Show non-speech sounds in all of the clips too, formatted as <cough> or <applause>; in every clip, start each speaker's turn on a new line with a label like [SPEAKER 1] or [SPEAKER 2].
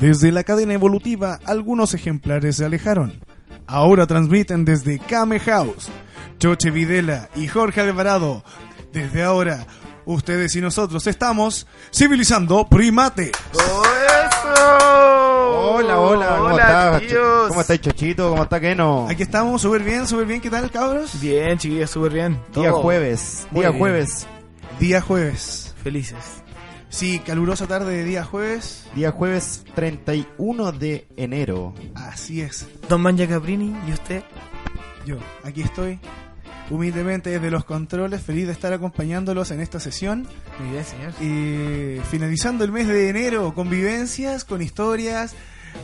[SPEAKER 1] Desde la cadena evolutiva, algunos ejemplares se alejaron. Ahora transmiten desde Kame House. Choche Videla y Jorge Alvarado. Desde ahora, ustedes y nosotros estamos civilizando primate.
[SPEAKER 2] Hola, hola, ¿cómo
[SPEAKER 3] Hola,
[SPEAKER 2] estás?
[SPEAKER 3] tíos.
[SPEAKER 2] ¿Cómo estás, Chochito? ¿Cómo está Keno?
[SPEAKER 1] Aquí estamos, súper bien, súper bien. ¿Qué tal, cabros?
[SPEAKER 3] Bien, chiquillos, súper bien.
[SPEAKER 2] Día
[SPEAKER 3] Todo.
[SPEAKER 2] jueves,
[SPEAKER 3] Muy
[SPEAKER 2] día
[SPEAKER 3] bien.
[SPEAKER 2] jueves,
[SPEAKER 1] Día jueves.
[SPEAKER 3] Felices.
[SPEAKER 1] Sí, calurosa tarde de día jueves.
[SPEAKER 2] día jueves 31 de enero.
[SPEAKER 1] Así es.
[SPEAKER 3] Don Manja Caprini y usted.
[SPEAKER 1] Yo, aquí estoy, humildemente desde los controles, feliz de estar acompañándolos en esta sesión.
[SPEAKER 3] Muy bien, señor.
[SPEAKER 1] Eh, finalizando el mes de enero, con vivencias, con historias,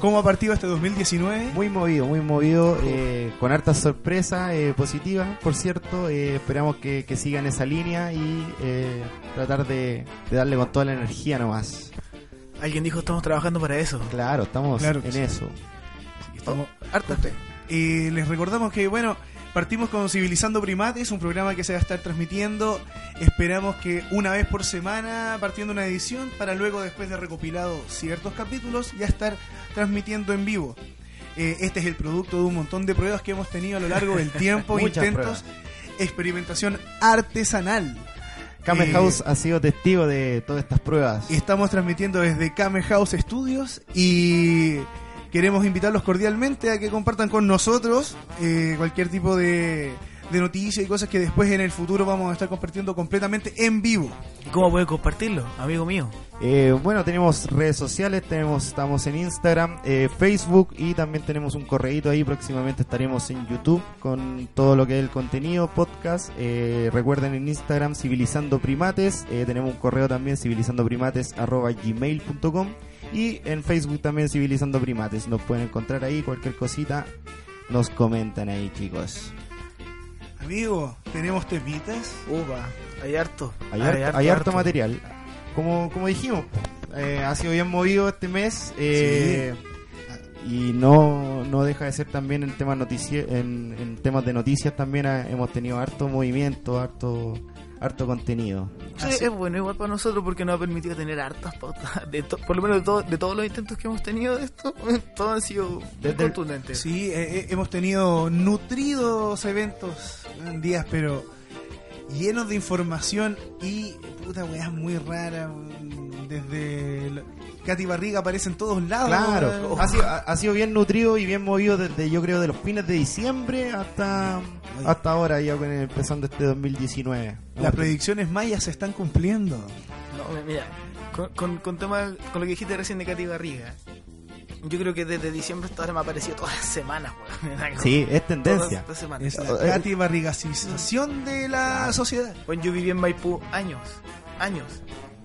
[SPEAKER 1] cómo ha partido este 2019.
[SPEAKER 2] Muy movido, muy movido, eh, con hartas sorpresas eh, positivas, por cierto. eh, esperamos que, que sigan esa línea y eh, tratar de, de darle con toda la energía nomás.
[SPEAKER 3] Alguien dijo estamos trabajando para eso.
[SPEAKER 2] Claro, estamos
[SPEAKER 1] Claro que
[SPEAKER 2] en
[SPEAKER 1] sí.
[SPEAKER 2] eso.
[SPEAKER 1] Estamos-
[SPEAKER 3] Harta
[SPEAKER 1] Eh, les recordamos que, bueno, partimos con Civilizando Primates, un programa que se va a estar transmitiendo. Esperamos que una vez por semana, partiendo una edición, para luego, después de recopilado ciertos capítulos, ya estar transmitiendo en vivo. Eh, este es el producto de un montón de pruebas que hemos tenido a lo largo del tiempo,
[SPEAKER 2] Muchas
[SPEAKER 1] intentos, experimentación artesanal.
[SPEAKER 2] Kame
[SPEAKER 1] Eh,
[SPEAKER 2] House ha sido testigo de todas estas pruebas.
[SPEAKER 1] Estamos transmitiendo desde Kame House Studios y queremos invitarlos cordialmente a que compartan con nosotros eh, cualquier tipo de, de noticia y cosas que después en el futuro vamos a estar compartiendo completamente en vivo.
[SPEAKER 3] ¿Y cómo puede compartirlo, amigo mío?
[SPEAKER 2] Eh, bueno, tenemos redes sociales, tenemos, estamos en Instagram, eh, Facebook y también tenemos un correíto ahí. Próximamente estaremos en YouTube con todo lo que es el contenido, podcast. Eh, recuerden en Instagram Civilizando Primates, eh, tenemos un correo también civilizandoprimates@gmail.com y en Facebook también Civilizando Primates. Nos pueden encontrar ahí cualquier cosita. Nos comentan ahí, chicos.
[SPEAKER 1] Amigo, tenemos temitas.
[SPEAKER 3] Upa, hay harto.
[SPEAKER 2] Hay, harto- hay harto, material. Como, como dijimos, eh, ha sido bien movido este mes. eh, Y no, no deja de ser también en temas, notici- en, en temas de noticias también ha- hemos tenido harto movimiento, harto harto contenido.
[SPEAKER 3] Sí, es bueno igual para nosotros porque nos ha permitido tener hartas pautas. <laughs> De to- por lo menos de, todo- de todos los intentos que hemos tenido de esto, <laughs> todos han sido muy
[SPEAKER 2] Desde el-
[SPEAKER 3] contundentes.
[SPEAKER 1] Sí, eh, eh, hemos tenido nutridos eventos en días, pero llenos de información y puta weá muy rara. mm, Desde el- Katy Barriga aparece en todos lados.
[SPEAKER 2] Claro,
[SPEAKER 1] weón.
[SPEAKER 2] ha sido, ha- ha sido bien nutrido y bien movido desde yo creo de los fines de diciembre hasta, hasta ahora, ya con- empezando este 2019.
[SPEAKER 1] Las predicciones mayas se están cumpliendo.
[SPEAKER 3] No, mira, con, con, con tema- con lo que dijiste recién de Katy Barriga, yo creo que desde diciembre hasta ahora me ha aparecido todas las semanas, weón. <laughs>
[SPEAKER 2] Sí, es
[SPEAKER 3] todas
[SPEAKER 2] tendencia.
[SPEAKER 3] las semanas.
[SPEAKER 1] Es la
[SPEAKER 2] Eh,
[SPEAKER 1] Katy Barrigacización de la sociedad.
[SPEAKER 3] Bueno, yo viví en Maipú años, años.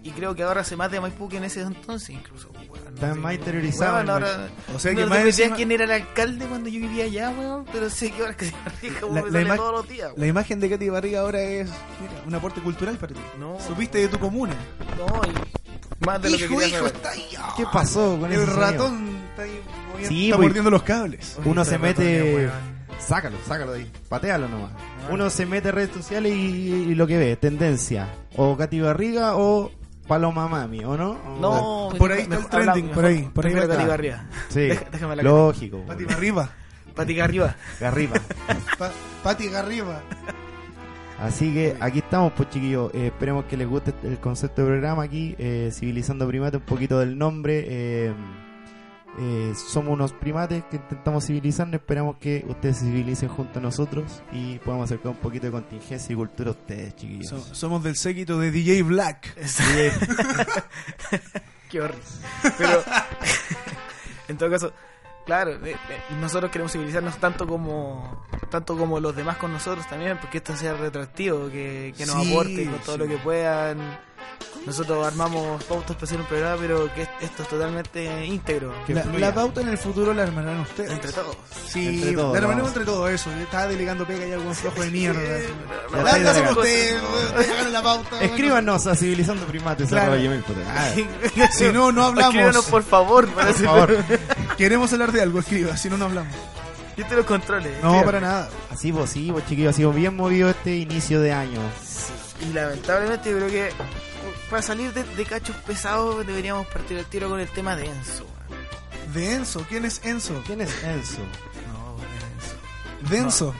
[SPEAKER 3] Y creo que ahora hace más de Maipú que en ese entonces, incluso. weón.
[SPEAKER 2] Está
[SPEAKER 3] No sé,
[SPEAKER 2] más
[SPEAKER 3] weón.
[SPEAKER 2] interiorizado
[SPEAKER 3] Weón,
[SPEAKER 2] en
[SPEAKER 3] ahora-
[SPEAKER 1] O sea que
[SPEAKER 3] no
[SPEAKER 1] más
[SPEAKER 3] tengo idea
[SPEAKER 1] encima-
[SPEAKER 3] quién era el alcalde cuando yo vivía allá, weón. Pero sé que ahora <laughs> es que se rica,
[SPEAKER 1] La-
[SPEAKER 3] weón, me
[SPEAKER 1] la
[SPEAKER 3] sale
[SPEAKER 1] ima-
[SPEAKER 3] todos los días,
[SPEAKER 1] La
[SPEAKER 3] weón.
[SPEAKER 1] imagen de Katy Barriga ahora es mira, un aporte cultural para ti.
[SPEAKER 3] No.
[SPEAKER 1] Supiste de tu comuna.
[SPEAKER 3] No, y más de lo que
[SPEAKER 1] hijo,
[SPEAKER 3] quería
[SPEAKER 1] hijo,
[SPEAKER 3] saber.
[SPEAKER 1] está ahí. ah,
[SPEAKER 2] ¿Qué pasó con
[SPEAKER 1] El
[SPEAKER 2] ese sonido?
[SPEAKER 1] ratón está ahí moviendo-
[SPEAKER 2] Sí, pues.
[SPEAKER 1] está
[SPEAKER 2] voy-
[SPEAKER 1] mordiendo los cables.
[SPEAKER 2] Uno
[SPEAKER 3] Uy,
[SPEAKER 2] se
[SPEAKER 3] pero
[SPEAKER 2] mete.
[SPEAKER 3] Antonio, weón.
[SPEAKER 2] Sácalo, sácalo de ahí. Patealo nomás. Uno se mete a redes sociales y, y lo que ve, tendencia. O Katy Barriga o Paloma Mami, ¿o no? O-
[SPEAKER 3] No,
[SPEAKER 1] Por ahí está el
[SPEAKER 3] mejor-
[SPEAKER 1] trending, por
[SPEAKER 3] hablamos, mejor.
[SPEAKER 1] ahí, por ahí va
[SPEAKER 3] Déjame la
[SPEAKER 1] el
[SPEAKER 3] Katy Barriga.
[SPEAKER 2] Sí,
[SPEAKER 3] Deja- déjame la
[SPEAKER 2] lógico.
[SPEAKER 1] Pati Barriga.
[SPEAKER 3] Patica arriba.
[SPEAKER 2] Garriba.
[SPEAKER 1] Pa- Pati Garriba.
[SPEAKER 2] Así que aquí estamos, pues chiquillos. Eh, esperemos que les guste el concepto del programa aquí. eh, civilizando primate, un poquito del nombre. eh, eh, somos unos primates que intentamos civilizarnos. Esperamos que ustedes se civilicen junto a nosotros y podamos acercar un poquito de contingencia y cultura a ustedes, chiquillos.
[SPEAKER 1] So- somos del séquito de DJ Black.
[SPEAKER 3] <laughs> Qué horrible. Pero, <laughs> en todo caso, claro, eh, eh, nosotros queremos civilizarnos tanto como tanto como los demás con nosotros también, porque esto sea retroactivo, que, que nos
[SPEAKER 1] Sí,
[SPEAKER 3] aporte con todo
[SPEAKER 1] sí.
[SPEAKER 3] lo que puedan Nosotros armamos pautas para hacer un programa, pero que est- esto es totalmente íntegro.
[SPEAKER 2] Que
[SPEAKER 1] La,
[SPEAKER 2] fluya.
[SPEAKER 1] la pauta en el futuro la armarán ustedes.
[SPEAKER 3] Entre todos.
[SPEAKER 1] Sí,
[SPEAKER 2] Entre todos,
[SPEAKER 1] la armaremos
[SPEAKER 2] vamos.
[SPEAKER 1] entre todos, eso. Yo estaba delegando pega y algún flojo de mierda.
[SPEAKER 3] Eh,
[SPEAKER 2] Ya
[SPEAKER 1] La
[SPEAKER 2] está
[SPEAKER 1] hacen
[SPEAKER 2] delegando.
[SPEAKER 1] ustedes, ustedes hagan la pauta.
[SPEAKER 2] Escríbanos a Civilizando Primates.
[SPEAKER 1] Claro.
[SPEAKER 2] arroba gmail.com. Ah,
[SPEAKER 1] Si
[SPEAKER 3] <laughs>
[SPEAKER 1] no, no
[SPEAKER 3] Escríbanos,
[SPEAKER 1] hablamos.
[SPEAKER 3] por favor. para hacer-
[SPEAKER 2] por favor.
[SPEAKER 1] Queremos hablar de algo, escriba, si no, no hablamos.
[SPEAKER 3] <laughs> Yo te los controles.
[SPEAKER 1] No,
[SPEAKER 2] Escriban.
[SPEAKER 1] para nada.
[SPEAKER 2] Así vos, sí, vos chiquillos, ha sido bien movido este inicio de año.
[SPEAKER 3] Y lamentablemente yo creo que uh, para salir de, de cachos pesados deberíamos partir el tiro con el tema de Enzo. weón.
[SPEAKER 1] De Enzo, ¿quién es Enzo?
[SPEAKER 2] ¿Quién es Enzo?
[SPEAKER 3] No, weón, Enzo.
[SPEAKER 1] Denso.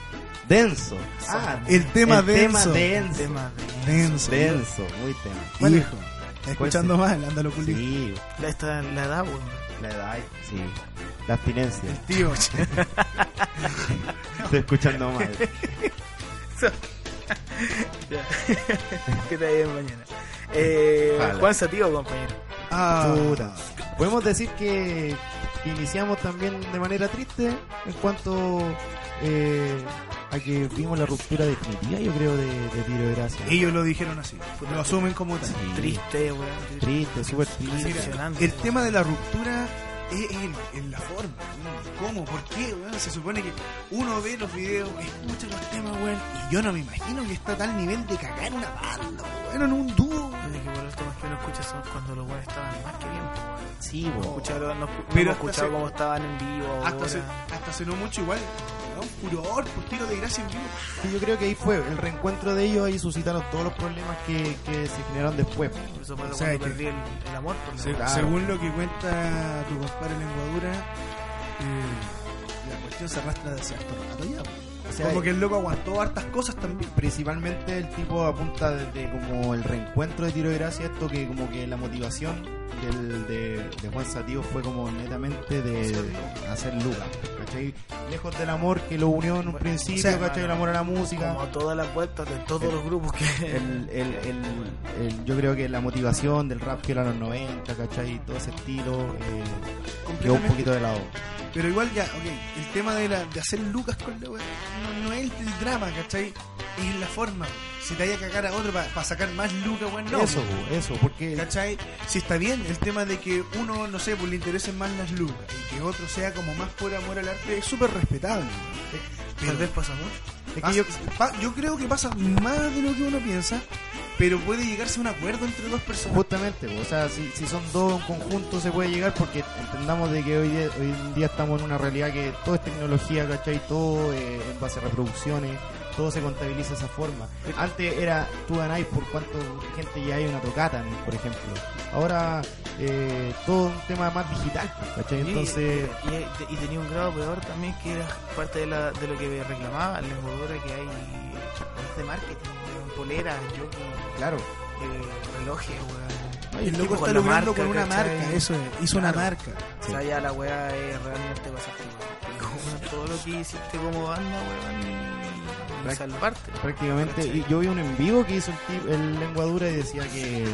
[SPEAKER 2] Denso. Ah,
[SPEAKER 1] El tema
[SPEAKER 2] el
[SPEAKER 1] Denso.
[SPEAKER 2] tema denso.
[SPEAKER 3] Tema de
[SPEAKER 1] Denso.
[SPEAKER 2] Denso, muy tema.
[SPEAKER 1] Bueno,
[SPEAKER 2] Hijo.
[SPEAKER 1] Está escuchando mal, ándalo culito.
[SPEAKER 2] Sí,
[SPEAKER 3] la, esta, la edad, weón.
[SPEAKER 2] la edad, sí. La abstinencia.
[SPEAKER 1] El tío.
[SPEAKER 2] <laughs> Estoy escuchando mal.
[SPEAKER 3] Ya. <laughs> que te vaya bien mañana. Eh,
[SPEAKER 2] Ojalá.
[SPEAKER 3] Juan Sativo, compañero.
[SPEAKER 1] Ah,
[SPEAKER 2] Puta. Podemos decir que, que iniciamos también de manera triste en cuanto eh, a que vimos la ruptura definitiva, yo creo, de, de Tiro de Gracia.
[SPEAKER 1] ellos lo dijeron así. Lo asumen como tal.
[SPEAKER 2] Sí.
[SPEAKER 3] Triste, weón.
[SPEAKER 2] Triste, súper triste.
[SPEAKER 1] Mira,
[SPEAKER 3] Impresionante.
[SPEAKER 1] el tema de la ruptura es en, en la forma, weón. ¿cómo? ¿Por qué? weón? Se supone que uno ve los videos, escucha los temas, weón, y yo no me imagino que está a tal nivel de cagar en una banda, weón, en un dúo. weón.
[SPEAKER 3] Desde que por los temas que uno escucha son cuando los buenos estaban más que bien. po, weón.
[SPEAKER 2] Sí, bo.
[SPEAKER 3] Escucharlo, no, escu- no
[SPEAKER 1] Pero Oh. hasta
[SPEAKER 3] hemos escuchado
[SPEAKER 1] se-
[SPEAKER 3] cómo estaban en vivo.
[SPEAKER 1] Hasta
[SPEAKER 3] ahora.
[SPEAKER 1] hace, hasta hace no mucho igual, ¿no? un furor, por tiro de gracia en vivo.
[SPEAKER 2] Sí, yo creo que ahí fue el reencuentro de ellos, ahí suscitaron todos los problemas que, que se generaron después.
[SPEAKER 3] Por eso pasa
[SPEAKER 1] O sea,
[SPEAKER 3] cuando
[SPEAKER 1] que-
[SPEAKER 3] perdí el, el amor por la
[SPEAKER 1] Se-
[SPEAKER 3] weá.
[SPEAKER 2] claro.
[SPEAKER 1] Según lo que cuenta tu compadre Lenguadura, eh, la cuestión se arrastra desde hace harto rato ya. weón.
[SPEAKER 2] O sea,
[SPEAKER 1] Como que el loco aguantó hartas cosas también.
[SPEAKER 2] principalmente el tipo apunta desde como el reencuentro de tiro de gracia, esto que como que la motivación del, de, de Juan Satío fue como netamente de hacer lucas, ¿cachai? Lejos del amor que lo unió en un principio,
[SPEAKER 1] sea,
[SPEAKER 2] ¿cachai? El amor a la música.
[SPEAKER 3] Como todas las vueltas de todos
[SPEAKER 2] El-
[SPEAKER 3] los grupos que.
[SPEAKER 2] El, el, el- el- yo creo que la motivación del rap que era a los 90, ¿cachai? Todo ese estilo eh, quedó un
[SPEAKER 1] Completamente.
[SPEAKER 2] poquito de lado.
[SPEAKER 1] Pero igual ya, ok, el tema de, la, de hacer lucas con la weá, no, no es el, el drama, ¿cachai? Es la forma, weón. si te vaya a cagar a otro para sacar más lucas, weón, no.
[SPEAKER 2] Eso, po, eso, porque
[SPEAKER 1] ¿Cachai? Si está bien el tema de que uno, no sé, pues le interesen más las lucas y que otro sea como más por amor al arte, es súper respetable.
[SPEAKER 3] Tal vez pasa mucho.
[SPEAKER 2] es
[SPEAKER 1] Pasa-
[SPEAKER 2] que yo,
[SPEAKER 1] pa- yo creo que pasa más de lo que uno piensa, pero puede llegarse a un acuerdo entre dos personas.
[SPEAKER 2] Justamente, pues, o sea, si, si son dos en conjunto se puede llegar porque entendamos de que hoy, día- hoy en día estamos en una realidad que todo es tecnología, ¿cachai? Todo eh, en base a reproducciones, todo se contabiliza de esa forma. Antes era tú ganáis por cuánto gente ya hay una tocata, ¿no? por ejemplo. Ahora eh, todo un tema más digital, ¿cachai? Entonces,
[SPEAKER 3] Y, y- y tenía un grado peor también que era parte de, la, de lo que reclamaba la envolvedora que hay es de marketing, weón, poleras, jockey,
[SPEAKER 2] claro,
[SPEAKER 3] eh, relojes, weón.
[SPEAKER 1] El
[SPEAKER 3] Tipo
[SPEAKER 1] loco está
[SPEAKER 3] la
[SPEAKER 1] logrando con una
[SPEAKER 3] ¿cachai?
[SPEAKER 1] marca, eso es, hizo una
[SPEAKER 3] Claro.
[SPEAKER 1] marca.
[SPEAKER 3] O sea, ya la weá es realmente pasarte por el pico, weón. todo lo que hiciste como banda, weón, y, y
[SPEAKER 2] Práct-
[SPEAKER 3] salvarte.
[SPEAKER 2] prácticamente.
[SPEAKER 3] ¿Cachai?
[SPEAKER 2] Y yo vi un en vivo que hizo el, tip- el lenguadura y decía que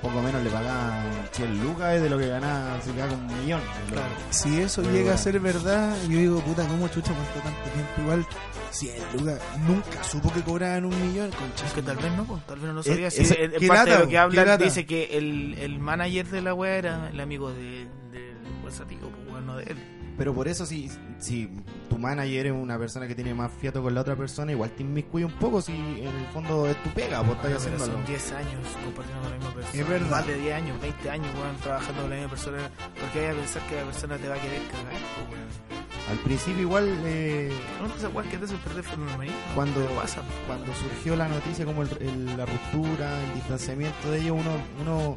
[SPEAKER 2] poco menos le pagaban 100 lucas es de lo que ganaba, se quedaba con un millón. ¿no?
[SPEAKER 3] Claro.
[SPEAKER 1] Si eso
[SPEAKER 2] Muy
[SPEAKER 1] llega a
[SPEAKER 2] bueno.
[SPEAKER 1] ser verdad, yo digo, puta, ¿cómo chucha cuánto tanto tiempo? Igual, si el lugar nunca supo que cobraban un millón, concha.
[SPEAKER 3] Es que tal vez no, pues, tal vez no lo
[SPEAKER 2] Es-
[SPEAKER 3] sabía. sí,
[SPEAKER 2] esa-
[SPEAKER 3] en-
[SPEAKER 1] Eh,
[SPEAKER 3] en
[SPEAKER 1] qué
[SPEAKER 3] parte de
[SPEAKER 1] lata,
[SPEAKER 3] lo que
[SPEAKER 1] po, qué
[SPEAKER 3] habla
[SPEAKER 1] lata.
[SPEAKER 3] dice que el, el manager de la weá era el amigo de, del WhatsAppico, pues, weón, no de él.
[SPEAKER 2] Pero por eso, si, si tu manager es una persona que tiene más fiato con la otra persona, igual te inmiscuye un poco si en el fondo es tu pega, vos
[SPEAKER 3] Bueno, Ah,
[SPEAKER 2] estás
[SPEAKER 3] pero
[SPEAKER 2] haciéndolo.
[SPEAKER 3] Son 10 años compartiendo con la misma persona.
[SPEAKER 1] Es verdad.
[SPEAKER 3] Más de 10 años, 20 años, weón, trabajando con la misma persona. Porque vaya a pensar que la persona te va a querer cagar, po, weón.
[SPEAKER 2] Al principio, igual, eh,
[SPEAKER 3] No te acuerdas que te sorprende por mi marido.
[SPEAKER 2] Cuando-
[SPEAKER 3] Te pasa, pues. po.
[SPEAKER 2] cuando surgió la noticia, como el- el- la ruptura, el distanciamiento de ellos, uno, uno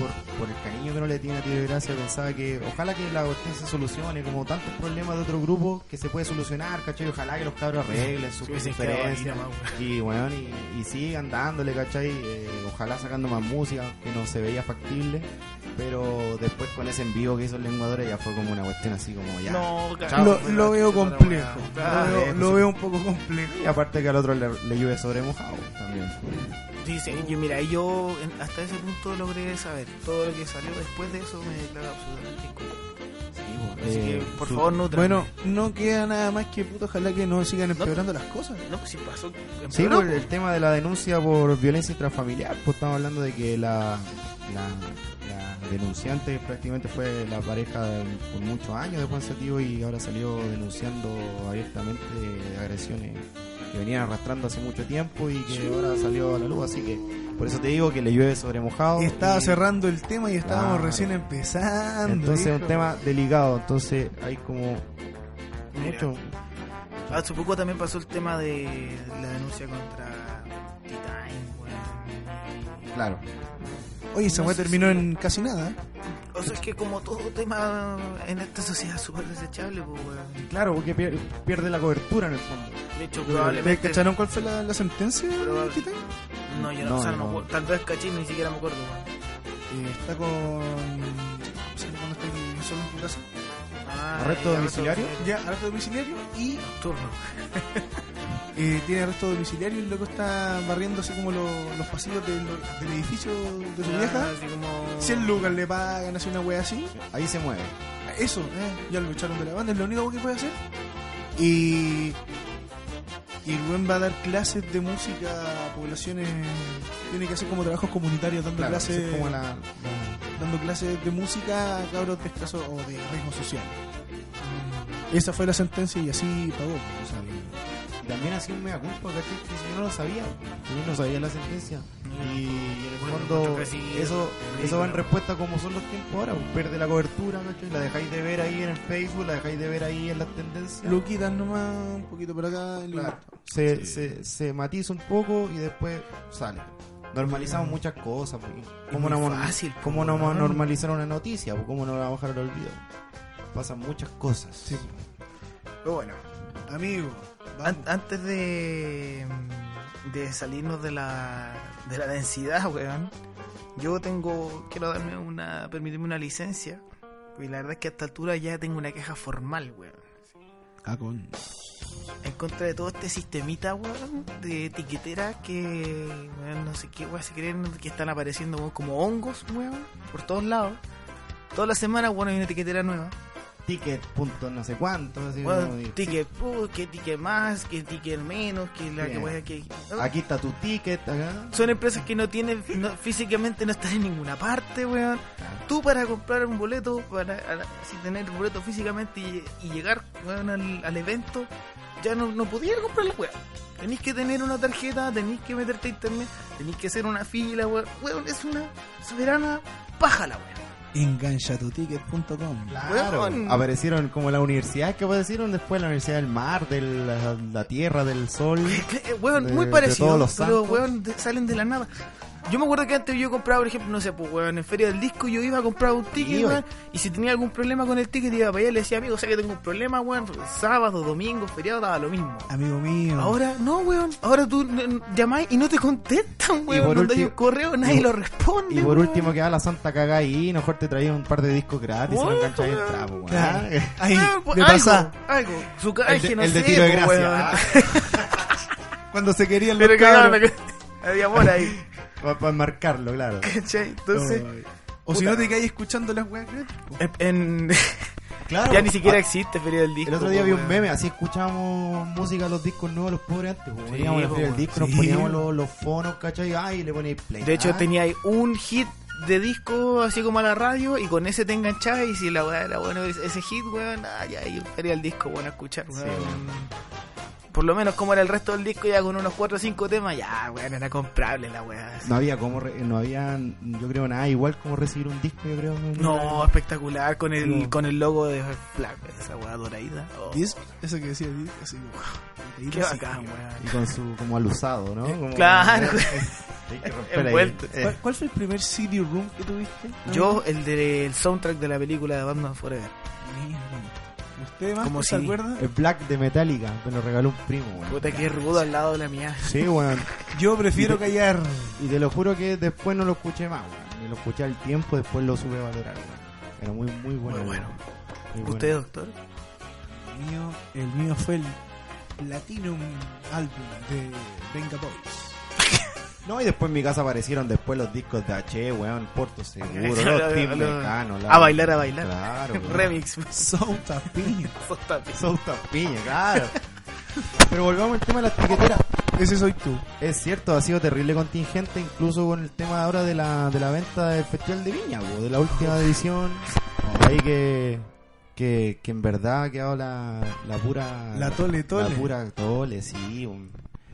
[SPEAKER 2] por, por el cariño que no le tiene a Tiro de Gracia, pensaba que ojalá que la cuestión se solucione, como tantos problemas de otro grupo que se puede solucionar, ¿cachai? Ojalá que los cabros arreglen sus
[SPEAKER 3] Sí, hubiesen quedado ahí
[SPEAKER 2] diferencias.
[SPEAKER 3] nomás, weón.
[SPEAKER 2] Y bueno, y, y sigan dándole, ¿cachai? Eh, ojalá sacando más música, que no se veía factible. Pero después con ese envío que hizo el lenguador ya fue como una cuestión así como ya.
[SPEAKER 3] No, cagado,
[SPEAKER 1] Lo,
[SPEAKER 3] weón,
[SPEAKER 1] lo veo
[SPEAKER 3] chuta pues, la
[SPEAKER 1] complejo.
[SPEAKER 3] weá.
[SPEAKER 1] Lo
[SPEAKER 3] Ah,
[SPEAKER 1] veo,
[SPEAKER 2] eso
[SPEAKER 1] lo
[SPEAKER 2] sí.
[SPEAKER 1] veo un poco complejo.
[SPEAKER 2] Y aparte que al otro le, le llueve sobre mojado también.
[SPEAKER 3] pues, Dice, yo mira, yo en- hasta ese punto logré saber todo lo que salió después de eso me declaró absolutamente inculpable.
[SPEAKER 2] Sí, bueno.
[SPEAKER 3] Así
[SPEAKER 2] Eh,
[SPEAKER 3] que, por
[SPEAKER 2] su-
[SPEAKER 3] favor, nutran.
[SPEAKER 1] Bueno, no queda nada más que puto, ojalá que no sigan empeorando las cosas.
[SPEAKER 3] No, pues si pasó. en
[SPEAKER 2] Sí,
[SPEAKER 3] Perú,
[SPEAKER 2] pues, el tema de la denuncia por violencia intrafamiliar, pues estamos hablando de que la, la- la denunciante prácticamente fue la pareja por muchos años de Juan Sativo y ahora salió denunciando abiertamente agresiones que venían arrastrando hace mucho tiempo y que ahora salió a la luz, así que por eso te digo que le llueve sobre mojado.
[SPEAKER 1] Estaba
[SPEAKER 2] y-
[SPEAKER 1] cerrando el tema y estábamos
[SPEAKER 2] Claro.
[SPEAKER 1] recién empezando.
[SPEAKER 2] Entonces es
[SPEAKER 1] hijo.
[SPEAKER 2] un tema delicado, entonces hay como mucho...
[SPEAKER 3] Hace poco también pasó el tema de la denuncia contra T-Time, weón.
[SPEAKER 2] Claro.
[SPEAKER 1] Oye, esa weá terminó en casi nada. ¿eh?
[SPEAKER 3] O sea, es que como todo tema en esta sociedad es súper desechable, pues, weón.
[SPEAKER 2] Claro, porque pier- pierde la cobertura en el fondo.
[SPEAKER 3] De hecho,
[SPEAKER 1] ¿Ustedes
[SPEAKER 3] probablemente.
[SPEAKER 1] cacharon cuál fue la, la sentencia?
[SPEAKER 3] Probable.
[SPEAKER 1] Titán?
[SPEAKER 3] No, yo no,
[SPEAKER 2] No,
[SPEAKER 3] o sea,
[SPEAKER 2] no.
[SPEAKER 3] no, weón. tal vez caché, ni siquiera me acuerdo, weón.
[SPEAKER 1] Eh, está con. ¿Sabes cuándo está en- solo en tu casa?
[SPEAKER 3] Ah,
[SPEAKER 2] ¿Arresto
[SPEAKER 3] ya,
[SPEAKER 2] domiciliario?
[SPEAKER 1] Ya, arresto domiciliario y
[SPEAKER 3] Turno.
[SPEAKER 1] eh, tiene arresto domiciliario y el loco está barriendo así como lo- los pasillos del, del edificio de su
[SPEAKER 3] Ah,
[SPEAKER 1] vieja.
[SPEAKER 3] así como.
[SPEAKER 1] 100 lucas le pagan, así una wea así.
[SPEAKER 2] Ahí se mueve.
[SPEAKER 1] Eso, eh, ya lo echaron de la banda, es lo único que puede hacer. Y. Y el buen va a dar clases de música a poblaciones. Tiene que hacer como trabajos comunitarios, dando,
[SPEAKER 2] Claro,
[SPEAKER 1] clases,
[SPEAKER 2] es como la, la-
[SPEAKER 1] dando clases de música a cabros de escaso o de riesgo social. Mm, Esa fue la sentencia y así pagó.
[SPEAKER 2] o sea, y también así un mea culpa, ¿cachai? Que si yo no lo sabía, yo no sabía la sentencia. Y, en el
[SPEAKER 3] Bueno,
[SPEAKER 2] fondo,
[SPEAKER 3] mucho que sí,
[SPEAKER 2] eso,
[SPEAKER 3] ridículo.
[SPEAKER 2] eso va en respuesta a cómo son los tiempos ahora, pues, pierde la cobertura, ¿cachai? La dejáis de ver ahí en el Facebook, la dejáis de ver ahí en las tendencias.
[SPEAKER 1] Lo quitan nomás, un poquito por acá. y lo
[SPEAKER 2] Claro.
[SPEAKER 1] cortan.
[SPEAKER 2] Se, se, se matiza un poco y después sale. Normalizamos muchas cosas. pues. ¿Cómo,
[SPEAKER 3] muy
[SPEAKER 2] no, vamos-
[SPEAKER 3] fácil,
[SPEAKER 2] ¿cómo no
[SPEAKER 3] pues,
[SPEAKER 2] vamos a
[SPEAKER 3] weón?
[SPEAKER 2] normalizar una noticia? pues? ¿Cómo no la vamos a bajar al olvido? Pasan muchas cosas.
[SPEAKER 1] Sí.
[SPEAKER 2] Pero bueno,
[SPEAKER 1] Amigo, vamos.
[SPEAKER 3] An- antes de, de salirnos de la, de la densidad, weón, yo tengo, quiero darme una, permitirme una licencia. Y la verdad es que a esta altura ya tengo una queja formal, weón.
[SPEAKER 1] Ah, con.
[SPEAKER 3] En contra de todo este sistemita, weón, de etiqueteras que, weón, no sé qué, weón, se creen que están apareciendo weón, como hongos, weón, por todos lados. Toda la semana, weón, hay una etiquetera nueva.
[SPEAKER 2] ticket, punto, no sé cuánto. así como-
[SPEAKER 3] Weón, ticket plus, que ticket más, que ticket menos, que la que,
[SPEAKER 2] Bien.
[SPEAKER 3] weón, que...
[SPEAKER 2] Aquí está tu ticket, acá.
[SPEAKER 3] Son empresas que no tienen, no- físicamente no están en ninguna parte, weón. Tú para comprar un boleto, para a- sin tener el boleto físicamente y, y llegar weón, al, al evento, ya no, no podías comprar la weón. Tenéis que tener una tarjeta, tenéis que meterte a internet, tenéis que hacer una fila, weón. Weón, es una soberana paja la weón.
[SPEAKER 1] Enganchatuticket.com.
[SPEAKER 2] Claro,
[SPEAKER 3] Weón.
[SPEAKER 2] aparecieron como la universidad que aparecieron después, la universidad del mar, de la, la tierra, del sol.
[SPEAKER 3] Eh, Weón,
[SPEAKER 2] De-
[SPEAKER 3] muy
[SPEAKER 2] de
[SPEAKER 3] parecido,
[SPEAKER 2] todos los
[SPEAKER 3] pero
[SPEAKER 2] santos.
[SPEAKER 3] weón, de- salen de la nada. Yo me acuerdo que antes yo compraba, por ejemplo, no sé, pues weón, en Feria del Disco yo iba a comprar un ticket,
[SPEAKER 2] Iba.
[SPEAKER 3] weón, y si tenía algún problema con el ticket iba para allá y le decía, amigo, o sea que tengo un problema, weón, sábado, domingo, feriado, daba lo mismo.
[SPEAKER 1] Amigo mío.
[SPEAKER 3] Ahora, no, weón, ahora tú n- n- llamás y no te contestan, weón,
[SPEAKER 2] por
[SPEAKER 3] mandáis
[SPEAKER 2] último-
[SPEAKER 3] un correo, nadie
[SPEAKER 2] y-
[SPEAKER 3] lo responde,
[SPEAKER 2] Y por
[SPEAKER 3] weón.
[SPEAKER 2] último queda la santa cagada ahí, mejor te traía un par de discos gratis y
[SPEAKER 3] Weón,
[SPEAKER 2] lo engancháis en
[SPEAKER 3] weón.
[SPEAKER 2] trapo, weón. <laughs>
[SPEAKER 1] Claro. Ahí,
[SPEAKER 2] Ah,
[SPEAKER 3] Weón, pues,
[SPEAKER 1] me
[SPEAKER 3] algo,
[SPEAKER 1] pasa.
[SPEAKER 3] algo, su
[SPEAKER 2] El
[SPEAKER 3] canje,
[SPEAKER 2] de,
[SPEAKER 3] no
[SPEAKER 2] el de
[SPEAKER 3] sé,
[SPEAKER 2] tiro de
[SPEAKER 3] pues,
[SPEAKER 2] gracia. Ah.
[SPEAKER 3] weón. <laughs>
[SPEAKER 1] Cuando se querían los
[SPEAKER 3] Pero cagaban
[SPEAKER 1] cabros.
[SPEAKER 3] la- había amor ahí,
[SPEAKER 2] Para marcarlo, claro.
[SPEAKER 3] ¿cachai?
[SPEAKER 2] <laughs>
[SPEAKER 3] Entonces,
[SPEAKER 1] Ay. O si
[SPEAKER 3] Puta.
[SPEAKER 1] no te quedáis escuchando las weas gratis. po.
[SPEAKER 3] en- en...
[SPEAKER 2] Claro.
[SPEAKER 3] Ya ni siquiera
[SPEAKER 2] Ah,
[SPEAKER 3] existe Feria del Disco.
[SPEAKER 2] El otro día
[SPEAKER 3] po,
[SPEAKER 2] vi un
[SPEAKER 3] weón.
[SPEAKER 2] meme, así escuchábamos música a los discos nuevos, los pobres antes. pues, Veníamos a
[SPEAKER 3] po,
[SPEAKER 2] abrir el
[SPEAKER 3] weón.
[SPEAKER 2] disco, nos
[SPEAKER 1] Sí.
[SPEAKER 2] poníamos los, los fonos, ¿cachai? Ay, y le ponéis play.
[SPEAKER 3] De hecho, este
[SPEAKER 2] Ah,
[SPEAKER 3] tenía ahí un hit de disco, así como a la radio, y con ese te enganchabas. Y si la weá era bueno, ese ese hit, weón, ah, ya, y Feria del Disco, bueno, a escuchar, weón.
[SPEAKER 2] weón.
[SPEAKER 3] Por lo menos, como era el resto del disco, ya con unos 4 o 5 temas, ya, weón, era comprable la weá.
[SPEAKER 2] No había como, re- no había, yo creo, nada igual como recibir un disco, yo creo.
[SPEAKER 3] No, espectacular, con el,
[SPEAKER 2] No.
[SPEAKER 3] con el logo de Flag, esa weá doradita. Oh,
[SPEAKER 1] Dis- Eso que decía Dis, así como, "Ah, wow,
[SPEAKER 3] qué
[SPEAKER 1] así.
[SPEAKER 3] bacán, weón.
[SPEAKER 2] Y con su, como alusado, ¿no? Como-
[SPEAKER 3] Eh, Claro. <laughs>
[SPEAKER 2] Hay que romper ahí. Eh,
[SPEAKER 3] Envuelto.
[SPEAKER 1] ¿Cuál, cuál fue el primer CD room que tuviste?
[SPEAKER 3] Yo, el del soundtrack de la película de Batman Forever.
[SPEAKER 1] Mira. ¿Usted más
[SPEAKER 3] Como
[SPEAKER 1] se
[SPEAKER 3] CD.
[SPEAKER 1] acuerda?
[SPEAKER 2] El Black de Metallica, me lo regaló un primo, weón.
[SPEAKER 3] Puta, que rudo al lado de la mía.
[SPEAKER 2] Sí, weón.
[SPEAKER 1] Yo prefiero callar.
[SPEAKER 2] Y te lo juro que después no lo escuché más, weón. Ni lo escuché al tiempo, después lo supe valorar, weón. Era muy, muy bueno.
[SPEAKER 3] Muy bueno.
[SPEAKER 2] weón. Muy bueno.
[SPEAKER 3] ¿Usted, <laughs> doctor?
[SPEAKER 1] El mío, el mío fue el Platinum Album de Venga Boys.
[SPEAKER 2] No, y después en mi casa aparecieron después los discos de H, weón, Puerto
[SPEAKER 3] <laughs>
[SPEAKER 2] Seguro,
[SPEAKER 3] Lo-
[SPEAKER 2] los
[SPEAKER 3] lo-
[SPEAKER 2] Tim
[SPEAKER 3] lo-
[SPEAKER 2] Mecano, la-
[SPEAKER 3] A bailar, a bailar. <laughs>
[SPEAKER 2] Claro, weón.
[SPEAKER 3] Remix, pues, weón.
[SPEAKER 1] <laughs> Sauta Piña.
[SPEAKER 2] Souta Piña, claro. <laughs> Pero volvamos al tema de las tiqueteras.
[SPEAKER 1] Ese soy tú.
[SPEAKER 2] Es cierto, ha sido terrible contingente, incluso con el tema ahora de la, de la venta del Festival de Viña, po, de la última edición. Ahí que, que, que en verdad ha quedado la, la pura.
[SPEAKER 1] La tole, tole.
[SPEAKER 2] La pura tole, sí. Un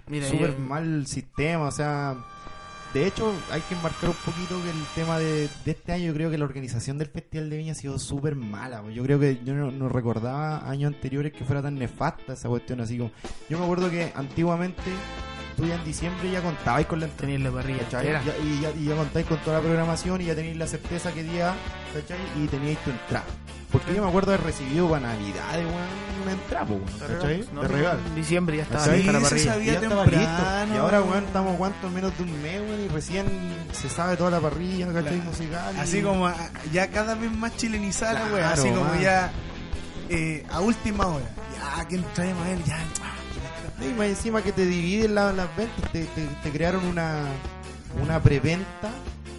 [SPEAKER 3] Mira, eh.
[SPEAKER 2] súper
[SPEAKER 3] yo-
[SPEAKER 2] mal sistema, o sea. De hecho, hay que enmarcar un poquito que el tema de, de este año, yo creo que la organización del Festival de Viña ha sido súper mala. po. Yo creo que yo no, no recordaba años anteriores que fuera tan nefasta esa cuestión. Así como, yo me acuerdo que antiguamente tú ya en diciembre ya contabais con la entrada.
[SPEAKER 3] Tenéis la parrilla
[SPEAKER 2] ¿cachai?
[SPEAKER 3] entera.
[SPEAKER 2] Ya- y, ya, y ya contáis con toda la programación y ya tenéis la certeza que día, ¿cachai? Y teníais tu entrada. Porque yo me acuerdo de recibido para Navidades, weón, una entrada, po, weón, ¿cachai?
[SPEAKER 3] No,
[SPEAKER 2] de regalo.
[SPEAKER 3] En diciembre ya estaba
[SPEAKER 2] Sí,
[SPEAKER 3] lista la
[SPEAKER 1] se
[SPEAKER 3] parrilla.
[SPEAKER 1] sabía.
[SPEAKER 2] Y, ya estaba
[SPEAKER 1] temprano.
[SPEAKER 2] listo. y ahora, weón, estamos cuánto menos de un mes, weón, y recién se sabe toda la parrilla, ¿cachai?
[SPEAKER 1] Claro.
[SPEAKER 2] Musical. y-
[SPEAKER 1] Así como a- ya cada vez más chilenizada la wea,
[SPEAKER 2] Claro,
[SPEAKER 1] así como
[SPEAKER 2] man.
[SPEAKER 1] ya eh, a última hora. Ya, ¿quién trae más él? Ya, ah, que
[SPEAKER 2] No, y más encima que te dividen la- las ventas, te, te- te crearon una, una preventa,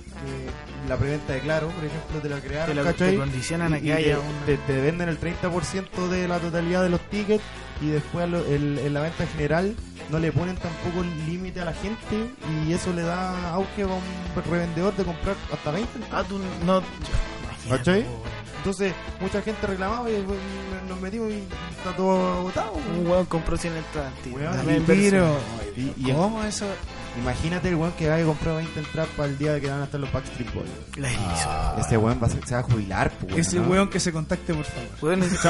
[SPEAKER 2] que la preventa de Claro, por ejemplo, te la crearon,
[SPEAKER 3] Te, la-
[SPEAKER 2] ¿cachai?
[SPEAKER 3] te condicionan a
[SPEAKER 2] Y- y
[SPEAKER 3] que haya
[SPEAKER 2] te,
[SPEAKER 3] un...
[SPEAKER 2] te- te venden el 30% de la totalidad de los tickets y después lo- el- en la venta general no le ponen tampoco límite a la gente y eso le da auge a un revendedor de comprar hasta 20.
[SPEAKER 3] Ah, tú no...
[SPEAKER 2] ¿Cachai? Entonces mucha gente reclamaba y pues, nos metimos y está todo agotado.
[SPEAKER 3] Un
[SPEAKER 2] weón.
[SPEAKER 3] hueón compró 100 entradas, tío.
[SPEAKER 2] Weón,
[SPEAKER 3] Dame
[SPEAKER 2] y
[SPEAKER 3] inversión.
[SPEAKER 2] Y- y-
[SPEAKER 1] ¿Cómo eso?
[SPEAKER 2] Imagínate el weón que va y comprar 20 entradas para el día que van a estar los Backstreet Boys.
[SPEAKER 3] La hizo.
[SPEAKER 2] Ese weón va a, ser- se va a jubilar, pues,
[SPEAKER 1] Ese
[SPEAKER 2] ¿no?
[SPEAKER 1] weón que se contacte, por favor.
[SPEAKER 3] Weón, ese- <laughs>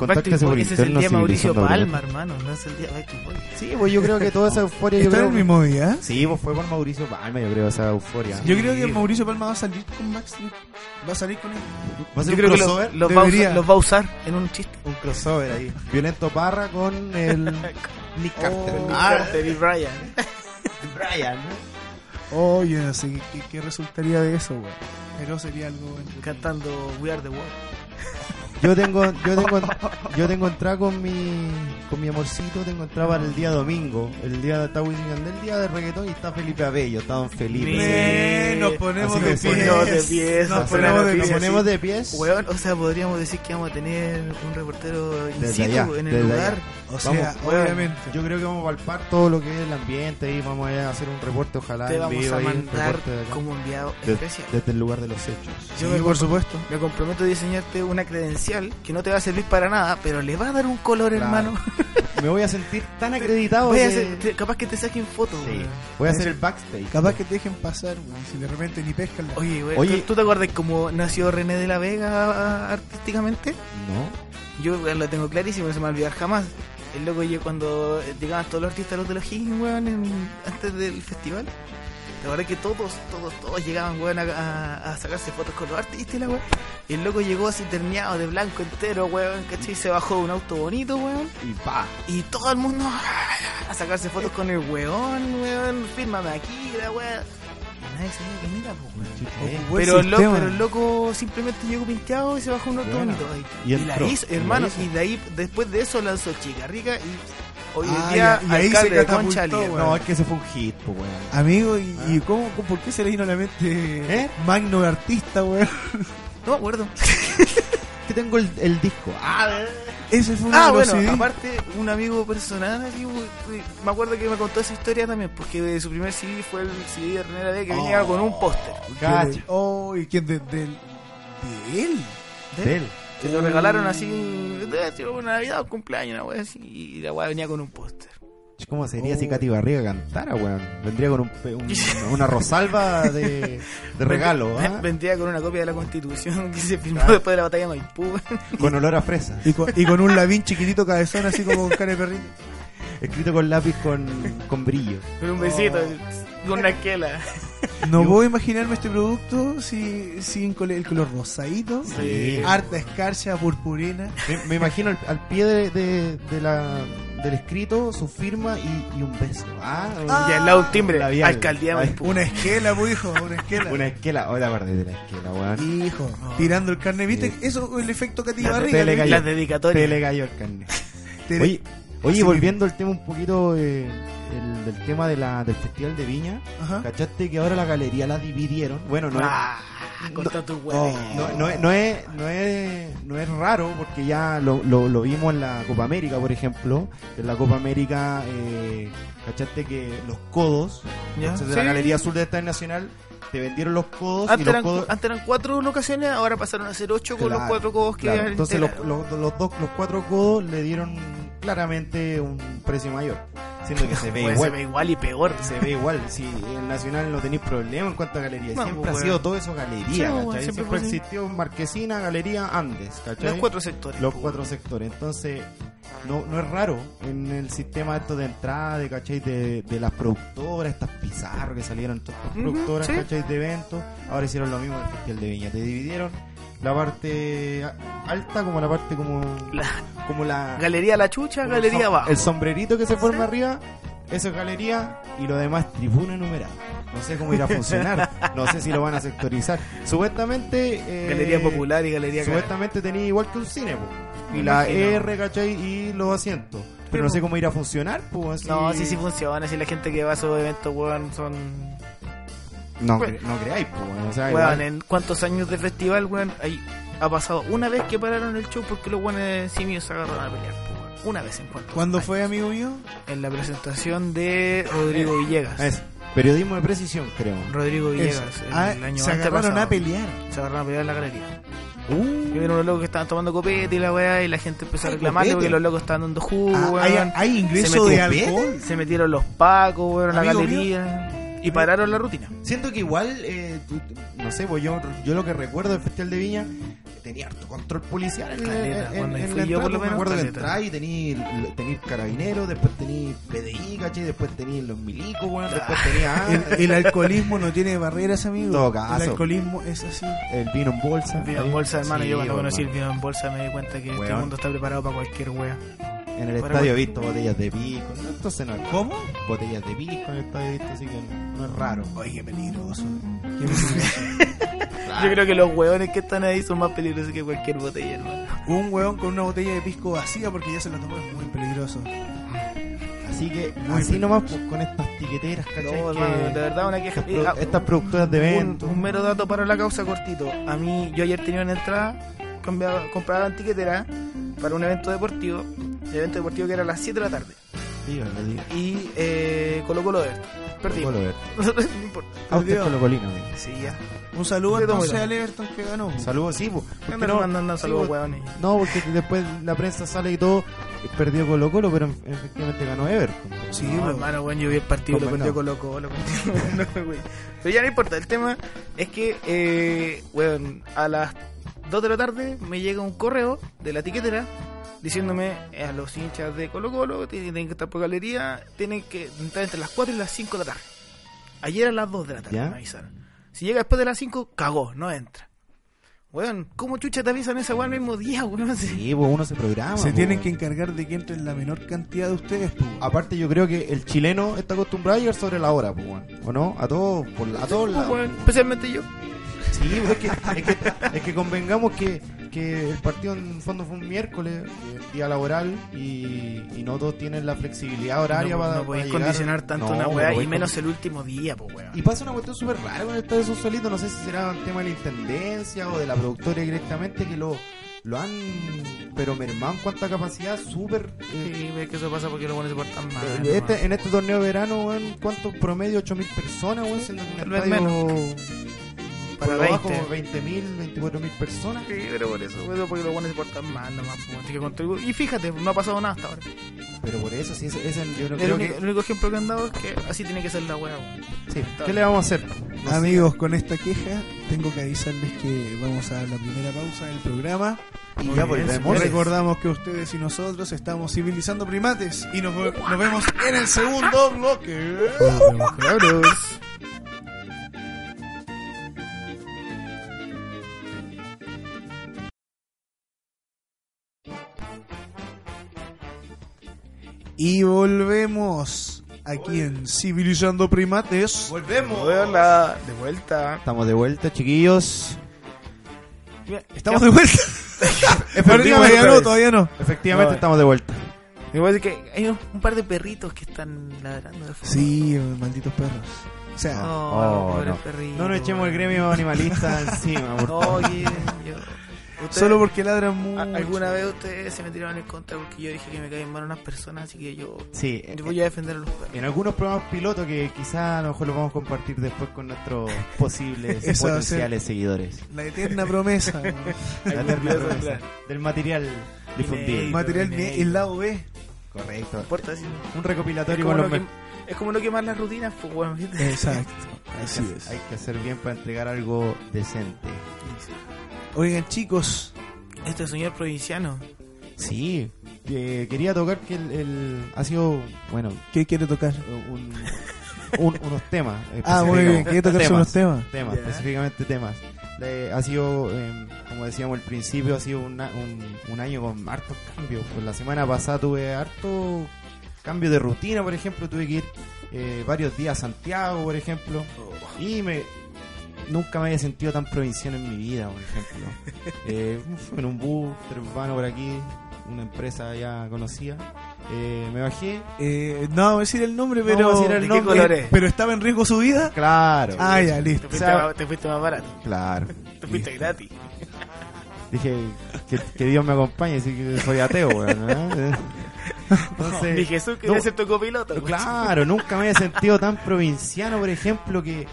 [SPEAKER 2] Contáctese
[SPEAKER 3] Backstreet
[SPEAKER 2] por
[SPEAKER 3] Boys, ese es el
[SPEAKER 2] este interno
[SPEAKER 3] día de Mauricio
[SPEAKER 2] civilizando
[SPEAKER 3] Palma, hermano. No es el día de Backstreet Boys.
[SPEAKER 2] Boleto. Sí, pues yo creo que toda esa euforia. yo
[SPEAKER 1] ¿Está en
[SPEAKER 2] creo
[SPEAKER 1] el
[SPEAKER 2] que-
[SPEAKER 1] mismo día?
[SPEAKER 2] Sí, pues fue por Mauricio Palma, yo creo, esa euforia.
[SPEAKER 1] Yo creo que Mauricio Palma va a salir con Max. Va a salir con él.
[SPEAKER 2] Va a
[SPEAKER 3] Yo
[SPEAKER 2] ser
[SPEAKER 3] creo
[SPEAKER 2] un
[SPEAKER 3] que lo-
[SPEAKER 2] crossover,
[SPEAKER 3] los, va a
[SPEAKER 1] debería.
[SPEAKER 3] usar, los va a usar en un chiste.
[SPEAKER 2] un crossover ahí. Violento Parra
[SPEAKER 3] <laughs>
[SPEAKER 2] con el Nick Carter.
[SPEAKER 3] Oh,
[SPEAKER 2] Ah,
[SPEAKER 3] Carter y Brian.
[SPEAKER 2] Brian, ¿no?
[SPEAKER 1] Oye, no sé qué, qué- qué resultaría de eso, weón. Pero sería algo.
[SPEAKER 3] Cantando We Are The World.
[SPEAKER 2] Yo tengo, yo tengo, yo tengo entrada con mi, con mi amorcito, tengo entrada para el día domingo, el día de está Wisin y Yandel, el día de reggaetón y está Felipe Abello, está Don Felipe.
[SPEAKER 1] Eh, nos
[SPEAKER 2] Así
[SPEAKER 1] ponemos de
[SPEAKER 2] que nos ponemos de
[SPEAKER 1] pies.
[SPEAKER 3] pies,
[SPEAKER 1] Nos
[SPEAKER 3] nos
[SPEAKER 1] ponemos de
[SPEAKER 3] ponemos
[SPEAKER 2] Nos
[SPEAKER 1] pies.
[SPEAKER 2] ponemos de pies.
[SPEAKER 3] Weón, o sea, podríamos decir que vamos a tener un reportero in
[SPEAKER 2] Desde
[SPEAKER 3] situ
[SPEAKER 2] allá,
[SPEAKER 3] en el
[SPEAKER 2] desde
[SPEAKER 3] lugar.
[SPEAKER 2] allá.
[SPEAKER 1] O sea,
[SPEAKER 3] Vamos, weón.
[SPEAKER 1] obviamente.
[SPEAKER 2] Yo creo que vamos a palpar todo lo que es el ambiente y vamos a hacer un reporte, ojalá
[SPEAKER 3] Te
[SPEAKER 2] en
[SPEAKER 3] vamos
[SPEAKER 2] vivo
[SPEAKER 3] a
[SPEAKER 2] ahí, un
[SPEAKER 3] mandar
[SPEAKER 2] reporte de acá.
[SPEAKER 3] como enviado
[SPEAKER 2] De-
[SPEAKER 3] especial.
[SPEAKER 2] desde el lugar de los hechos.
[SPEAKER 1] Sí,
[SPEAKER 3] Yo me
[SPEAKER 1] por
[SPEAKER 3] compro-
[SPEAKER 1] supuesto.
[SPEAKER 3] Me comprometo a diseñarte una credencial que no te va a servir para nada, pero le va a dar un color,
[SPEAKER 2] Claro.
[SPEAKER 3] hermano.
[SPEAKER 2] Me voy a sentir
[SPEAKER 3] <laughs>
[SPEAKER 2] tan acreditado.
[SPEAKER 3] Voy a
[SPEAKER 2] que-
[SPEAKER 3] hacer- te- capaz que te saquen fotos.
[SPEAKER 2] Sí.
[SPEAKER 3] weón.
[SPEAKER 2] Voy a hacer el backstage.
[SPEAKER 1] Capaz que te dejen pasar, weón. Si de repente ni pescan. la-
[SPEAKER 3] Oye, weón,
[SPEAKER 2] Oye.
[SPEAKER 3] ¿tú, tú te acuerdas cómo nació René de la Vega ah, artísticamente?
[SPEAKER 2] No.
[SPEAKER 3] Yo weón, lo tengo clarísimo, no se me va a olvidar jamás. El loco, yo cuando eh, llegaban todos los artistas, los de los Higgins, weón, en- antes del festival, la verdad que todos, todos, todos llegaban, weón, a, a- a sacarse fotos con los artistas y la weón. Y el loco llegó así terneado de blanco entero, weón, ¿cachai? Se bajó de un auto bonito, weón.
[SPEAKER 2] Y pa.
[SPEAKER 3] Y todo el mundo ¡ah! a sacarse fotos con el weón, weón, fírmame aquí, la weón. Y nadie sabía quién era, pues, weón.
[SPEAKER 2] Eh,
[SPEAKER 1] Buen
[SPEAKER 3] Pero el, loco,
[SPEAKER 1] sistema.
[SPEAKER 3] pero el loco simplemente llegó pinteado y se bajó un auto
[SPEAKER 2] Buena.
[SPEAKER 3] bonito ahí.
[SPEAKER 2] Y
[SPEAKER 3] Y,
[SPEAKER 2] entró,
[SPEAKER 3] la hizo,
[SPEAKER 2] y la
[SPEAKER 3] hermano,
[SPEAKER 2] hizo.
[SPEAKER 3] y de ahí, después de eso lanzó Chica Rica y hoy
[SPEAKER 1] Ah,
[SPEAKER 3] en
[SPEAKER 1] ya,
[SPEAKER 3] día
[SPEAKER 1] y ahí se
[SPEAKER 3] alcalde de
[SPEAKER 1] catapultó,
[SPEAKER 3] Concha Alía.
[SPEAKER 1] weón.
[SPEAKER 2] No, es que ese fue un hit, pues, weón.
[SPEAKER 1] Amigo, ¿y,
[SPEAKER 2] Ah.
[SPEAKER 1] y cómo, cómo- por qué se le vino a la mente
[SPEAKER 2] ¿Eh?
[SPEAKER 1] Magno de artista, weón?
[SPEAKER 3] No me acuerdo.
[SPEAKER 2] que tengo el, el disco. Ah,
[SPEAKER 1] Ese fue uno
[SPEAKER 3] <laughs> Ah,
[SPEAKER 1] de los
[SPEAKER 3] bueno,
[SPEAKER 1] CD.
[SPEAKER 3] aparte, un amigo personal, así, we- we- me acuerdo que me contó esa historia también, porque de su primer CD fue el CD de René vez que venía con un Oh. póster.
[SPEAKER 2] Cacho.
[SPEAKER 1] Oh, ¿y quién? De, del- de él.
[SPEAKER 3] De él. Que lo regalaron así, de, tipo, una Navidad o cumpleaños, una wea así, y la wea venía con un póster.
[SPEAKER 2] ¿Cómo sería si Katy Barriga cantara, weón? Vendría con un, pe- un- una rosalba de, de regalo,
[SPEAKER 3] Ven-
[SPEAKER 2] ¿ah?
[SPEAKER 3] Vendría con una copia de la constitución <laughs> que se firmó después de la batalla de Maipú.
[SPEAKER 2] Con olor a fresa.
[SPEAKER 1] Y con, y con un lavín chiquitito cabezón, así como con cara de perrito.
[SPEAKER 2] Escrito con lápiz con, con brillo.
[SPEAKER 3] Con un besito,
[SPEAKER 2] Oh.
[SPEAKER 3] con una
[SPEAKER 2] <laughs>
[SPEAKER 3] esquela.
[SPEAKER 1] No puedo imaginarme este producto si- sin col- el color rosadito,
[SPEAKER 2] Sí.
[SPEAKER 1] harta escarcha, purpurina.
[SPEAKER 2] Me, me imagino al, al pie de, de- de la, del escrito su firma y, y un beso. Ah,
[SPEAKER 3] y al lado un timbre,
[SPEAKER 2] labial.
[SPEAKER 3] alcaldía de
[SPEAKER 2] Ay,
[SPEAKER 3] Maipú.
[SPEAKER 1] Una esquela, pues, hijo, una esquela.
[SPEAKER 2] Una esquela. Hoy la guardé de la esquela, weón.
[SPEAKER 1] Hijo,
[SPEAKER 3] Oh.
[SPEAKER 1] tirando el carne, ¿viste? Eso es el efecto Katy
[SPEAKER 2] La
[SPEAKER 1] Barriga.
[SPEAKER 2] tele
[SPEAKER 1] ¿viste?
[SPEAKER 2] gallo.
[SPEAKER 3] Las dedicatorias.
[SPEAKER 2] Tele gallo al carne.
[SPEAKER 1] Tele-
[SPEAKER 2] Oye, Oye,
[SPEAKER 1] Así
[SPEAKER 2] volviendo al tema un poquito eh, el- del tema de la, del Festival de Viña,
[SPEAKER 1] Ajá.
[SPEAKER 2] ¿cachaste que ahora la galería la dividieron? Bueno, no,
[SPEAKER 3] Ah, con tanto huevo.
[SPEAKER 2] es, no, no es, no, es, no, es, no es raro porque ya lo, lo, lo vimos en la Copa América, por ejemplo. En la Copa América, eh, ¿cachaste que los codos,
[SPEAKER 3] ¿Ya?
[SPEAKER 2] entonces de
[SPEAKER 3] Sí.
[SPEAKER 2] la Galería Sur de Estadio Nacional, te vendieron los codos y
[SPEAKER 3] Antes
[SPEAKER 2] los
[SPEAKER 3] eran,
[SPEAKER 2] codos...
[SPEAKER 3] antes eran cuatro locaciones, ahora pasaron a ser ocho con los
[SPEAKER 2] Claro,
[SPEAKER 3] cuatro codos que
[SPEAKER 2] claro,
[SPEAKER 3] eran-
[SPEAKER 2] entonces
[SPEAKER 3] era-
[SPEAKER 2] los, los- los dos, los cuatro codos le dieron claramente un precio mayor, siendo que se ve
[SPEAKER 3] Pues,
[SPEAKER 2] igual.
[SPEAKER 3] se ve igual y peor.
[SPEAKER 2] se <laughs> ve igual. Si el Nacional no tenéis problema en cuanto a galerías,
[SPEAKER 3] No,
[SPEAKER 2] siempre
[SPEAKER 3] pues,
[SPEAKER 2] ha
[SPEAKER 3] weón.
[SPEAKER 2] sido todo eso
[SPEAKER 3] Sí,
[SPEAKER 2] galería,
[SPEAKER 3] weón, siempre
[SPEAKER 2] ¿cachai? Siempre,
[SPEAKER 3] fue así.
[SPEAKER 2] existió Marquesina, Galería, Andes, ¿cachai?
[SPEAKER 3] Los cuatro sectores.
[SPEAKER 2] Los cuatro sectores. Entonces, no, no es raro en el sistema esto de entrada, de, ¿cachai? De, de las productoras, estas pizarras que salieron, todas estas
[SPEAKER 3] Ujú,
[SPEAKER 2] productoras,
[SPEAKER 3] sí.
[SPEAKER 2] ¿cachai? De eventos. Ahora hicieron lo mismo en el Festival de Viña. Te dividieron la parte a- alta como la parte como...
[SPEAKER 3] La-
[SPEAKER 2] como la...
[SPEAKER 3] Galería La Chucha,
[SPEAKER 2] como el
[SPEAKER 3] Galería
[SPEAKER 2] som-
[SPEAKER 3] Abajo.
[SPEAKER 2] El sombrerito que se forma arriba, eso es galería y lo demás tribuna numerada. No sé cómo irá
[SPEAKER 3] <laughs>
[SPEAKER 2] a funcionar. no sé si lo van a sectorizar. Supuestamente... eh,
[SPEAKER 3] Galería Popular y Galería Cara.
[SPEAKER 2] Supuestamente tenía igual que un cine, po.
[SPEAKER 3] Me
[SPEAKER 2] Y la
[SPEAKER 3] imagino.
[SPEAKER 2] R, ¿cachai? Y los asientos. Pero no
[SPEAKER 3] po.
[SPEAKER 2] sé cómo irá a funcionar, pues.
[SPEAKER 3] No, sí, sí funciona. Si la gente que va a esos eventos, weón, son.
[SPEAKER 2] No,
[SPEAKER 3] Bueno.
[SPEAKER 2] cre- no creáis, pues. O sea,
[SPEAKER 3] Weón,
[SPEAKER 2] igual-
[SPEAKER 3] en cuántos años de festival, weón, hay- ha pasado una vez que pararon el show porque los weones simios se agarraron a pelear, po, weón. Una vez en cuanto.
[SPEAKER 1] ¿Cuándo fue, amigo mío?
[SPEAKER 3] En la presentación de
[SPEAKER 1] Eh,
[SPEAKER 3] Rodrigo Villegas.
[SPEAKER 2] Es periodismo de precisión, creo.
[SPEAKER 3] Rodrigo
[SPEAKER 1] Eso.
[SPEAKER 3] Villegas. en
[SPEAKER 1] Ah,
[SPEAKER 3] el año
[SPEAKER 1] se agarraron a pelear.
[SPEAKER 3] Se agarraron a pelear en la galería. Y
[SPEAKER 2] Uh,
[SPEAKER 3] vieron unos locos que estaban tomando copete y la weá, y la gente empezó a
[SPEAKER 2] Ay,
[SPEAKER 3] reclamarle porque
[SPEAKER 2] copete.
[SPEAKER 3] los locos estaban dando jugo,
[SPEAKER 1] Ah,
[SPEAKER 3] weón.
[SPEAKER 1] ¿hay, hay ingreso
[SPEAKER 3] Se
[SPEAKER 1] de
[SPEAKER 3] metió
[SPEAKER 1] alcohol.
[SPEAKER 3] Se metieron los pacos, weón, a la
[SPEAKER 1] Amigo
[SPEAKER 3] galería. Y pararon la rutina.
[SPEAKER 2] Siento que igual, eh, tú- tú- no sé, pues yo, yo lo que recuerdo del Festival de Viña, tenía harto control policial en, la-
[SPEAKER 3] Caleta,
[SPEAKER 2] en-
[SPEAKER 3] Eh, cuando
[SPEAKER 2] en
[SPEAKER 3] fui
[SPEAKER 2] la
[SPEAKER 3] yo,
[SPEAKER 2] entrada,
[SPEAKER 3] por lo menos,
[SPEAKER 2] pues, me acuerdo que
[SPEAKER 3] caleta.
[SPEAKER 2] entráis y tení, tení carabineros, después tení PDI, ¿cachai? Después tení los milicos, weón, después
[SPEAKER 3] Ah.
[SPEAKER 2] tenía...
[SPEAKER 1] El, el alcoholismo no tiene barreras, amigo.
[SPEAKER 2] En todo caso.
[SPEAKER 1] El alcoholismo es así.
[SPEAKER 2] el vino en bolsa.
[SPEAKER 3] Vino
[SPEAKER 2] ahí.
[SPEAKER 3] en bolsa, hermano.
[SPEAKER 2] Sí,
[SPEAKER 3] yo cuando conocí el
[SPEAKER 2] hermano.
[SPEAKER 3] vino en bolsa me di cuenta que este
[SPEAKER 2] Weón.
[SPEAKER 3] mundo está preparado para cualquier wea.
[SPEAKER 2] En el
[SPEAKER 3] Para
[SPEAKER 2] estadio he
[SPEAKER 3] cual-
[SPEAKER 2] visto botellas de pisco. ¿no? Entonces no, ¿cómo? Botellas de pisco en el estadio he visto, así que no, no es raro.
[SPEAKER 1] Oye, qué peligroso. Qué peligroso.
[SPEAKER 3] Yo creo que los hueones que están ahí son más peligrosos que cualquier botella, hermano.
[SPEAKER 1] Un hueón con una botella de pisco vacía porque ya se la tomó es muy peligroso.
[SPEAKER 2] Así que,
[SPEAKER 1] Muy
[SPEAKER 2] así nomás, pues, con estas tiqueteras,
[SPEAKER 3] No,
[SPEAKER 2] ¿cachai?
[SPEAKER 3] hermano, de
[SPEAKER 2] que
[SPEAKER 3] verdad una queja.
[SPEAKER 2] estas,
[SPEAKER 3] Eh,
[SPEAKER 2] pro-
[SPEAKER 3] ah,
[SPEAKER 2] estas productoras de
[SPEAKER 3] un,
[SPEAKER 2] eventos.
[SPEAKER 3] un mero dato para la causa cortito. A mí, yo ayer tenía una entrada, cambiaba, compraba la tiquetera para un evento deportivo. El evento deportivo que era a las 7 de la tarde.
[SPEAKER 2] Díganle, díganle.
[SPEAKER 3] Y eh, Colo Colo Everton. Perdí.
[SPEAKER 2] Colo Verde.
[SPEAKER 3] <laughs> no importa.
[SPEAKER 2] A usted es colocolino, amigo.
[SPEAKER 3] Sí, ya.
[SPEAKER 1] Un saludo
[SPEAKER 3] Te tomo
[SPEAKER 1] entonces
[SPEAKER 3] una.
[SPEAKER 1] al Everton que ganó.
[SPEAKER 2] Saludos, sí, po. ¿Por qué
[SPEAKER 3] Andan mandando
[SPEAKER 2] Sí,
[SPEAKER 3] saludos,
[SPEAKER 2] po.
[SPEAKER 3] hueones.
[SPEAKER 2] No, porque después la prensa sale y todo. eh, Perdió Colo Colo, pero en- efectivamente ganó Everton.
[SPEAKER 1] Sí,
[SPEAKER 3] No,
[SPEAKER 1] hueón.
[SPEAKER 3] hermano, bueno, yo vi el partido y lo perdió Colo Colo. <laughs> no, güey. Pero ya no importa, el tema es que, eh, weón, a las 2 de la tarde me llega un correo de la tiquetera diciéndome eh, a los hinchas de Colo Colo tienen que estar por galería, tienen que entrar entre las 4 y las 5 de la tarde. Ayer a las 2 de la tarde
[SPEAKER 2] ¿Ya?
[SPEAKER 3] me avisaron. Si llega después de las 5, cagó, no entra. Weón, ¿cómo chucha te avisan esa weá el mismo día, weón? <laughs>
[SPEAKER 2] Sí, po, uno se programa.
[SPEAKER 1] Se
[SPEAKER 2] po,
[SPEAKER 1] tienen
[SPEAKER 2] weón. Ah,
[SPEAKER 1] que encargar de que entren la menor cantidad de ustedes. po.
[SPEAKER 2] Aparte, yo creo que el chileno está acostumbrado a llegar sobre la hora, po, weón. ¿o no? A todos, por la- a todos lados.
[SPEAKER 3] Pues, Weón, especialmente yo.
[SPEAKER 2] Sí, pues, es, que, es, que, es que convengamos que, que el partido en fondo fue un miércoles, eh, día laboral, y, y no todos tienen la flexibilidad horaria
[SPEAKER 3] no,
[SPEAKER 2] para.
[SPEAKER 3] no podéis
[SPEAKER 2] para llegar.
[SPEAKER 3] condicionar tanto
[SPEAKER 2] No,
[SPEAKER 3] una
[SPEAKER 2] no
[SPEAKER 3] weá y
[SPEAKER 2] podéis
[SPEAKER 3] menos el último día, pues weón.
[SPEAKER 2] Y pasa una cuestión súper rara con el Estadio Sur Solito, no sé si será un tema de la intendencia o de la productora directamente que lo, lo han, pero mermado en cuanto a capacidad, súper... eh,
[SPEAKER 3] Sí, ves que eso pasa porque los buenos se portan mal.
[SPEAKER 2] eh,
[SPEAKER 3] nomás.
[SPEAKER 2] este- en este torneo de verano, weón, ¿cuántos promedio? ¿8.000 personas, weón? Siendo que un
[SPEAKER 3] tal vez
[SPEAKER 2] estadio
[SPEAKER 3] Para
[SPEAKER 2] para abajo,
[SPEAKER 3] 20.
[SPEAKER 2] 20.000, 24.000 personas.
[SPEAKER 3] Sí, pero por eso, weón, porque los buenos se portan mal nomás. pues, así que contribu- y fíjate, no ha pasado nada hasta ahora.
[SPEAKER 2] Pero por eso, sí, ese, ese yo no
[SPEAKER 3] el,
[SPEAKER 2] creo
[SPEAKER 3] único, el
[SPEAKER 2] que...
[SPEAKER 3] único ejemplo que han dado es que así tiene que ser la weá. weón.
[SPEAKER 2] sí, ¿Qué le vamos a hacer? No sé.
[SPEAKER 1] Amigos, con esta queja tengo que avisarles que vamos a dar la primera pausa del programa.
[SPEAKER 2] Y ya volvemos.
[SPEAKER 1] Recordamos que ustedes y nosotros estamos civilizando primates y nos, ve- nos vemos
[SPEAKER 2] Ah,
[SPEAKER 1] en el segundo bloque. Y volvemos aquí en Civilizando Primates.
[SPEAKER 2] ¡Volvemos!
[SPEAKER 3] Hola, de vuelta.
[SPEAKER 2] Estamos de vuelta, chiquillos.
[SPEAKER 3] Mira,
[SPEAKER 1] Estamos de vuelta. Pero
[SPEAKER 2] Efectivamente,
[SPEAKER 1] todavía no, todavía no.
[SPEAKER 2] Efectivamente
[SPEAKER 1] eh.
[SPEAKER 3] No,
[SPEAKER 2] estamos de vuelta.
[SPEAKER 3] Lo que pasa es que hay un, un par de perritos que están ladrando de fondo.
[SPEAKER 1] Sí, malditos perros. O sea,
[SPEAKER 3] No,
[SPEAKER 2] Oh,
[SPEAKER 3] pobres
[SPEAKER 2] no.
[SPEAKER 3] perritos,
[SPEAKER 2] No nos echemos
[SPEAKER 3] weón.
[SPEAKER 2] el gremio
[SPEAKER 1] <laughs>
[SPEAKER 2] animalista encima, por
[SPEAKER 3] No,
[SPEAKER 2] favor.
[SPEAKER 3] oye, yo- ustedes-
[SPEAKER 1] solo porque ladran mucho.
[SPEAKER 3] a-
[SPEAKER 2] Mm.
[SPEAKER 3] Alguna vez ustedes se me tiraron en contra porque yo dije que me caen mal unas personas, así que yo,
[SPEAKER 2] Sí, eh,
[SPEAKER 3] yo voy a defender a los perros.
[SPEAKER 2] en algunos programas piloto que quizá a lo mejor lo vamos a compartir después
[SPEAKER 1] <laughs>
[SPEAKER 2] con nuestros posibles
[SPEAKER 1] Eso va a ser- <laughs>
[SPEAKER 2] potenciales seguidores.
[SPEAKER 1] La eterna promesa. ¿no?
[SPEAKER 2] <laughs> La eterna promesa del material
[SPEAKER 1] El
[SPEAKER 2] difundido.
[SPEAKER 1] material, ne- el lado B.
[SPEAKER 2] Correcto.
[SPEAKER 3] No importa, así-
[SPEAKER 2] Un
[SPEAKER 3] es,
[SPEAKER 2] recopilatorio
[SPEAKER 3] como
[SPEAKER 2] con
[SPEAKER 3] no
[SPEAKER 2] los
[SPEAKER 3] quem- es como no quemar las rutinas, pues, weón, ¿viste?
[SPEAKER 1] Exacto. Así
[SPEAKER 2] me- Hay que hacer bien para entregar algo decente.
[SPEAKER 1] Oigan, chicos.
[SPEAKER 3] Este señor provinciano.
[SPEAKER 2] Sí, que quería tocar que el, el- ha sido, bueno, eh,
[SPEAKER 1] ¿Qué quiere tocar?
[SPEAKER 2] Pues
[SPEAKER 1] <laughs>
[SPEAKER 2] un- un- unos temas.
[SPEAKER 1] Ah, muy bien. Quiere tocar sobre los temas.
[SPEAKER 2] temas,
[SPEAKER 3] Ya.
[SPEAKER 2] específicamente temas. Le- ha sido, eh, como decíamos al principio, ha sido una- un, un año con hartos cambios. Pues la semana pasada tuve harto cambio de rutina, por ejemplo, tuve que ir eh, varios días a Santiago, por ejemplo, y me nunca me había sentido tan provinciano en mi vida, por ejemplo. <laughs> Eh, fui en un bus urbano por aquí, una empresa ya conocida. Eh, me bajé,
[SPEAKER 1] Eh, no, voy a decir el nombre, pero. eh,
[SPEAKER 2] vamos a decir el
[SPEAKER 3] ¿de qué
[SPEAKER 2] nombre.
[SPEAKER 3] color es?
[SPEAKER 1] Pero estaba en riesgo su vida.
[SPEAKER 2] Claro,
[SPEAKER 1] Ah, ya,
[SPEAKER 3] Te
[SPEAKER 1] listo.
[SPEAKER 3] fuiste,
[SPEAKER 2] O sea-
[SPEAKER 3] más, te fuiste más barato.
[SPEAKER 2] claro.
[SPEAKER 3] Te fuiste gratis.
[SPEAKER 2] Dije, que, que Dios me acompañe, así que soy ateo, weón.
[SPEAKER 3] <laughs>
[SPEAKER 2] ¿eh? Entonces,
[SPEAKER 3] Ni Jesús
[SPEAKER 2] no,
[SPEAKER 3] quería ser tu copiloto.
[SPEAKER 2] pero
[SPEAKER 3] weón.
[SPEAKER 2] claro, nunca me había sentido tan provinciano, por ejemplo, que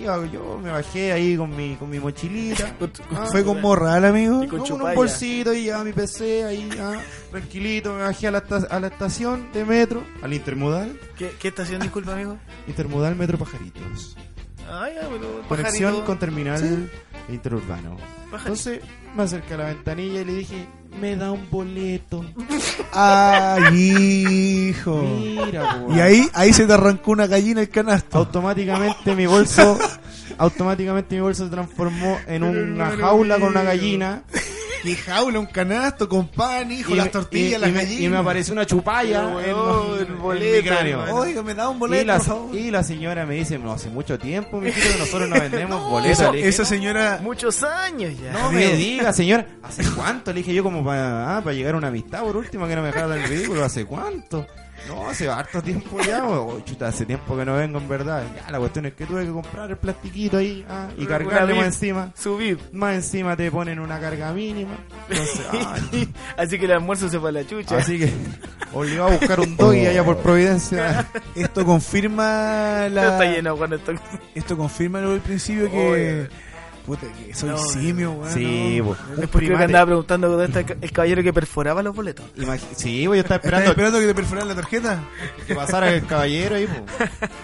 [SPEAKER 2] iba- yo me bajé ahí con mi, con
[SPEAKER 3] <laughs>
[SPEAKER 2] mi mochilita.
[SPEAKER 3] Con tu-
[SPEAKER 2] Ah,
[SPEAKER 1] Fue con morral, amigo.
[SPEAKER 3] Y con
[SPEAKER 2] No, con un
[SPEAKER 3] chupalla.
[SPEAKER 2] bolsito y ya mi PC ahí, ya, tranquilito, me bajé a la, esta- a la estación de metro, al intermodal,
[SPEAKER 3] ¿Qué, qué estación, disculpa, amigo?
[SPEAKER 2] intermodal Metro Pajaritos.
[SPEAKER 3] Ah, ya, pero
[SPEAKER 2] Conexión
[SPEAKER 3] pajarito,
[SPEAKER 2] con terminal interurbano.
[SPEAKER 3] pajarito.
[SPEAKER 2] Entonces me acerqué a la ventanilla y le dije, me da un boleto.
[SPEAKER 1] Ay, hijo.
[SPEAKER 2] <laughs> Mira, po.
[SPEAKER 1] Y ahí, ahí se te arrancó una gallina el
[SPEAKER 2] Oh.
[SPEAKER 1] canasto.
[SPEAKER 2] automáticamente mi bolso automáticamente mi bolso se transformó en
[SPEAKER 1] Pero
[SPEAKER 2] una
[SPEAKER 1] hermano
[SPEAKER 2] jaula con una
[SPEAKER 1] mío.
[SPEAKER 2] gallina
[SPEAKER 1] ¡Qué jaula, un canasto con pan, hijo!
[SPEAKER 2] y
[SPEAKER 1] Las
[SPEAKER 2] me-
[SPEAKER 1] tortillas,
[SPEAKER 2] y-
[SPEAKER 1] las
[SPEAKER 2] y me-
[SPEAKER 1] gallinas.
[SPEAKER 2] y me apareció una chupalla
[SPEAKER 3] Pero,
[SPEAKER 2] en-
[SPEAKER 3] weón,
[SPEAKER 2] en, mi
[SPEAKER 3] boleto,
[SPEAKER 2] cráneo
[SPEAKER 3] hermano.
[SPEAKER 1] Oiga, me da un boleto,
[SPEAKER 2] y la,
[SPEAKER 1] por favor.
[SPEAKER 2] y la señora me dice no hace mucho tiempo mi que nosotros no
[SPEAKER 1] <laughs>
[SPEAKER 2] vendemos boletos
[SPEAKER 1] Eso-
[SPEAKER 2] Le dije,
[SPEAKER 1] esa
[SPEAKER 3] <laughs>
[SPEAKER 1] señora.
[SPEAKER 3] Muchos años ya.
[SPEAKER 2] no me diga señora hace cuánto le dije yo como para ah, para llegar a una amistad por último que no me dejara el ridículo hace cuánto no, hace harto tiempo ya, weón. Oh, chuta, hace tiempo que no vengo en verdad. Ya, la cuestión es que tuve que comprar el plastiquito ahí ah, y
[SPEAKER 3] Una
[SPEAKER 2] cargarle más
[SPEAKER 3] Bib.
[SPEAKER 2] encima.
[SPEAKER 3] Subí.
[SPEAKER 2] Más encima te ponen una carga mínima. <laughs> Entonces,
[SPEAKER 3] <laughs>
[SPEAKER 2] ay,
[SPEAKER 3] Así que el almuerzo se fue a la chucha.
[SPEAKER 2] así que obligado a buscar un doggy allá por Providencia.
[SPEAKER 1] Esto confirma
[SPEAKER 3] Ya Está
[SPEAKER 1] la.
[SPEAKER 3] lleno cuando está...
[SPEAKER 1] Esto confirma lo del principio
[SPEAKER 3] Oye.
[SPEAKER 1] que. Puta, que soy
[SPEAKER 3] No,
[SPEAKER 1] simio, weón.
[SPEAKER 2] <laughs> Sí,
[SPEAKER 1] no.
[SPEAKER 2] bo. Un
[SPEAKER 3] Después creo que
[SPEAKER 2] primate.
[SPEAKER 3] andaba preguntando dónde está el caballero que perforaba los boletos.
[SPEAKER 2] Imagi- Sí, bo, yo estaba
[SPEAKER 1] ¿Estás
[SPEAKER 2] esperando
[SPEAKER 1] esperando que te perforaran la tarjeta?
[SPEAKER 2] que pasara el caballero ahí. bo.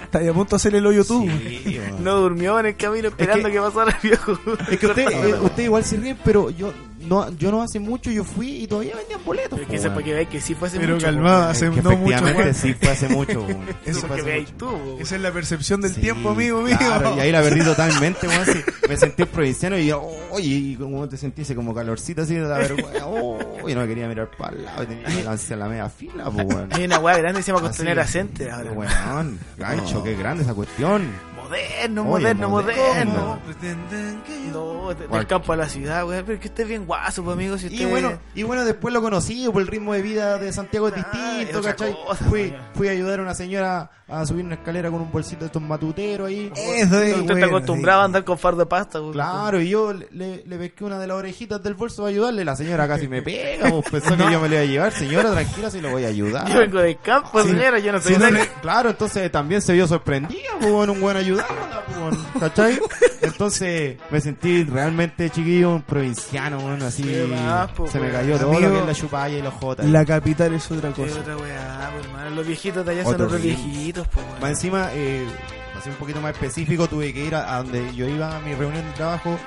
[SPEAKER 1] Estás a punto de hacer el hoyo tú.
[SPEAKER 2] <laughs> Sí, bo.
[SPEAKER 3] No durmió en el camino esperando
[SPEAKER 2] que-
[SPEAKER 3] que... pasara el viejo.
[SPEAKER 2] Es
[SPEAKER 3] <laughs>
[SPEAKER 2] que <laughs> usted, eh, usted igual se ríe, pero yo no, yo no hace mucho yo fui y todavía vendían boletos.
[SPEAKER 3] Es
[SPEAKER 2] bo,
[SPEAKER 3] que sepa
[SPEAKER 2] weón.
[SPEAKER 3] que veáis que sí fue hace
[SPEAKER 1] Pero
[SPEAKER 3] mucho.
[SPEAKER 1] calmado,
[SPEAKER 3] po,
[SPEAKER 1] hace
[SPEAKER 2] Que
[SPEAKER 1] no mucho,
[SPEAKER 2] efectivamente
[SPEAKER 1] weón.
[SPEAKER 2] sí fue hace mucho. bo. <laughs>
[SPEAKER 3] Eso
[SPEAKER 2] Sí, fue
[SPEAKER 3] que
[SPEAKER 2] hace
[SPEAKER 3] veáis
[SPEAKER 2] mucho.
[SPEAKER 3] tú. po.
[SPEAKER 1] <laughs> Esa es la percepción del
[SPEAKER 2] Sí,
[SPEAKER 1] tiempo, amigo mío.
[SPEAKER 2] claro,
[SPEAKER 1] <laughs>
[SPEAKER 2] y ahí la <laughs> perdí totalmente, weón. sí. Me sentí provinciano y yo, oye, y como te sentí ese como calorcito así de <laughs> la vergüenza. Oh, y no quería mirar para el lado, y tenía que lanzar la media fila,
[SPEAKER 3] <laughs>
[SPEAKER 2] pues, weón.
[SPEAKER 3] Hay una weá grande que se llama
[SPEAKER 2] Así,
[SPEAKER 3] Costanera Center ahora.
[SPEAKER 2] Weón, gancho, qué grande esa cuestión.
[SPEAKER 3] Moderno,
[SPEAKER 2] Oye,
[SPEAKER 3] moderno,
[SPEAKER 2] moderno.
[SPEAKER 3] moderno.
[SPEAKER 1] pretenden que yo-
[SPEAKER 3] No, de- del
[SPEAKER 2] Cual-
[SPEAKER 3] campo a la ciudad, weón. Pero es que usted es bien guaso, pues, amigo. Si usted...
[SPEAKER 2] Y bueno, eh, y bueno, después lo conocí, por el ritmo de vida de Santiago es
[SPEAKER 3] Ah,
[SPEAKER 2] distinto,
[SPEAKER 3] es otra
[SPEAKER 2] ¿cachai?
[SPEAKER 3] cosa,
[SPEAKER 2] fui,
[SPEAKER 3] weón.
[SPEAKER 2] fui a ayudar a una señora a subir una escalera con un bolsito de estos matuteros ahí.
[SPEAKER 1] Eso es,
[SPEAKER 3] usted está
[SPEAKER 1] weón,
[SPEAKER 3] acostumbrado a
[SPEAKER 1] sí.
[SPEAKER 3] andar con fardo de pasta, weón.
[SPEAKER 2] Claro, y yo le, le, le pesqué una de las orejitas del bolso para ayudarle. La señora casi me pega, pues
[SPEAKER 3] <laughs>
[SPEAKER 2] pensó que yo me lo iba a llevar. Señora, tranquila, si lo voy a
[SPEAKER 3] <laughs>
[SPEAKER 2] ayudar.
[SPEAKER 3] Yo vengo del campo,
[SPEAKER 2] Sí.
[SPEAKER 3] señora. Yo no soy
[SPEAKER 2] Si no
[SPEAKER 3] nadie.
[SPEAKER 2] le- claro, entonces también se vio sorprendida, pues, bueno, un buen ayudándola, pues, bueno, ¿cachai? Entonces me sentí realmente chiquillo, un provinciano, bueno, así.
[SPEAKER 3] Qué más, pues,
[SPEAKER 2] se me
[SPEAKER 3] weón.
[SPEAKER 2] cayó todo
[SPEAKER 1] Amigo,
[SPEAKER 2] lo que es la chupalla y los jotas.
[SPEAKER 1] La capital es otra
[SPEAKER 3] Qué
[SPEAKER 1] cosa.
[SPEAKER 3] otra weá, po, hermano. Los viejitos de allá son
[SPEAKER 2] Otro
[SPEAKER 3] otros
[SPEAKER 2] ritmo.
[SPEAKER 3] viejitos, po, weón.
[SPEAKER 2] Más encima, eh, para ser un poquito más específico, tuve que ir a, a donde yo iba a mi reunión de trabajo,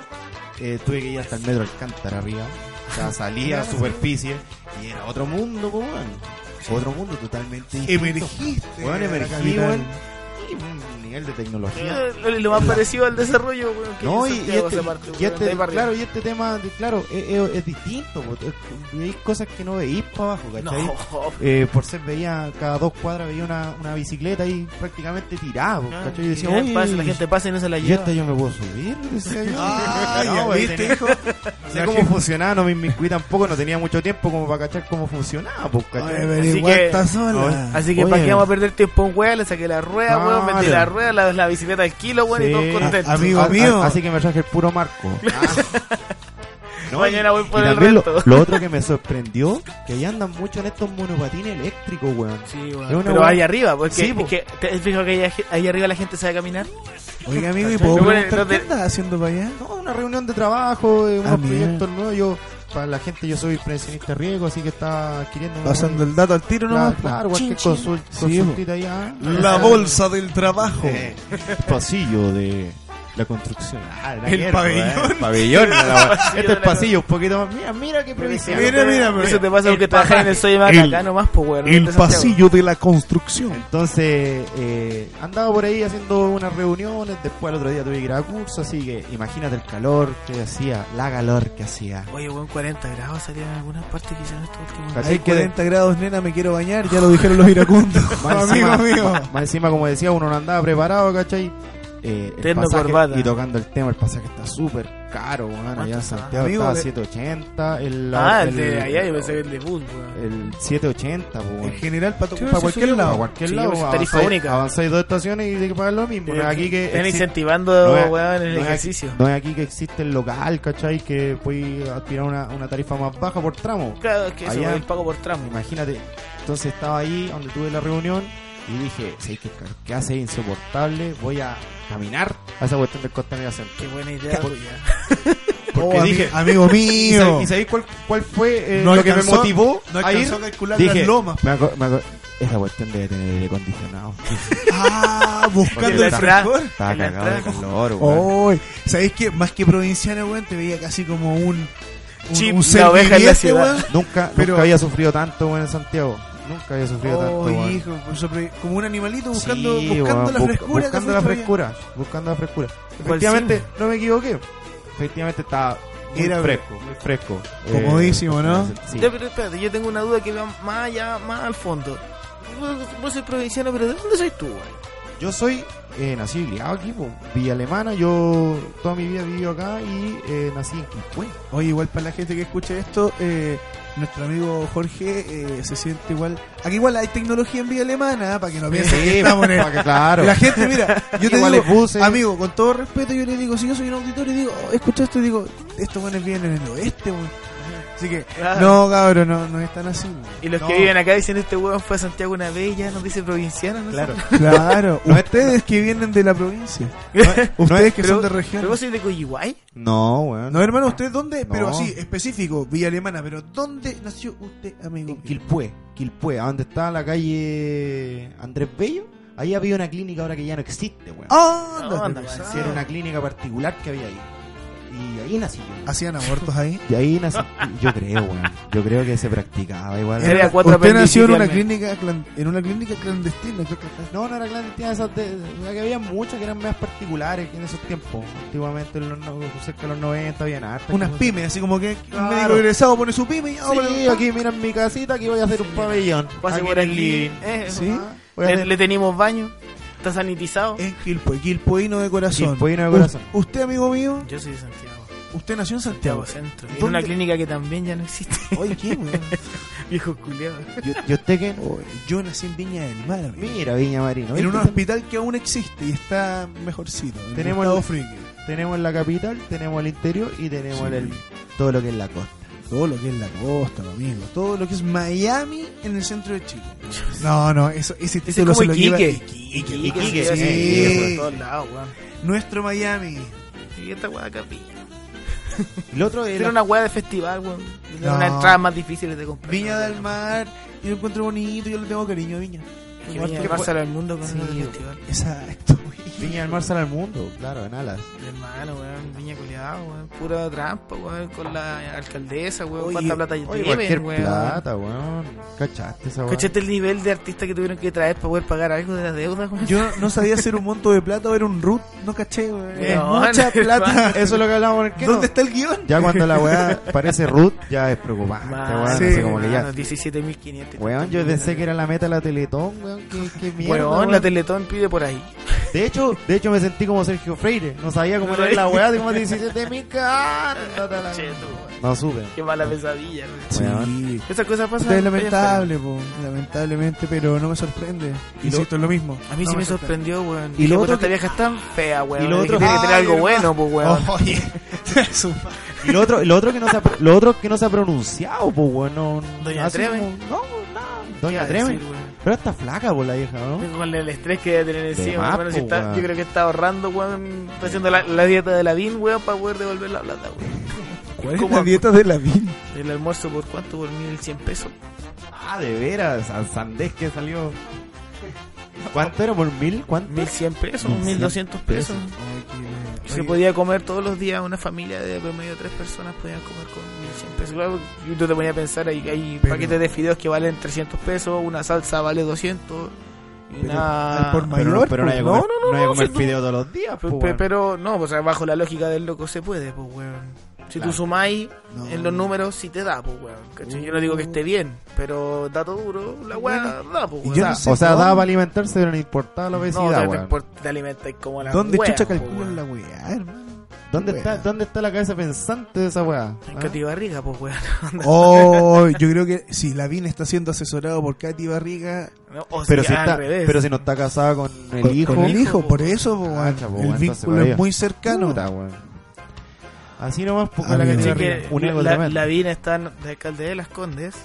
[SPEAKER 2] eh, tuve que ir hasta el metro Alcántara arriba. O sea, salí a la superficie y era otro mundo, po, weón. Otro mundo totalmente distinto.
[SPEAKER 1] Emergiste. de
[SPEAKER 2] Weón,
[SPEAKER 1] la
[SPEAKER 2] emergí,
[SPEAKER 1] capital.
[SPEAKER 2] weón. Sí, un nivel de tecnología.
[SPEAKER 3] Eh, Lo, lo más parecido al desarrollo, weón, que
[SPEAKER 2] no,
[SPEAKER 3] hay
[SPEAKER 2] y,
[SPEAKER 3] en
[SPEAKER 2] y
[SPEAKER 3] Santiago,
[SPEAKER 2] este,
[SPEAKER 3] esa parte,
[SPEAKER 2] y
[SPEAKER 3] weón,
[SPEAKER 2] este-
[SPEAKER 3] de ahí para arriba.
[SPEAKER 2] claro, y este tema, de- claro, es, es- es distinto. po. Es- Veis cosas que no veis para abajo, ¿cachai?
[SPEAKER 3] No,
[SPEAKER 2] Eh, por ser veía cada dos cuadras veía una, una bicicleta ahí prácticamente tirada,
[SPEAKER 3] Ah,
[SPEAKER 2] po, ¿cachai? Y decía,
[SPEAKER 3] que
[SPEAKER 2] "Oye,
[SPEAKER 3] pase, la gente pasa y no se la
[SPEAKER 2] y
[SPEAKER 3] lleva.
[SPEAKER 2] esta yo me puedo subir, decía yo.
[SPEAKER 1] Ah,
[SPEAKER 2] No,
[SPEAKER 1] ya,
[SPEAKER 2] güey,
[SPEAKER 1] ¿viste,
[SPEAKER 2] tenía-
[SPEAKER 1] hijo?
[SPEAKER 2] sé
[SPEAKER 1] La
[SPEAKER 2] cómo
[SPEAKER 1] gente-
[SPEAKER 2] funcionaba, no me inmiscuí tampoco, no tenía mucho tiempo como para cachar cómo funcionaba, pues,
[SPEAKER 1] Oye,
[SPEAKER 2] ¿cachai?
[SPEAKER 1] pero
[SPEAKER 3] Así
[SPEAKER 1] igual
[SPEAKER 3] que-
[SPEAKER 1] está sola.
[SPEAKER 2] Oye,
[SPEAKER 3] Así que
[SPEAKER 2] Oye.
[SPEAKER 3] para qué vamos a perder tiempo en weá, le saqué la rueda, weón, metí
[SPEAKER 2] Claro.
[SPEAKER 3] la rueda, la, la bicicleta al kilo, weón,
[SPEAKER 2] Sí.
[SPEAKER 3] y todos contentos.
[SPEAKER 1] A- amigo mío.
[SPEAKER 2] así que me traje el puro marco. Ah. No,
[SPEAKER 3] Mañana voy
[SPEAKER 2] y
[SPEAKER 3] por el
[SPEAKER 2] también lo,
[SPEAKER 3] resto.
[SPEAKER 2] lo otro que me sorprendió, que ahí andan mucho en estos monopatines eléctricos, weón.
[SPEAKER 3] Sí,
[SPEAKER 2] Es
[SPEAKER 3] weón.
[SPEAKER 2] una
[SPEAKER 3] Pero
[SPEAKER 2] weá-
[SPEAKER 3] ahí arriba, porque
[SPEAKER 2] Sí,
[SPEAKER 3] es
[SPEAKER 2] po.
[SPEAKER 3] que te has fijado que ahí, ahí arriba la gente sabe caminar.
[SPEAKER 1] Oiga, amigo, ¿y
[SPEAKER 3] ¿Cachai?
[SPEAKER 1] puedo
[SPEAKER 3] Pero bueno,
[SPEAKER 1] preguntar
[SPEAKER 3] no te-
[SPEAKER 1] qué andas haciendo para allá?
[SPEAKER 2] No, una reunión de trabajo, eh, unos
[SPEAKER 1] Ah, mira.
[SPEAKER 2] proyectos nuevos. Yo, para la gente, yo soy prevencionista de riesgo, así que está adquiriendo. una-
[SPEAKER 1] Pasando el dato al tiro
[SPEAKER 2] Claro,
[SPEAKER 1] nomás.
[SPEAKER 2] claro, cualquier
[SPEAKER 1] Chin, chin.
[SPEAKER 2] consul-
[SPEAKER 1] Sí,
[SPEAKER 2] consultita ah. ya.
[SPEAKER 1] po. La bolsa del trabajo.
[SPEAKER 2] Eh, pasillo de la construcción. Ah, la
[SPEAKER 1] El pabellón.
[SPEAKER 2] eh, pabellón. la-
[SPEAKER 3] pasillo
[SPEAKER 2] <laughs> este
[SPEAKER 3] de
[SPEAKER 2] es
[SPEAKER 3] la-
[SPEAKER 2] pasillo un poquito más. Mira, mira qué previsión.
[SPEAKER 1] Mira, mira, pero-
[SPEAKER 3] Eso te pasa
[SPEAKER 1] el
[SPEAKER 3] porque trabajas en el Soy Maca,
[SPEAKER 1] el-
[SPEAKER 3] acá nomás, pues, weón.
[SPEAKER 1] El
[SPEAKER 3] de Santiago.
[SPEAKER 1] pasillo de la construcción.
[SPEAKER 2] Entonces, eh, andaba por ahí haciendo unas reuniones. Después, al otro día tuve que ir a curso. Así que imagínate el calor que hacía, la calor que hacía.
[SPEAKER 3] Oye, weón, 40 grados salían en algunas partes quizás en estos últimos
[SPEAKER 2] Así
[SPEAKER 1] Hay
[SPEAKER 2] que-
[SPEAKER 1] 40 grados, nena, me quiero bañar. Ya lo dijeron los iracundos.
[SPEAKER 2] <laughs> Más
[SPEAKER 1] amigo
[SPEAKER 2] encima-
[SPEAKER 1] mío.
[SPEAKER 2] Más encima, como decía, uno no andaba preparado, ¿cachai? Eh, el
[SPEAKER 3] Terno,
[SPEAKER 2] pasaje-
[SPEAKER 3] corbata.
[SPEAKER 2] y tocando el tema, el pasaje está súper caro, weón. Allá
[SPEAKER 3] ¿Cuánto
[SPEAKER 2] en
[SPEAKER 3] está?
[SPEAKER 2] Santiago
[SPEAKER 1] Amigo,
[SPEAKER 2] estaba
[SPEAKER 1] le-
[SPEAKER 2] 780. El,
[SPEAKER 3] Ah, el
[SPEAKER 2] el- Eh,
[SPEAKER 3] de allá, yo pensé que el de Bull, weón.
[SPEAKER 2] el 780, pues,
[SPEAKER 1] En
[SPEAKER 2] weón.
[SPEAKER 1] general, para,
[SPEAKER 3] Sí, sí,
[SPEAKER 1] cualquier
[SPEAKER 3] sí,
[SPEAKER 2] A
[SPEAKER 1] lado.
[SPEAKER 2] cualquier
[SPEAKER 3] Sí,
[SPEAKER 2] lado,
[SPEAKER 3] pues, tarifa
[SPEAKER 2] avanzáis-
[SPEAKER 3] única.
[SPEAKER 2] avanzáis dos estaciones y tenéis que pagar lo mismo. No es aquí que
[SPEAKER 3] Están
[SPEAKER 2] existe-
[SPEAKER 3] incentivando,
[SPEAKER 2] no es-
[SPEAKER 3] weón, el
[SPEAKER 2] no es-
[SPEAKER 3] ejercicio.
[SPEAKER 2] No es aquí que existe el local, ¿cachai? Que puedes aspirar a una, una tarifa más baja por tramo.
[SPEAKER 3] Claro, es que eso
[SPEAKER 2] Allá-
[SPEAKER 3] es el pago por tramo.
[SPEAKER 2] Imagínate. Entonces estaba ahí donde tuve la reunión y dije, sé que que hace insoportable, voy a caminar a esa cuestión del Costa Media Centro.
[SPEAKER 3] Qué buena idea,
[SPEAKER 2] Por-
[SPEAKER 3] weón.
[SPEAKER 2] Porque
[SPEAKER 1] Oh, ami-
[SPEAKER 2] dije,
[SPEAKER 1] amigo
[SPEAKER 2] <laughs> ¿y sab-
[SPEAKER 1] mío.
[SPEAKER 2] ¿y sabéis cuál, cuál fue eh,
[SPEAKER 1] No
[SPEAKER 2] lo que me
[SPEAKER 1] alcanzó-
[SPEAKER 2] motivó
[SPEAKER 1] No
[SPEAKER 2] a ir?
[SPEAKER 1] alcanzó a calcular
[SPEAKER 2] Dije,
[SPEAKER 1] las lomas.
[SPEAKER 2] me aco- me aco- esa cuestión debe tener aire <laughs> acondicionado.
[SPEAKER 1] Ah, buscando
[SPEAKER 2] Porque
[SPEAKER 1] el
[SPEAKER 2] la Oh.
[SPEAKER 1] frescor.
[SPEAKER 2] Estaba
[SPEAKER 3] En la
[SPEAKER 2] cagado de
[SPEAKER 3] entrada.
[SPEAKER 2] calor, weón.
[SPEAKER 1] Oy, ¿Sabéis qué? Más que provinciano, weón, te veía casi como un. un-
[SPEAKER 3] Chip,
[SPEAKER 1] un
[SPEAKER 3] la
[SPEAKER 1] ser
[SPEAKER 3] oveja en la
[SPEAKER 1] viviente,
[SPEAKER 3] ciudad.
[SPEAKER 1] weón.
[SPEAKER 2] Nunca,
[SPEAKER 1] Pero-
[SPEAKER 2] nunca había sufrido tanto, weón, en Santiago. Nunca había sufrido tanto,
[SPEAKER 1] Oh,
[SPEAKER 2] weón.
[SPEAKER 1] hijo, pues, sobre- como un animalito buscando,
[SPEAKER 2] Sí,
[SPEAKER 1] buscando
[SPEAKER 2] weón,
[SPEAKER 1] la
[SPEAKER 2] bu-
[SPEAKER 1] frescura.
[SPEAKER 2] buscando
[SPEAKER 1] que
[SPEAKER 2] la
[SPEAKER 1] hace
[SPEAKER 2] frescura, buscando la frescura.
[SPEAKER 3] Igual
[SPEAKER 2] Efectivamente, no me equivoqué. Efectivamente estaba muy
[SPEAKER 1] Era
[SPEAKER 2] fresco, muy fresco. Eh,
[SPEAKER 1] Comodísimo, ¿no?
[SPEAKER 2] Sí.
[SPEAKER 3] Ya, pero espérate, yo tengo una duda que va más allá, más al fondo. Vos, vos sois provinciano, pero ¿de dónde sois tú, weón?
[SPEAKER 2] Yo soy eh, nacido y criado aquí, po, Villa Alemana. Yo toda mi vida he vivido acá y eh, nací en Quilpué.
[SPEAKER 1] Oye, igual para la gente que escuche esto, eh, nuestro amigo Jorge eh, se siente igual. Aquí igual hay tecnología en vía alemana, ¿ah? para que no
[SPEAKER 2] <laughs>
[SPEAKER 1] piensen que estamos en el-
[SPEAKER 2] pa' que- claro.
[SPEAKER 1] La gente,
[SPEAKER 3] <laughs>
[SPEAKER 1] mira, yo te
[SPEAKER 2] Igual
[SPEAKER 1] digo,
[SPEAKER 2] es buses.
[SPEAKER 1] amigo, con todo respeto, yo le digo, si yo soy un auditor y digo, oh, escucha esto y digo, estos buenos viven en el oeste, weón. Así que,
[SPEAKER 3] Claro.
[SPEAKER 1] no, cabrón, no, no es tan así. weón.
[SPEAKER 3] Y los
[SPEAKER 1] No,
[SPEAKER 3] que viven acá dicen, este weón fue a Santiago una vez y ya nos dice provinciano, ¿no?
[SPEAKER 2] Claro.
[SPEAKER 3] <laughs>
[SPEAKER 1] Claro,
[SPEAKER 2] No es-
[SPEAKER 1] ustedes que vienen de la provincia,
[SPEAKER 3] Pero-
[SPEAKER 1] ustedes que
[SPEAKER 3] pero,
[SPEAKER 1] son de región.
[SPEAKER 3] vos sois de Coyihuay?
[SPEAKER 2] No, weón.
[SPEAKER 1] No, hermano, ¿usted dónde? Pero
[SPEAKER 2] No.
[SPEAKER 1] así, específico, Villa Alemana, pero ¿dónde nació usted, amigo?
[SPEAKER 2] En Quilpué, Quilpué, a donde está la calle Andrés Bello. Ahí había una clínica ahora que ya no existe, weón.
[SPEAKER 1] ¡Ah,
[SPEAKER 3] No, anda,
[SPEAKER 1] te
[SPEAKER 3] weón.
[SPEAKER 1] pasaba!
[SPEAKER 2] Sí, era una clínica particular que había ahí. Y ahí nací yo.
[SPEAKER 1] ¿Hacían abortos ahí?
[SPEAKER 2] Y ahí <laughs> nací, yo creo, weón. Yo creo que se practicaba igual.
[SPEAKER 3] Era cuatro
[SPEAKER 1] usted nació en una,
[SPEAKER 3] apendicitis al
[SPEAKER 1] clínica clan- en una clínica clandestina. creo que está-
[SPEAKER 2] No, no era clandestina, esas de, la que había muchas que eran más particulares que en esos tiempos. Antiguamente, en los, no- cerca de los 90, habían hartas.
[SPEAKER 1] Unas
[SPEAKER 2] cosas.
[SPEAKER 1] pymes, así como que un
[SPEAKER 2] Claro.
[SPEAKER 1] médico egresado pone su pyme y ah,
[SPEAKER 2] Sí,
[SPEAKER 1] bueno,
[SPEAKER 2] aquí mira en mi casita, aquí voy a hacer un pabellón.
[SPEAKER 3] Pase
[SPEAKER 2] Aquí
[SPEAKER 3] por
[SPEAKER 2] en el
[SPEAKER 3] aquí.
[SPEAKER 2] living.
[SPEAKER 3] Eh,
[SPEAKER 1] Sí.
[SPEAKER 2] Ah, voy a
[SPEAKER 3] Le,
[SPEAKER 2] hacer-
[SPEAKER 3] le tenemos baño, está sanitizado.
[SPEAKER 1] En Quilpue, Quilpueino de corazón.
[SPEAKER 2] Quilpueino de corazón.
[SPEAKER 1] U- usted, amigo mío,
[SPEAKER 3] Yo soy de Santiago,
[SPEAKER 1] usted nació en Santiago.
[SPEAKER 3] Santiago Centro. En
[SPEAKER 1] ¿Dónde?
[SPEAKER 3] una clínica que también ya no existe.
[SPEAKER 1] <laughs>
[SPEAKER 3] <laughs>
[SPEAKER 1] Oye, ¿qué, weón?
[SPEAKER 3] Viejo culiado.
[SPEAKER 2] Yo, yo usted que.
[SPEAKER 1] Oye, Yo nací en Viña del Mar, amigo.
[SPEAKER 2] Mira, Viña
[SPEAKER 1] en
[SPEAKER 2] Marino. ¿viste?
[SPEAKER 1] un hospital que aún existe y está mejorcito. en
[SPEAKER 2] Tenemos
[SPEAKER 1] Gustavo
[SPEAKER 2] el-
[SPEAKER 1] Fricke.
[SPEAKER 2] Tenemos la capital, tenemos el interior y tenemos
[SPEAKER 1] Sí.
[SPEAKER 2] el, todo lo que es la costa.
[SPEAKER 1] Todo lo que es la costa, amigo. Todo lo que es Miami en el centro de Chile. No, no, eso, ese
[SPEAKER 3] Ese
[SPEAKER 1] título
[SPEAKER 3] es como
[SPEAKER 1] se lo lleva
[SPEAKER 3] Iquique.
[SPEAKER 1] Iquique,
[SPEAKER 3] Iquique,
[SPEAKER 1] sí.
[SPEAKER 3] sí,
[SPEAKER 1] Sí.
[SPEAKER 3] por todos lados, weón.
[SPEAKER 1] Nuestro Miami.
[SPEAKER 3] Y esta weá capilla.
[SPEAKER 2] Y lo otro es
[SPEAKER 3] Era
[SPEAKER 2] la-
[SPEAKER 3] una weá de festival, weón. Era
[SPEAKER 1] No.
[SPEAKER 3] una entrada más difícil de comprar.
[SPEAKER 1] Viña del Mar. Yo lo encuentro bonito, yo le tengo cariño a Viña.
[SPEAKER 3] Que Viña del Mar sale al mundo con
[SPEAKER 2] Sí,
[SPEAKER 3] el
[SPEAKER 2] weón.
[SPEAKER 3] festival.
[SPEAKER 1] Exacto, <laughs> güey.
[SPEAKER 2] Viña del Mar sale al mundo, claro, en alas.
[SPEAKER 3] Mi hermano, weón, viña culiado, weón. Pura trampa, weón, con la alcaldesa, weón.
[SPEAKER 2] Oye,
[SPEAKER 3] Cuánta plata ya
[SPEAKER 2] oye,
[SPEAKER 3] deben,
[SPEAKER 2] cualquier
[SPEAKER 3] weón.
[SPEAKER 2] plata, weón. ¿Cachaste esa weón?
[SPEAKER 3] ¿Cachaste el nivel de artista que tuvieron que traer para poder pagar algo de las deudas, weón?
[SPEAKER 1] Yo no sabía si era un monto de plata o era un root, no caché, weón.
[SPEAKER 2] Es
[SPEAKER 3] Weón,
[SPEAKER 2] mucha plata.
[SPEAKER 1] <laughs>
[SPEAKER 3] hermano.
[SPEAKER 2] Eso es lo que hablamos en el
[SPEAKER 1] ¿Dónde
[SPEAKER 2] Keno.
[SPEAKER 1] está el guión?
[SPEAKER 3] <laughs>
[SPEAKER 2] Ya cuando la weá parece Ruth, ya es preocupante,
[SPEAKER 3] Mano,
[SPEAKER 2] weón.
[SPEAKER 1] sí,
[SPEAKER 2] así como que ya-
[SPEAKER 3] mano, 17.500.
[SPEAKER 2] Weón, yo pensé que era la meta la Teletón, weón. Qué, qué mierda.
[SPEAKER 3] Weón,
[SPEAKER 2] weón.
[SPEAKER 3] la Teletón pide por ahí.
[SPEAKER 2] De hecho, de hecho me sentí como Sergio Freire. No sabía cómo era la weá, como 17 mil
[SPEAKER 3] Che,
[SPEAKER 2] caras.
[SPEAKER 3] tú, weón.
[SPEAKER 2] No supe.
[SPEAKER 3] Qué mala pesadilla, weón.
[SPEAKER 2] Weón.
[SPEAKER 3] Esas cosas pasan.
[SPEAKER 1] Puta, es
[SPEAKER 3] en Playa
[SPEAKER 1] lamentable, po, lamentablemente, pero no me sorprende.
[SPEAKER 2] Y lo-
[SPEAKER 1] Insisto, es lo mismo.
[SPEAKER 3] A mí
[SPEAKER 1] No
[SPEAKER 3] sí me
[SPEAKER 1] sorprende.
[SPEAKER 3] sorprendió, weón.
[SPEAKER 2] Y lo otro
[SPEAKER 3] Esta
[SPEAKER 2] que-
[SPEAKER 3] vieja es tan fea, weón.
[SPEAKER 2] Y lo
[SPEAKER 3] Dije,
[SPEAKER 2] otro-
[SPEAKER 3] Tiene que tener
[SPEAKER 1] Ay,
[SPEAKER 3] algo
[SPEAKER 1] hermano.
[SPEAKER 3] bueno, pues,
[SPEAKER 2] Oh,
[SPEAKER 3] weón. <laughs>
[SPEAKER 1] Oye, su-
[SPEAKER 2] Y lo otro, lo otro que no se ha, lo otro que no se ha pronunciado, pues weón. No,
[SPEAKER 3] Doña
[SPEAKER 2] hace
[SPEAKER 3] Treme.
[SPEAKER 2] como- No, nada.
[SPEAKER 3] ¿Qué iba
[SPEAKER 2] Doña
[SPEAKER 3] a
[SPEAKER 2] Treme.
[SPEAKER 3] decir, weón?
[SPEAKER 2] Pero está flaca, por la vieja, ¿no?
[SPEAKER 3] Con el estrés que debe tener encima,
[SPEAKER 2] más,
[SPEAKER 3] hermano, si
[SPEAKER 2] po,
[SPEAKER 3] está-
[SPEAKER 2] weón.
[SPEAKER 3] yo creo que está ahorrando, weón, está haciendo la, la dieta de la BIN, weón, para poder devolver la plata, weón.
[SPEAKER 1] ¿Cuál es
[SPEAKER 3] ¿Cómo?
[SPEAKER 1] la dieta de la vida?
[SPEAKER 3] El almuerzo por cuánto, por 1100 pesos.
[SPEAKER 2] Ah, de veras, al Sandés que <laughs> salió. ¿Cuánto era por mil? ¿Cuánto?
[SPEAKER 3] 1100 pesos,
[SPEAKER 2] 1100
[SPEAKER 3] 1200 pesos. Y Se podía comer todos los días, una familia de promedio de tres personas podían comer con 1100 pesos. Claro, yo te ponía a pensar, hay, hay
[SPEAKER 1] Pero-
[SPEAKER 3] paquetes de fideos que valen 300 pesos, una salsa vale 200 y
[SPEAKER 1] Pero, al
[SPEAKER 3] nada...
[SPEAKER 1] por
[SPEAKER 2] Pero, no-
[SPEAKER 1] mayor,
[SPEAKER 2] pero no hay que
[SPEAKER 1] pues,
[SPEAKER 2] comer,
[SPEAKER 3] no, no, no,
[SPEAKER 2] no hay que
[SPEAKER 3] no,
[SPEAKER 2] comer
[SPEAKER 3] si tú-
[SPEAKER 2] fideo todos los días,
[SPEAKER 3] Pe-
[SPEAKER 2] pues,
[SPEAKER 3] pe-
[SPEAKER 2] weón.
[SPEAKER 3] pero no, pues bajo la lógica del loco se puede, pues weón. Si
[SPEAKER 2] Claro.
[SPEAKER 3] tú sumáis
[SPEAKER 1] No.
[SPEAKER 3] en los
[SPEAKER 2] Ah.
[SPEAKER 3] números, si te da, pues weón. ¿cachai? Yo no digo que
[SPEAKER 2] Uh.
[SPEAKER 3] esté bien, pero dato duro, la weá da, pues
[SPEAKER 1] y yo
[SPEAKER 3] weón.
[SPEAKER 2] o sea,
[SPEAKER 1] no sé
[SPEAKER 2] o sea,
[SPEAKER 1] cómo.
[SPEAKER 2] daba para alimentarse, pero no importaba la
[SPEAKER 3] no, o
[SPEAKER 2] obesidad,
[SPEAKER 3] sea, no
[SPEAKER 2] weón.
[SPEAKER 3] importa, te alimentas como la
[SPEAKER 1] ¿Dónde
[SPEAKER 3] weá,
[SPEAKER 1] chucha
[SPEAKER 3] pues,
[SPEAKER 1] calculan
[SPEAKER 3] weón.
[SPEAKER 1] la
[SPEAKER 3] <laughs>
[SPEAKER 1] weá, hermano?
[SPEAKER 2] ¿Dónde,
[SPEAKER 1] Weá.
[SPEAKER 2] está, ¿Dónde está la cabeza pensante de esa weá?
[SPEAKER 3] En
[SPEAKER 2] ¿Ah?
[SPEAKER 3] Catibarriga, pues weón. <laughs>
[SPEAKER 1] Oh, yo creo que si Lavín está siendo asesorado por Katy Barriga,
[SPEAKER 3] No, o
[SPEAKER 2] Pero,
[SPEAKER 3] sea,
[SPEAKER 2] si
[SPEAKER 3] al
[SPEAKER 2] está,
[SPEAKER 3] revés.
[SPEAKER 2] pero si no está casada con el
[SPEAKER 1] con,
[SPEAKER 2] hijo.
[SPEAKER 1] con el hijo,
[SPEAKER 3] po.
[SPEAKER 1] por eso, po, weón.
[SPEAKER 2] Cacha, po,
[SPEAKER 1] el
[SPEAKER 2] weón, entonces,
[SPEAKER 1] vínculo
[SPEAKER 2] vaya.
[SPEAKER 1] es muy cercano.
[SPEAKER 2] Puta, weón. Así nomás poco
[SPEAKER 1] Ah,
[SPEAKER 2] la
[SPEAKER 1] mira.
[SPEAKER 2] Katy
[SPEAKER 3] Así
[SPEAKER 1] Barriga,
[SPEAKER 3] que
[SPEAKER 2] Barriga. Un ego
[SPEAKER 3] la,
[SPEAKER 2] tremendo.
[SPEAKER 3] la Vina está en- de alcalde de Las Condes.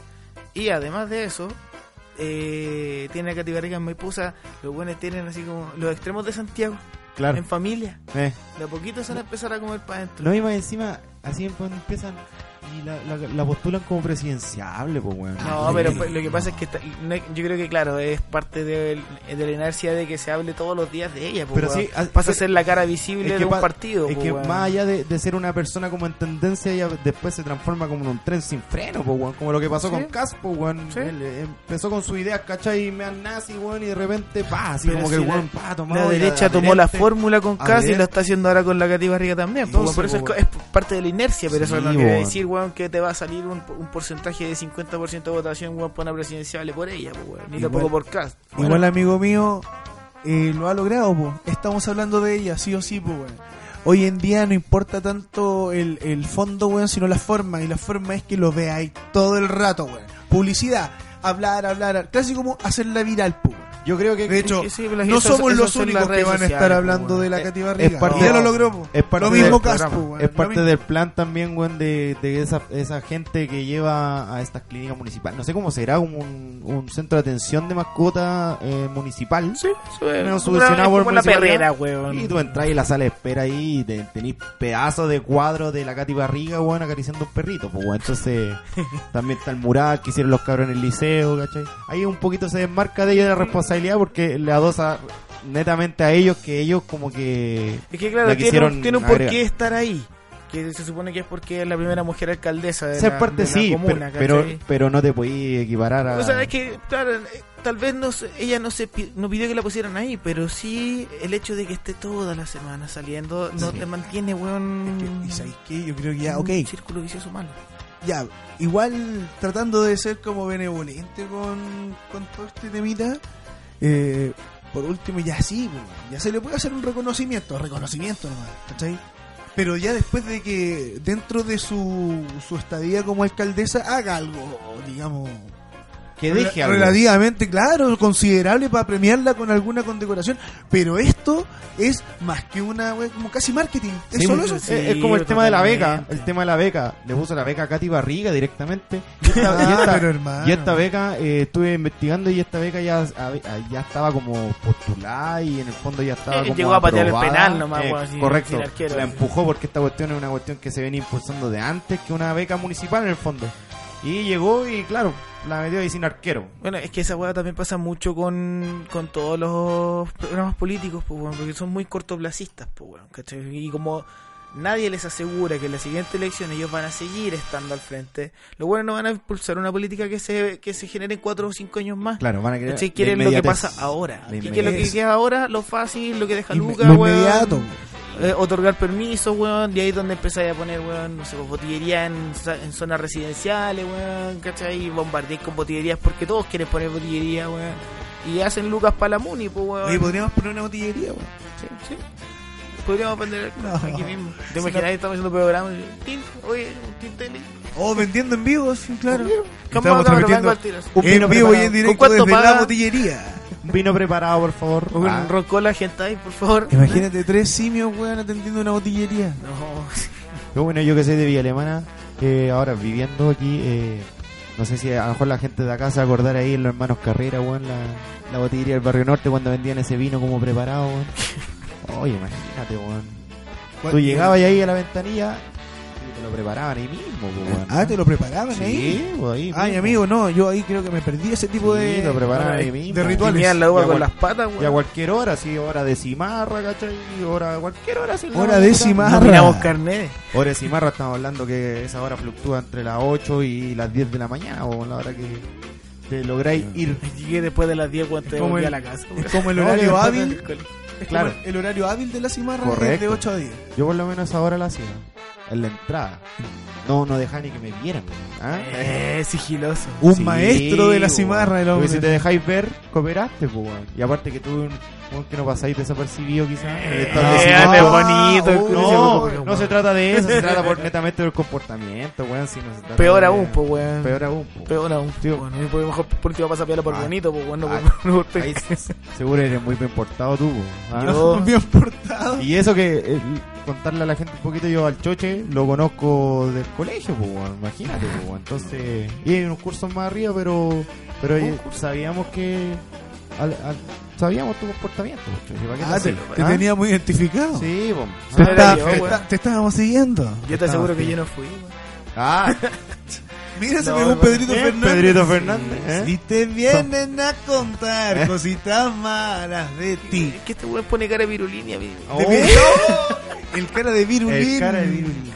[SPEAKER 3] Y además de eso, eh, tiene a Catibarriga en Maipusa. Los buenos tienen así como los extremos de Santiago,
[SPEAKER 2] Claro.
[SPEAKER 3] en familia.
[SPEAKER 2] Eh.
[SPEAKER 3] De a poquito se van a empezar a comer para adentro.
[SPEAKER 2] No, y más encima, así em- cuando empiezan y la, la, la postulan como presidenciable, pues, weón. <laughs>
[SPEAKER 3] No, pero pues, lo que pasa es que está- no- yo creo que, claro, es parte del- de, la inercia de que se hable todos los días de ella. po,
[SPEAKER 2] Pero
[SPEAKER 3] weón.
[SPEAKER 2] sí, ah,
[SPEAKER 3] pasa a
[SPEAKER 2] pero-
[SPEAKER 3] ser la cara visible de
[SPEAKER 2] pa-
[SPEAKER 3] un partido.
[SPEAKER 2] es
[SPEAKER 3] po,
[SPEAKER 2] que
[SPEAKER 3] pues, weón.
[SPEAKER 2] más allá de, de ser una persona como en tendencia, ella después se transforma como en un tren sin freno, pues, weón. Como lo que pasó
[SPEAKER 3] Sí.
[SPEAKER 2] con Cas, pues, weón.
[SPEAKER 3] Sí.
[SPEAKER 2] Él, eh, empezó con su idea, ¿cachai? Me han nazi, weón, y de repente, pa, así
[SPEAKER 3] Pero
[SPEAKER 2] como que
[SPEAKER 3] si
[SPEAKER 2] el
[SPEAKER 3] la-
[SPEAKER 2] weón, pa, tomado.
[SPEAKER 3] La
[SPEAKER 2] y
[SPEAKER 3] derecha tomó la
[SPEAKER 2] adherente.
[SPEAKER 3] fórmula con Cas y
[SPEAKER 2] adherente.
[SPEAKER 3] lo está haciendo ahora con la Cati Barriga también. po,
[SPEAKER 2] Entonces,
[SPEAKER 3] por eso es,
[SPEAKER 2] po,
[SPEAKER 3] co- es parte de la inercia, pero eso
[SPEAKER 2] Sí,
[SPEAKER 3] no quiere
[SPEAKER 2] po.
[SPEAKER 3] decir, weón, que te va a salir un, un porcentaje de 50% de votación, weón, para una presidenciable por ella, po, weón, ni
[SPEAKER 1] Igual-
[SPEAKER 3] tampoco por Cas.
[SPEAKER 1] Igual, amigo mío, eh, lo ha logrado, po. Estamos hablando de ella, sí o sí, po, weón. Hoy en día no importa tanto el, el fondo, weón, sino la forma. Y la forma es que lo veáis todo el rato, weón. Publicidad, hablar, hablar, casi como hacerla viral, po. weón.
[SPEAKER 2] Yo creo que
[SPEAKER 1] De hecho,
[SPEAKER 3] Sí, sí, pero
[SPEAKER 1] no
[SPEAKER 3] eso-
[SPEAKER 1] somos
[SPEAKER 3] eso
[SPEAKER 1] los
[SPEAKER 3] son las
[SPEAKER 1] únicos que
[SPEAKER 3] redes
[SPEAKER 1] van a estar
[SPEAKER 3] sociales,
[SPEAKER 1] hablando
[SPEAKER 3] weón.
[SPEAKER 1] de la
[SPEAKER 3] Eh,
[SPEAKER 1] Katy Barriga.
[SPEAKER 2] es parte
[SPEAKER 1] Y ya
[SPEAKER 2] de-
[SPEAKER 1] lo logró, po.
[SPEAKER 2] es parte
[SPEAKER 1] Lo mismo
[SPEAKER 2] del
[SPEAKER 1] Caspo,
[SPEAKER 2] programa.
[SPEAKER 1] weón.
[SPEAKER 2] Es
[SPEAKER 1] Lo
[SPEAKER 2] parte
[SPEAKER 1] mismo.
[SPEAKER 2] del plan también, weón, de, de esa, esa gente que lleva a estas clínicas municipales. No sé cómo será un, un centro de atención de mascota eh, municipal.
[SPEAKER 3] Sí, eso es- es
[SPEAKER 2] Menos subvencionado por
[SPEAKER 3] como la
[SPEAKER 2] municipalidad.
[SPEAKER 3] perrera, weón.
[SPEAKER 2] Y tú entras en la sala de espera ahí y te, tenés pedazos de cuadro de la Katy Barriga, weón, acariciando un perrito, pues, weón.
[SPEAKER 1] <laughs>
[SPEAKER 2] Entonces, también está el mural que hicieron los cabros en el liceo, ¿cachai? Ahí un poquito se desmarca de ellos la responsabilidad porque le adosa netamente a ellos que ellos como que...
[SPEAKER 3] Es que claro,
[SPEAKER 2] la
[SPEAKER 3] tiene un,
[SPEAKER 2] quisieron
[SPEAKER 3] tiene un por
[SPEAKER 2] agregar.
[SPEAKER 3] qué estar ahí. Que se supone que es porque es la primera mujer alcaldesa de
[SPEAKER 2] Ser
[SPEAKER 3] la,
[SPEAKER 2] parte
[SPEAKER 3] de la
[SPEAKER 2] sí,
[SPEAKER 3] comuna,
[SPEAKER 2] pero, pero,
[SPEAKER 3] ¿cachai?
[SPEAKER 2] pero no te podí equiparar a...
[SPEAKER 3] O sea, es que, claro, eh, tal vez no, se- ella no se pi- no pidió que la pusieran ahí, pero sí el hecho de que esté toda la semana saliendo no
[SPEAKER 1] Sí.
[SPEAKER 3] te mantiene, weón.
[SPEAKER 1] Y sabéis qué, yo creo que ya,
[SPEAKER 3] en
[SPEAKER 1] ok.
[SPEAKER 3] Un círculo vicioso malo.
[SPEAKER 1] Ya, igual tratando de ser como benevolente con, con todo este temita, eh, por último ya sí, pues, ya se le puede hacer un reconocimiento, reconocimiento nomás, ¿cachai? Pero ya después de que dentro de su, su estadía como alcaldesa haga algo, digamos,
[SPEAKER 2] que
[SPEAKER 1] rela-
[SPEAKER 2] deje algo.
[SPEAKER 1] relativamente claro, considerable para premiarla con alguna condecoración, pero esto es más que una, wea, como casi marketing, es
[SPEAKER 2] Sí,
[SPEAKER 1] solo
[SPEAKER 2] es,
[SPEAKER 1] eso.
[SPEAKER 3] sí,
[SPEAKER 2] es como el tema de la beca.
[SPEAKER 3] totalmente.
[SPEAKER 2] El tema de la beca. Le puso la beca a Katy
[SPEAKER 3] <laughs>
[SPEAKER 2] Barriga directamente. Y esta,
[SPEAKER 1] <laughs>
[SPEAKER 2] y
[SPEAKER 1] Ah,
[SPEAKER 2] esta-
[SPEAKER 1] pero hermano.
[SPEAKER 2] y esta beca eh, estuve investigando y esta beca ya, a- ya estaba como postulada y en el fondo ya
[SPEAKER 3] Eh,
[SPEAKER 2] estaba como
[SPEAKER 3] llegó a patear el
[SPEAKER 2] aprobada. Eh,
[SPEAKER 3] penal nomás, weón, sin- sin
[SPEAKER 2] correcto.
[SPEAKER 3] arquero.
[SPEAKER 2] la empujó porque esta cuestión es una cuestión que se viene impulsando de antes que una beca municipal en el fondo. Y llegó y claro, la metió ahí sin arquero.
[SPEAKER 3] Bueno, es que esa hueá también pasa mucho con, con todos los programas políticos, pues, weón, porque son muy cortoplacistas, pues, weón, ¿cachai? Y como nadie les asegura que en la siguiente elección ellos van a seguir estando al frente, los buenos no van a impulsar una política que se, que se genere en cuatro o cinco años más.
[SPEAKER 2] Claro, van a querer.
[SPEAKER 3] ¿Cachai?
[SPEAKER 2] la
[SPEAKER 3] Quieren lo que
[SPEAKER 2] inmediatez.
[SPEAKER 3] pasa ahora.
[SPEAKER 2] La
[SPEAKER 3] Y que lo que
[SPEAKER 2] inmediatez.
[SPEAKER 3] queda ahora, lo fácil, lo que deja
[SPEAKER 4] Inme-
[SPEAKER 3] Lucas,
[SPEAKER 4] lo
[SPEAKER 3] weón,
[SPEAKER 4] inmediato.
[SPEAKER 3] eh, otorgar permisos, weón, y ahí es donde empezáis a poner, weón, no sé, pues, botillería en, za- en zonas residenciales, weón, ¿cachai? Y bombardeáis con botillerías porque todos quieren poner botillería, weón. Y hacen Lucas para la Muni, pues, weón.
[SPEAKER 1] Oye, podríamos poner una botillería, weón.
[SPEAKER 3] Sí, sí. Podríamos aprender
[SPEAKER 4] No.
[SPEAKER 3] aquí mismo. ¿Te imaginas? Estamos haciendo programas. y, tin, Oye, un tintele.
[SPEAKER 1] O vendiendo en vivo, sí, claro.
[SPEAKER 3] Estamos
[SPEAKER 1] Estamos transmitiendo
[SPEAKER 2] Un
[SPEAKER 1] en
[SPEAKER 2] vino
[SPEAKER 1] vivo y
[SPEAKER 2] preparado.
[SPEAKER 1] en directo
[SPEAKER 3] ¿Con cuánto
[SPEAKER 1] desde la
[SPEAKER 3] paga?
[SPEAKER 1] botillería.
[SPEAKER 2] Un vino preparado, por favor.
[SPEAKER 3] Un
[SPEAKER 2] Ah,
[SPEAKER 3] rocola, gente ahí, por favor.
[SPEAKER 1] Imagínate tres simios, weón, atendiendo una botillería.
[SPEAKER 3] No,
[SPEAKER 2] Qué bueno, yo que soy de Villa Alemana, eh, ahora viviendo aquí, eh, no sé si a lo mejor la gente de acá se va a acordar ahí en los hermanos Carrera, weón, la, la botillería del Barrio Norte cuando vendían ese vino como
[SPEAKER 3] <laughs>
[SPEAKER 2] preparado, weón. Oye, imagínate, weón. Tú llegabas ahí a la ventanilla y te lo preparaban ahí mismo, po, weón.
[SPEAKER 4] Ah, te lo preparaban ahí.
[SPEAKER 2] Sí, po, ahí
[SPEAKER 4] Ay,
[SPEAKER 2] mismo.
[SPEAKER 4] amigo, no, yo ahí creo que me perdí ese tipo
[SPEAKER 2] Sí,
[SPEAKER 4] de.
[SPEAKER 2] lo preparaban ahí
[SPEAKER 4] de
[SPEAKER 2] mismo.
[SPEAKER 4] De
[SPEAKER 3] y
[SPEAKER 4] rituales.
[SPEAKER 3] miran la uva
[SPEAKER 2] Ya,
[SPEAKER 3] con
[SPEAKER 2] bueno.
[SPEAKER 3] las patas,
[SPEAKER 2] Y a
[SPEAKER 3] weón.
[SPEAKER 2] cualquier hora, sí, hora de cimarra, ¿cachai? Hora, cualquier hora. sí, la
[SPEAKER 4] Hora
[SPEAKER 2] van
[SPEAKER 4] de
[SPEAKER 2] buscando.
[SPEAKER 4] cimarra.
[SPEAKER 3] No miramos carnet.
[SPEAKER 2] Hora de cimarra, estamos hablando que esa hora fluctúa entre las 8 y las 10 de la mañana, o la hora que te lográis
[SPEAKER 3] Mm.
[SPEAKER 2] ir.
[SPEAKER 3] Llegué después de las 10 cuando te
[SPEAKER 1] como
[SPEAKER 3] volví
[SPEAKER 1] el-
[SPEAKER 3] a la casa, weón.
[SPEAKER 1] Es como el
[SPEAKER 3] <laughs>
[SPEAKER 1] horario
[SPEAKER 3] Después
[SPEAKER 1] hábil.
[SPEAKER 3] del colegio.
[SPEAKER 1] es como
[SPEAKER 2] claro.
[SPEAKER 1] El horario hábil de la cimarra es de
[SPEAKER 2] Correcto.
[SPEAKER 1] 8 a 10.
[SPEAKER 2] Yo por lo menos ahora la hacía, en la entrada. No, no dejaba ni que me vieran. ¿ah?
[SPEAKER 3] Eh, sigiloso.
[SPEAKER 1] Un
[SPEAKER 2] Sí,
[SPEAKER 1] maestro de la
[SPEAKER 2] po,
[SPEAKER 1] cimarra, el
[SPEAKER 2] weón.
[SPEAKER 1] hombre. <laughs>
[SPEAKER 2] Porque Si te dejáis ver, cooperaste, po, weón. Y aparte que tú, weón, que no pasáis desapercibido quizás.
[SPEAKER 3] Eh,
[SPEAKER 4] decimando-
[SPEAKER 3] eh, bonito. el
[SPEAKER 4] Ah,
[SPEAKER 3] culo se
[SPEAKER 2] No,
[SPEAKER 3] volvió,
[SPEAKER 2] no se
[SPEAKER 3] weón.
[SPEAKER 2] trata de eso, se trata
[SPEAKER 3] <laughs>
[SPEAKER 2] por, netamente del comportamiento, weón. Si no se trata
[SPEAKER 3] Peor
[SPEAKER 2] de-
[SPEAKER 3] aún, pues, weón.
[SPEAKER 2] Peor aún, po.
[SPEAKER 3] Peor aún.
[SPEAKER 2] Sí.
[SPEAKER 3] Bueno, y por- mejor por último vas a pillarlo por
[SPEAKER 2] Ah.
[SPEAKER 3] bonito, pues, weón. No,
[SPEAKER 2] Ah.
[SPEAKER 3] por- <laughs> no por-
[SPEAKER 2] Ahí se- seguro eres muy bien portado tú, po. Ah.
[SPEAKER 3] Yo-
[SPEAKER 1] Bien portado.
[SPEAKER 2] Y eso que eh, contarle a la gente un poquito, yo al Choche lo conozco del colegio, pues, weón, imagínate, pues, weón. entonces, y hay unos cursos más arriba, pero pero eh, sabíamos que al- al- sabíamos tu comportamiento, pues, Choche, ¿para qué
[SPEAKER 1] Ah, te,
[SPEAKER 2] así?
[SPEAKER 1] te
[SPEAKER 2] ¿Ah?
[SPEAKER 1] tenía muy identificado.
[SPEAKER 2] Sí, pues.
[SPEAKER 1] Te,
[SPEAKER 3] Ah,
[SPEAKER 2] Ah,
[SPEAKER 1] está-
[SPEAKER 3] era yo,
[SPEAKER 1] te
[SPEAKER 3] weón.
[SPEAKER 1] está- te estábamos siguiendo.
[SPEAKER 3] Yo te
[SPEAKER 2] Estaba
[SPEAKER 3] aseguro que
[SPEAKER 2] bien.
[SPEAKER 3] yo no fui, weón.
[SPEAKER 2] <laughs> ah,
[SPEAKER 1] Mira, se
[SPEAKER 3] No,
[SPEAKER 1] pegó un
[SPEAKER 3] bueno.
[SPEAKER 1] Pedrito
[SPEAKER 2] ¿eh?
[SPEAKER 1] Fernández.
[SPEAKER 2] Pedrito Fernández. ¿eh?
[SPEAKER 1] Si te vienen a contar cositas malas de ti.
[SPEAKER 3] Es que este weón pone cara de virulina, mi-
[SPEAKER 2] Oh, <laughs>
[SPEAKER 1] De vi- El cara de virulín.
[SPEAKER 2] el cara de virulí.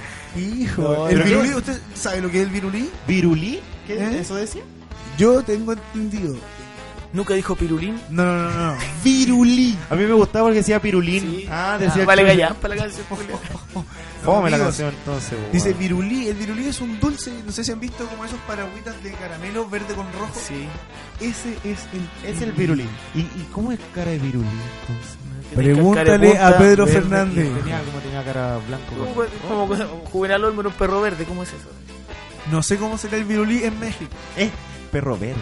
[SPEAKER 1] Hijo.
[SPEAKER 3] No,
[SPEAKER 1] el
[SPEAKER 2] pero-
[SPEAKER 1] virulí, ¿usted sabe lo que es el virulí?
[SPEAKER 2] ¿Virulí? ¿Qué
[SPEAKER 1] ¿Eh?
[SPEAKER 2] eso decía?
[SPEAKER 1] Yo tengo entendido.
[SPEAKER 3] Nunca dijo pirulín.
[SPEAKER 1] No, no, no, no. Virulí.
[SPEAKER 2] A mí me gustaba porque decía pirulín.
[SPEAKER 3] Sí.
[SPEAKER 2] Ah, decía
[SPEAKER 3] vale
[SPEAKER 2] Choche.
[SPEAKER 3] gallampa la canción. <laughs> culiao.
[SPEAKER 2] Fome la
[SPEAKER 1] Amigos.
[SPEAKER 2] canción entonces, pues,
[SPEAKER 1] Dice
[SPEAKER 2] weón.
[SPEAKER 1] virulí. El virulí es un dulce. No sé si han visto como esos paragüitas de caramelo verde con rojo.
[SPEAKER 3] Sí.
[SPEAKER 1] Ese es el.
[SPEAKER 2] Es el virulín. ¿Y, y cómo es cara de virulín entonces?
[SPEAKER 1] Pregúntale
[SPEAKER 3] Cara de
[SPEAKER 1] a Pedro
[SPEAKER 3] punta, verde,
[SPEAKER 1] Fernández.
[SPEAKER 3] y-
[SPEAKER 2] Tenía como tenía cara blanco.
[SPEAKER 3] Como- Como como Juvenal Olmo era un perro verde, ¿cómo es eso?
[SPEAKER 1] No sé cómo será el virulí en México.
[SPEAKER 2] Eh, perro verde.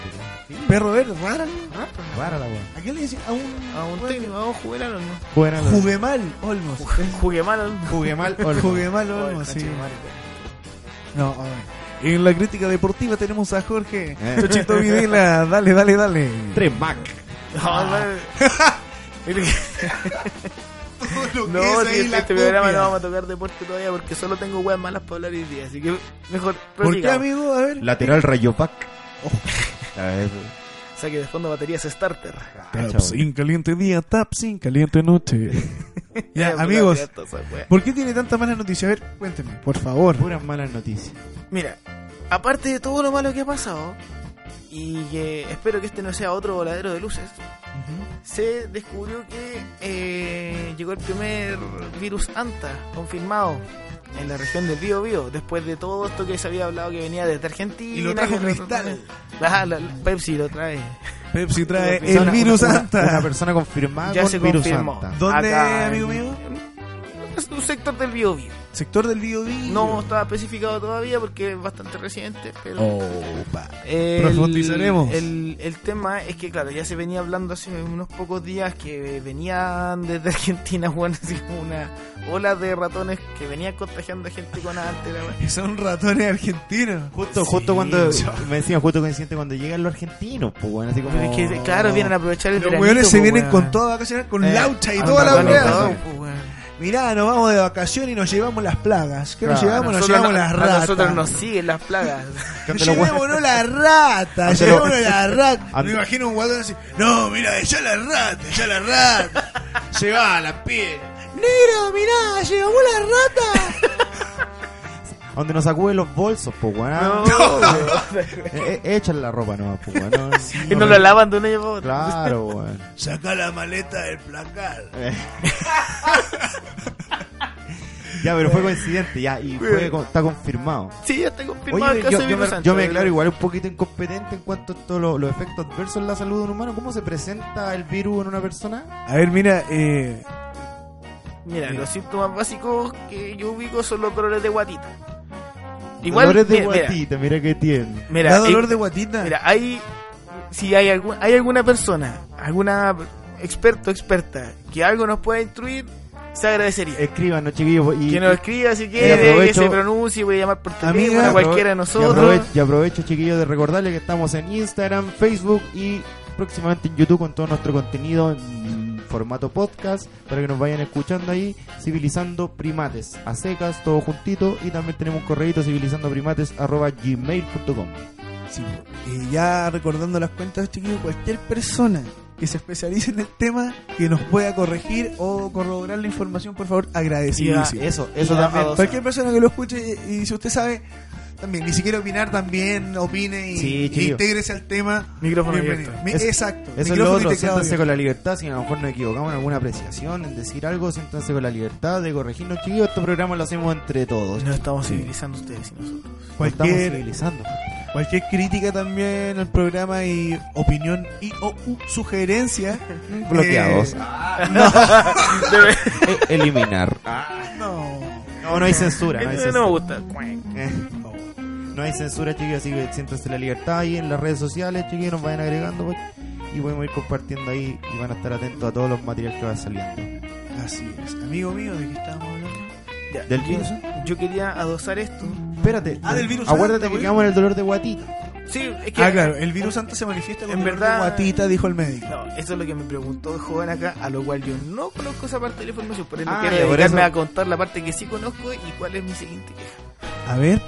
[SPEAKER 2] Sí,
[SPEAKER 1] Perro verde, raro.
[SPEAKER 2] rara la weón.
[SPEAKER 1] ¿A qué le dicen? A un.
[SPEAKER 3] A un técnico, a un Juvenal Olmo.
[SPEAKER 2] Buena la
[SPEAKER 1] Jugué mal, Olmos.
[SPEAKER 3] <laughs> Jugué mal Olmo.
[SPEAKER 2] Jugué mal.
[SPEAKER 1] Jugué mal,
[SPEAKER 3] Oh,
[SPEAKER 1] Olmos, sí.
[SPEAKER 3] cacho de madre,
[SPEAKER 1] No, a ver. En la crítica deportiva tenemos a Jorge
[SPEAKER 2] Eh.
[SPEAKER 1] Chochito Videla. Dale, dale, dale.
[SPEAKER 2] Tres Mac.
[SPEAKER 3] No, no.
[SPEAKER 1] Todo lo que
[SPEAKER 3] No,
[SPEAKER 1] es ahí
[SPEAKER 3] si
[SPEAKER 1] la
[SPEAKER 3] este programa
[SPEAKER 1] copia.
[SPEAKER 3] no vamos a tocar deporte todavía porque solo tengo weas malas para hablar hoy día, así que
[SPEAKER 1] ¿Por
[SPEAKER 3] mejor
[SPEAKER 1] qué,
[SPEAKER 3] prosigamos.
[SPEAKER 1] amigo? A ver.
[SPEAKER 2] Lateral Rayopac. A ver.
[SPEAKER 3] Saque de fondo baterías starter.
[SPEAKER 2] Ah, pues,
[SPEAKER 1] Taps in caliente día, taps in caliente
[SPEAKER 3] <laughs>
[SPEAKER 1] noche. ya, amigos. ¿Por qué tiene tanta mala noticia? A ver, cuénteme, por favor.
[SPEAKER 2] Puras malas noticias.
[SPEAKER 3] Mira, aparte de todo lo malo que ha pasado, y que espero que este no sea otro voladero de luces, se descubrió que eh, llegó el primer virus ANTA confirmado en la región del Bío Bío, después de todo esto que se había hablado que venía desde Argentina.
[SPEAKER 1] Y lo trajo
[SPEAKER 3] <laughs> que
[SPEAKER 1] Cristal.
[SPEAKER 3] Ah, la- la Pepsi lo trae.
[SPEAKER 1] Pepsi trae
[SPEAKER 3] Una persona-
[SPEAKER 1] el virus
[SPEAKER 2] una,
[SPEAKER 1] Anta.
[SPEAKER 2] Una persona confirmada
[SPEAKER 3] Ya
[SPEAKER 2] con
[SPEAKER 3] se
[SPEAKER 2] virus
[SPEAKER 3] Ah, confirmó.
[SPEAKER 2] Anta.
[SPEAKER 1] ¿Dónde,
[SPEAKER 3] Acá en-
[SPEAKER 1] amigo mío?
[SPEAKER 3] Es un sector del Bío Bío.
[SPEAKER 1] Sector del Bio Bio.
[SPEAKER 3] No está especificado todavía porque es bastante reciente, pero...
[SPEAKER 1] Oh. Opa.
[SPEAKER 3] El-
[SPEAKER 1] Profundizaremos.
[SPEAKER 3] El, el tema es que, claro, ya se venía hablando hace unos pocos días que venían desde <laughs> Argentina, bueno, así como una ola de ratones que venían contagiando a gente con antes. la wea.
[SPEAKER 1] Que Son ratones argentinos.
[SPEAKER 2] Justo, justo cuando. Me decían, justo coincidente cuando llegan los argentinos, pues bueno, así como.
[SPEAKER 3] Pero es que, claro, vienen a aprovechar el
[SPEAKER 1] Los
[SPEAKER 3] veranito,
[SPEAKER 1] weones se
[SPEAKER 3] po,
[SPEAKER 1] vienen
[SPEAKER 3] weón.
[SPEAKER 1] con todo a vacacionar, con
[SPEAKER 3] Eh,
[SPEAKER 1] laucha y
[SPEAKER 2] ah,
[SPEAKER 1] toda la
[SPEAKER 3] Con
[SPEAKER 2] ratones,
[SPEAKER 1] weá.
[SPEAKER 3] todo,
[SPEAKER 2] weón.
[SPEAKER 3] po, weón.
[SPEAKER 1] mirá, nos vamos de vacaciones y nos llevamos las plagas. ¿Qué nos
[SPEAKER 2] Claro.
[SPEAKER 1] llevamos? Nos
[SPEAKER 3] Nosotros
[SPEAKER 1] llevamos
[SPEAKER 3] no-
[SPEAKER 1] las
[SPEAKER 3] a
[SPEAKER 1] ratas.
[SPEAKER 3] Nosotros nos siguen las
[SPEAKER 1] <laughs>
[SPEAKER 3] plagas.
[SPEAKER 2] Ante los hue-
[SPEAKER 1] Llevémonos la rata,
[SPEAKER 2] Ante lo-
[SPEAKER 1] llevémonos la rata.
[SPEAKER 2] Ante-
[SPEAKER 1] Me imagino un guatón así, no, mira, ya la rata, ya la rata.
[SPEAKER 3] <laughs>
[SPEAKER 1] Se va a la piel. Negro, mirá, llevamos la rata.
[SPEAKER 2] Donde nos sacuden los bolsos, po, weón.
[SPEAKER 3] No,
[SPEAKER 2] Eh, eh, echan la ropa nomás, po, weón. No, sí,
[SPEAKER 3] y no
[SPEAKER 2] me-
[SPEAKER 3] lo lavan de un año para otro.
[SPEAKER 2] Claro, weón.
[SPEAKER 1] Saca la maleta del placar.
[SPEAKER 2] Eh. ya, pero fue coincidente, ya, y fue, con- está confirmado.
[SPEAKER 3] <laughs> Sí, ya está confirmado
[SPEAKER 2] Oye,
[SPEAKER 3] el caso
[SPEAKER 2] yo,
[SPEAKER 3] de
[SPEAKER 2] yo
[SPEAKER 3] Vino
[SPEAKER 2] me,
[SPEAKER 3] Santo,
[SPEAKER 2] yo me
[SPEAKER 3] ¿verdad?
[SPEAKER 2] declaro igual un poquito incompetente en cuanto a todos los, los efectos adversos en la salud de un humano. ¿Cómo se presenta el virus en una persona?
[SPEAKER 1] A ver, mira, eh,
[SPEAKER 3] Mira, los síntomas básicos que yo ubico son los dolores de guatita.
[SPEAKER 2] Dolores de
[SPEAKER 3] mira, mira,
[SPEAKER 2] guatita, mira, que tiene.
[SPEAKER 3] mira,
[SPEAKER 1] ¿da dolor
[SPEAKER 3] eh,
[SPEAKER 1] de guatita?
[SPEAKER 3] Mira, hay si hay algún, hay alguna persona, alguna experto experta que algo nos pueda instruir, se agradecería.
[SPEAKER 2] Escríbanos, chiquillos. Eh, Y, eh,
[SPEAKER 3] que nos escriba si quiere, que
[SPEAKER 2] aprovecho-
[SPEAKER 3] se pronuncie, voy a llamar por teléfono
[SPEAKER 1] Amiga,
[SPEAKER 3] a cualquiera de
[SPEAKER 2] Y
[SPEAKER 3] nosotros.
[SPEAKER 2] aprovecho, y aprovecho, chiquillos, de recordarles que estamos en Instagram, Facebook y próximamente en YouTube con todo nuestro contenido en formato podcast para que nos vayan escuchando ahí, civilizando primates a secas, todo juntito. Y también tenemos un correo civilizando primates gmail.com.
[SPEAKER 1] Sí, eh, ya recordando las cuentas, chiquillos, cualquier persona que se especialice en el tema, que nos pueda corregir o corroborar la información, por favor, agradecidísimo.
[SPEAKER 2] Eso, eso
[SPEAKER 3] Ya,
[SPEAKER 2] también.
[SPEAKER 3] o sea,
[SPEAKER 1] cualquier persona que lo escuche y, y si usted sabe, también, ni siquiera opinar, también opine y,
[SPEAKER 2] Sí,
[SPEAKER 1] y
[SPEAKER 2] chiquillo.
[SPEAKER 1] intégrese al tema.
[SPEAKER 3] Micrófono
[SPEAKER 1] Bienvenido.
[SPEAKER 3] abierto.
[SPEAKER 1] Mi-
[SPEAKER 2] Eso-
[SPEAKER 1] Exacto.
[SPEAKER 2] Eso es lo
[SPEAKER 1] micrófono y
[SPEAKER 2] otro,
[SPEAKER 1] teclado
[SPEAKER 2] siéntanse
[SPEAKER 1] abierto.
[SPEAKER 2] con la libertad, si a lo mejor nos equivocamos en alguna apreciación, en decir algo, siéntanse con la libertad de corregirnos, chiquillos. Este programa lo hacemos entre todos.
[SPEAKER 1] <laughs>
[SPEAKER 3] Nos estamos civilizando ustedes y nosotros.
[SPEAKER 2] Nos estamos
[SPEAKER 1] Cualquier,
[SPEAKER 2] civilizando.
[SPEAKER 1] cualquier crítica también al programa y opinión y o u-
[SPEAKER 3] <laughs>
[SPEAKER 1] sugerencia.
[SPEAKER 2] Bloqueados. Eh, eliminar.
[SPEAKER 1] Ah. No.
[SPEAKER 2] No, no hay censura. No hay
[SPEAKER 3] Eso
[SPEAKER 2] censura.
[SPEAKER 3] no me gusta.
[SPEAKER 2] Eh, No hay censura, chiquillos, así que siéntanse la libertad ahí en las redes sociales, chiquillos, nos vayan agregando pues, y podemos ir compartiendo ahí y van a estar atentos a todos los materiales que va saliendo.
[SPEAKER 1] Así es. Amigo mío, ¿de qué estábamos hablando?
[SPEAKER 3] Ya,
[SPEAKER 2] ¿Del
[SPEAKER 3] yo-
[SPEAKER 2] virus?
[SPEAKER 3] Yo quería adosar esto.
[SPEAKER 2] Espérate,
[SPEAKER 1] Ah, del virus,
[SPEAKER 2] acuérdate
[SPEAKER 1] ¿eh?
[SPEAKER 2] que quedamos en el dolor de guatita.
[SPEAKER 3] Sí, es que
[SPEAKER 1] Ah, claro, el virus antes se manifiesta con
[SPEAKER 3] En
[SPEAKER 1] dolor de
[SPEAKER 3] verdad-
[SPEAKER 1] guatita, dijo el médico.
[SPEAKER 3] No, eso es lo que me preguntó el joven acá, a lo cual yo no conozco esa parte de la información, por eso
[SPEAKER 2] Ah,
[SPEAKER 3] quiero
[SPEAKER 2] ya, por
[SPEAKER 3] dedicarme
[SPEAKER 2] eso.
[SPEAKER 3] a contar la parte que sí conozco y cuál es mi siguiente queja.
[SPEAKER 1] A ver.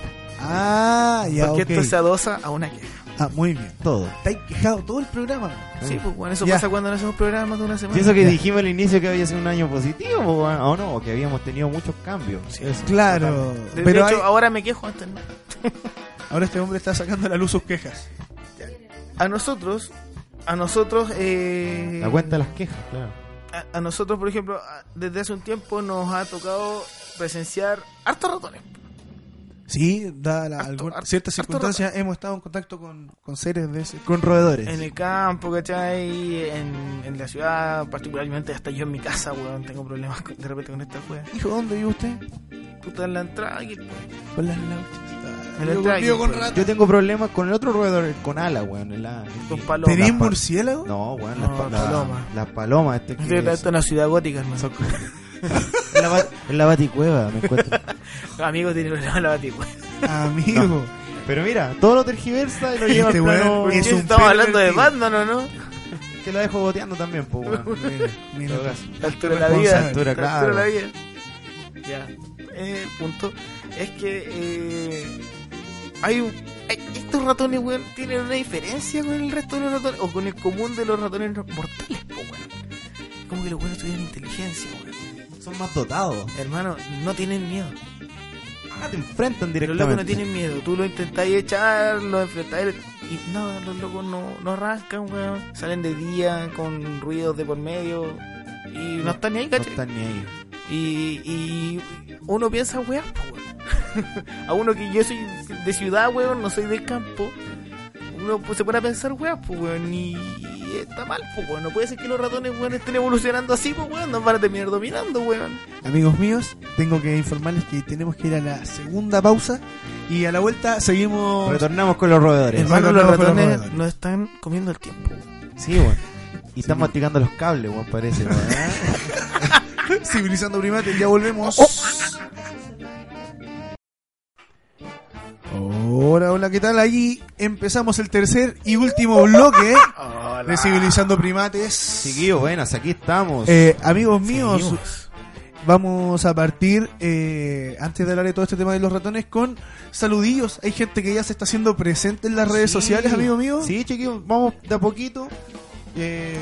[SPEAKER 1] Ah, ya,
[SPEAKER 3] Porque
[SPEAKER 1] ok.
[SPEAKER 3] esto se adosa a una queja.
[SPEAKER 1] Ah, muy bien.
[SPEAKER 2] Todo.
[SPEAKER 1] Estáis quejado todo el programa. man.
[SPEAKER 3] Sí, pues bueno, eso
[SPEAKER 1] Ah, Ya.
[SPEAKER 3] pasa cuando no hacemos programas de una semana.
[SPEAKER 2] Si eso que
[SPEAKER 1] Ya.
[SPEAKER 2] dijimos al inicio que había sido un año positivo, pues, bueno, o no, que habíamos tenido muchos cambios. Eso.
[SPEAKER 1] Claro.
[SPEAKER 3] De, de
[SPEAKER 1] Pero
[SPEAKER 3] hecho,
[SPEAKER 1] hay-
[SPEAKER 3] ahora me quejo antes. ¿no?
[SPEAKER 1] ahora este hombre está sacando a la luz sus quejas.
[SPEAKER 3] A nosotros, a nosotros, eh,
[SPEAKER 2] La cuenta de las quejas, claro.
[SPEAKER 3] a, a nosotros, por ejemplo, a- desde hace un tiempo nos ha tocado presenciar hartos ratones.
[SPEAKER 1] Sí, dada
[SPEAKER 3] Harto,
[SPEAKER 1] alguna
[SPEAKER 3] harto,
[SPEAKER 1] ciertas
[SPEAKER 3] harto
[SPEAKER 1] circunstancias, hemos estado en contacto con, con seres de ese.
[SPEAKER 2] Con roedores.
[SPEAKER 3] En el campo, ¿cachai? En, en la ciudad, particularmente hasta yo en mi casa, weón, tengo problemas con- de repente con esta weá.
[SPEAKER 1] Hijo, ¿dónde vive usted?
[SPEAKER 3] Puta en la entrada y el-
[SPEAKER 1] Con las lauchas.
[SPEAKER 3] Me lo
[SPEAKER 1] Yo
[SPEAKER 3] traigo,
[SPEAKER 1] convivo con
[SPEAKER 3] pues.
[SPEAKER 1] ratas.
[SPEAKER 2] Yo tengo problemas con el otro roedor, el con ala, weón. el ala.
[SPEAKER 3] con palomas.
[SPEAKER 1] ¿Tenéis
[SPEAKER 2] Las pa-
[SPEAKER 1] murciélago?
[SPEAKER 2] No, weón,
[SPEAKER 3] No,
[SPEAKER 2] las pa- la-
[SPEAKER 3] paloma.
[SPEAKER 2] Las
[SPEAKER 1] <laughs>
[SPEAKER 2] palomas. este
[SPEAKER 3] Estoy
[SPEAKER 2] que-
[SPEAKER 3] hablando de una ciudad gótica, hermano.
[SPEAKER 2] Son- en, la, bat- en la baticueva me encuentro.
[SPEAKER 3] Amigos tienen problemas la batigua.
[SPEAKER 1] Amigo. <laughs>
[SPEAKER 2] Pero mira, todo lo tergiversa y lo lleva
[SPEAKER 1] Este
[SPEAKER 2] al plano-
[SPEAKER 1] weón es
[SPEAKER 3] Sí,
[SPEAKER 1] un
[SPEAKER 3] Estamos hablando de
[SPEAKER 1] pervertido.
[SPEAKER 3] Batman, ¿o no?
[SPEAKER 2] Te la dejo goteando también, po, weón.
[SPEAKER 1] <laughs>
[SPEAKER 2] En todo
[SPEAKER 1] Mira,
[SPEAKER 2] caso.
[SPEAKER 3] La altura de la vida.
[SPEAKER 2] Responsable. Altura,
[SPEAKER 3] La altura de la
[SPEAKER 2] claro.
[SPEAKER 3] vida. Ya. Eh, punto. Es que eh, hay un- hay- estos ratones, weón, tienen una diferencia con el resto de los ratones, o con el común de los ratones mortales, po, weón. Como que los weones tuvieron inteligencia, weón.
[SPEAKER 2] Son más dotados.
[SPEAKER 3] Hermano, no tienen miedo.
[SPEAKER 2] Ah, te enfrentan
[SPEAKER 3] Los locos
[SPEAKER 2] directamente.
[SPEAKER 3] no tienen miedo. Tú lo intentáis echar, lo enfrentáis. Y no, los locos no, no arrancan, weón. Salen de día con ruidos de por medio. Y no están ni ahí,
[SPEAKER 2] No
[SPEAKER 3] ¿cachai?
[SPEAKER 2] están ni ahí.
[SPEAKER 3] Y, y uno piensa, weón, <laughs> a uno que yo soy de ciudad, weón, no soy del campo, uno pues, se pone a pensar, weón, pues, weón, y, y está mal, pues, weón. No puede ser que los ratones, weón, estén evolucionando así, pues, weón, nos van a terminar dominando, weón.
[SPEAKER 1] Amigos míos, tengo que informarles que tenemos que ir a la segunda pausa y a la vuelta seguimos.
[SPEAKER 2] Retornamos con los roedores.
[SPEAKER 1] Hermano,
[SPEAKER 3] Hermano, los
[SPEAKER 1] no, pero no,
[SPEAKER 3] ratones
[SPEAKER 1] no, no.
[SPEAKER 3] nos están comiendo el tiempo.
[SPEAKER 2] Sí, weón. Y están masticando los cables, weón, parece, weón. ¿eh?
[SPEAKER 1] <laughs> Civilizando primates, ya volvemos.
[SPEAKER 2] Oh.
[SPEAKER 1] Hola, hola, ¿qué tal? Allí empezamos el tercer y último bloque de Civilizando Primates.
[SPEAKER 2] Chiquillos, buenas, aquí estamos.
[SPEAKER 1] Eh, amigos míos, vamos a partir, eh, antes de hablar de todo este tema de los ratones, con saludillos. Hay gente que ya se está haciendo presente en las redes
[SPEAKER 2] Sí.
[SPEAKER 1] sociales, amigo mío.
[SPEAKER 2] Sí, chiquillos, vamos de a poquito. Eh,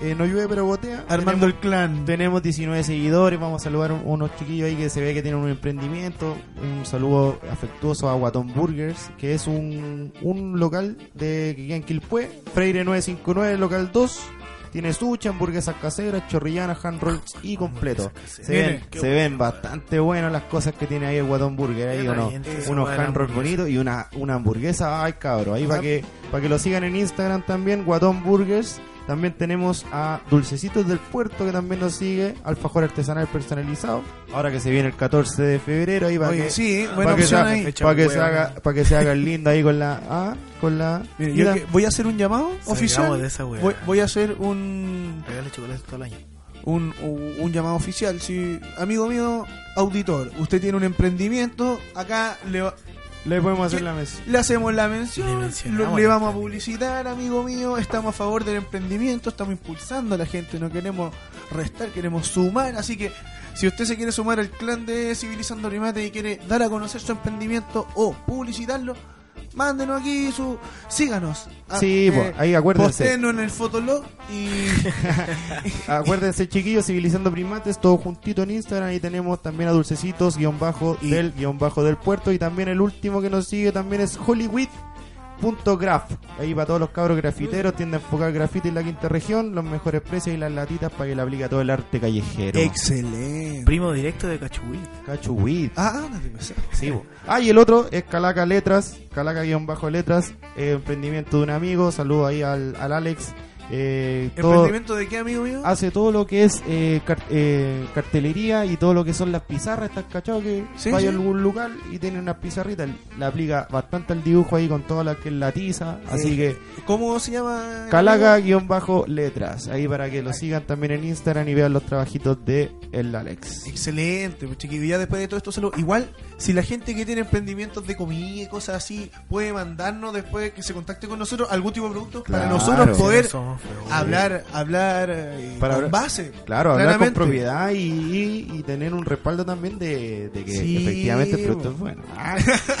[SPEAKER 2] eh, no llueve, pero gotea.
[SPEAKER 1] Armando
[SPEAKER 2] Tenemos-
[SPEAKER 1] el clan.
[SPEAKER 2] Tenemos 19 seguidores, vamos a saludar un- unos chiquillos ahí que se ve que tienen un emprendimiento. Un saludo afectuoso a Guatón Burgers, que es un, un local de que queda en Quilpué, Freire 959, local 2. Tiene sushi, hamburguesas caseras, chorrillanas, hand rolls y completo. Se
[SPEAKER 1] Mire,
[SPEAKER 2] ven, se ven bastante buenas las cosas que tiene ahí el Guatón Burger. Ahí
[SPEAKER 3] Qué
[SPEAKER 2] unos,
[SPEAKER 3] valiente esa
[SPEAKER 2] unos
[SPEAKER 3] weá de la
[SPEAKER 2] hand rolls
[SPEAKER 3] hamburguesa.
[SPEAKER 2] bonitos y una, una hamburguesa. Ay, cabro. Ahí para que, para que lo sigan en Instagram también, Guatón Burgers. También tenemos a Dulcecitos del Puerto que también nos sigue, Alfajor Artesanal Personalizado. Ahora que se viene el 14 de febrero, ahí para
[SPEAKER 1] Oye,
[SPEAKER 2] que,
[SPEAKER 1] sí,
[SPEAKER 2] para
[SPEAKER 1] buena
[SPEAKER 2] que se,
[SPEAKER 1] opción ahí.
[SPEAKER 2] para que se haga, para que se haga lindo ahí con la A, con la
[SPEAKER 1] Mire,
[SPEAKER 2] y
[SPEAKER 1] yo
[SPEAKER 2] la-
[SPEAKER 1] que- voy a hacer un llamado
[SPEAKER 3] Salgamos de
[SPEAKER 1] oficial.
[SPEAKER 3] esa weá.
[SPEAKER 1] Voy, voy a hacer un,
[SPEAKER 3] Regale chocolate todo el año.
[SPEAKER 1] un, un- un llamado oficial. Si, amigo mío, auditor, usted tiene un emprendimiento, acá le,
[SPEAKER 2] le podemos hacer la mesa.
[SPEAKER 1] le hacemos la
[SPEAKER 3] Le
[SPEAKER 1] mención,
[SPEAKER 3] mencionamos
[SPEAKER 1] lo- le,
[SPEAKER 3] el
[SPEAKER 1] vamos a
[SPEAKER 3] emprendimiento.
[SPEAKER 1] publicitar, amigo mío, estamos a favor del emprendimiento, estamos impulsando a la gente, no queremos restar, queremos sumar, así que si usted se quiere sumar al clan de Civilizando Primate y quiere dar a conocer su emprendimiento o publicitarlo, mándenos aquí su... síganos. Ah,
[SPEAKER 2] Sí,
[SPEAKER 1] eh,
[SPEAKER 2] po, ahí acuérdense.
[SPEAKER 1] Postéenlo en el fotolog
[SPEAKER 2] <laughs>
[SPEAKER 1] y
[SPEAKER 2] Acuérdense, chiquillos, civilizando primates, todo juntito en Instagram. Ahí tenemos también a Dulcecitos, guión bajo
[SPEAKER 1] Y-
[SPEAKER 2] del guión bajo del puerto. Y también el último que nos sigue también es Hollywood.graph. Ahí para todos los cabros grafiteros, tiende a enfocar grafite en la quinta región, los mejores precios y las latitas para que le aplique a todo el arte callejero.
[SPEAKER 1] Excelente.
[SPEAKER 3] Primo directo de Cachuí.
[SPEAKER 2] Cachuhuit.
[SPEAKER 1] Ah, no te pensé.
[SPEAKER 2] Sí, bo. Ah, y el otro es Calaca Letras, Calaca-Letras, eh, emprendimiento de un amigo. Saludo ahí al, al Alex. Eh, todo- Ah,
[SPEAKER 1] ¿Emprendimiento de qué, amigo mío?
[SPEAKER 2] hace todo lo que es eh, car- eh, cartelería y todo lo que son las pizarras, ¿estás cachado? Que
[SPEAKER 1] Sí,
[SPEAKER 2] vaya
[SPEAKER 1] sí.
[SPEAKER 2] a algún lugar y tiene unas pizarritas, la aplica bastante al dibujo ahí con toda la que es la tiza, así que
[SPEAKER 1] ¿Cómo se llama?
[SPEAKER 2] calaca-letras, ahí para que lo sigan también en Instagram y vean los trabajitos de el Alex.
[SPEAKER 1] Excelente, pues chiquillos. Ya después de todo esto, se lo- igual, si la gente que tiene emprendimientos de comida y cosas así, puede mandarnos después que se contacte con nosotros algún tipo de producto para
[SPEAKER 2] Claro.
[SPEAKER 1] nosotros poder
[SPEAKER 3] Somos feos.
[SPEAKER 1] hablar, hablar eh,
[SPEAKER 2] Para
[SPEAKER 1] con
[SPEAKER 2] hablar-
[SPEAKER 1] base.
[SPEAKER 2] Claro, hablar con
[SPEAKER 1] Claramente.
[SPEAKER 2] propiedad y, y- y tener un respaldo también de, de que
[SPEAKER 1] Sí,
[SPEAKER 2] efectivamente el producto
[SPEAKER 1] bo.
[SPEAKER 2] es <laughs>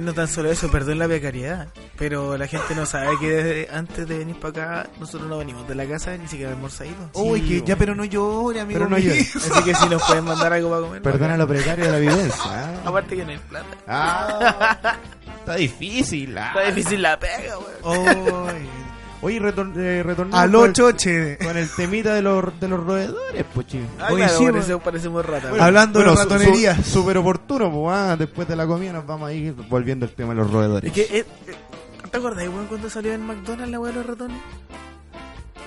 [SPEAKER 3] <laughs> No tan solo eso, perdón la precariedad. Pero la gente no sabe que desde antes de venir para acá, nosotros no venimos de la casa ni siquiera almorzaditos.
[SPEAKER 1] Uy,
[SPEAKER 2] Sí,
[SPEAKER 1] que
[SPEAKER 2] bueno.
[SPEAKER 1] ya, pero no llore, amigo.
[SPEAKER 2] Pero no
[SPEAKER 1] mío.
[SPEAKER 3] <laughs>
[SPEAKER 2] llore.
[SPEAKER 3] Así que si nos pueden mandar algo para comer.
[SPEAKER 2] Perdona lo precario de la vivencia. ah.
[SPEAKER 3] Aparte que no hay plata.
[SPEAKER 2] Ah, está difícil. ah.
[SPEAKER 3] Está difícil la pega, weón.
[SPEAKER 1] Ay,
[SPEAKER 2] Oye, retor- eh, retornamos
[SPEAKER 1] Al
[SPEAKER 2] con el-
[SPEAKER 1] 8, che.
[SPEAKER 2] con el temita de los, de los roedores, pues chico.
[SPEAKER 3] Ay,
[SPEAKER 1] Oh, Oye,
[SPEAKER 3] claro,
[SPEAKER 1] sí,
[SPEAKER 3] por
[SPEAKER 1] weón.
[SPEAKER 3] eso parecemos ratas.
[SPEAKER 1] Bueno, Hablando de
[SPEAKER 2] su-
[SPEAKER 1] ratonería.
[SPEAKER 2] su- Súper oportuno, pues ah, después de la comida nos vamos a ir volviendo al tema de los
[SPEAKER 3] Es
[SPEAKER 2] roedores.
[SPEAKER 3] que, eh, eh, ¿te acordás, weón, cuando salió en McDonald's la weá de los ratones?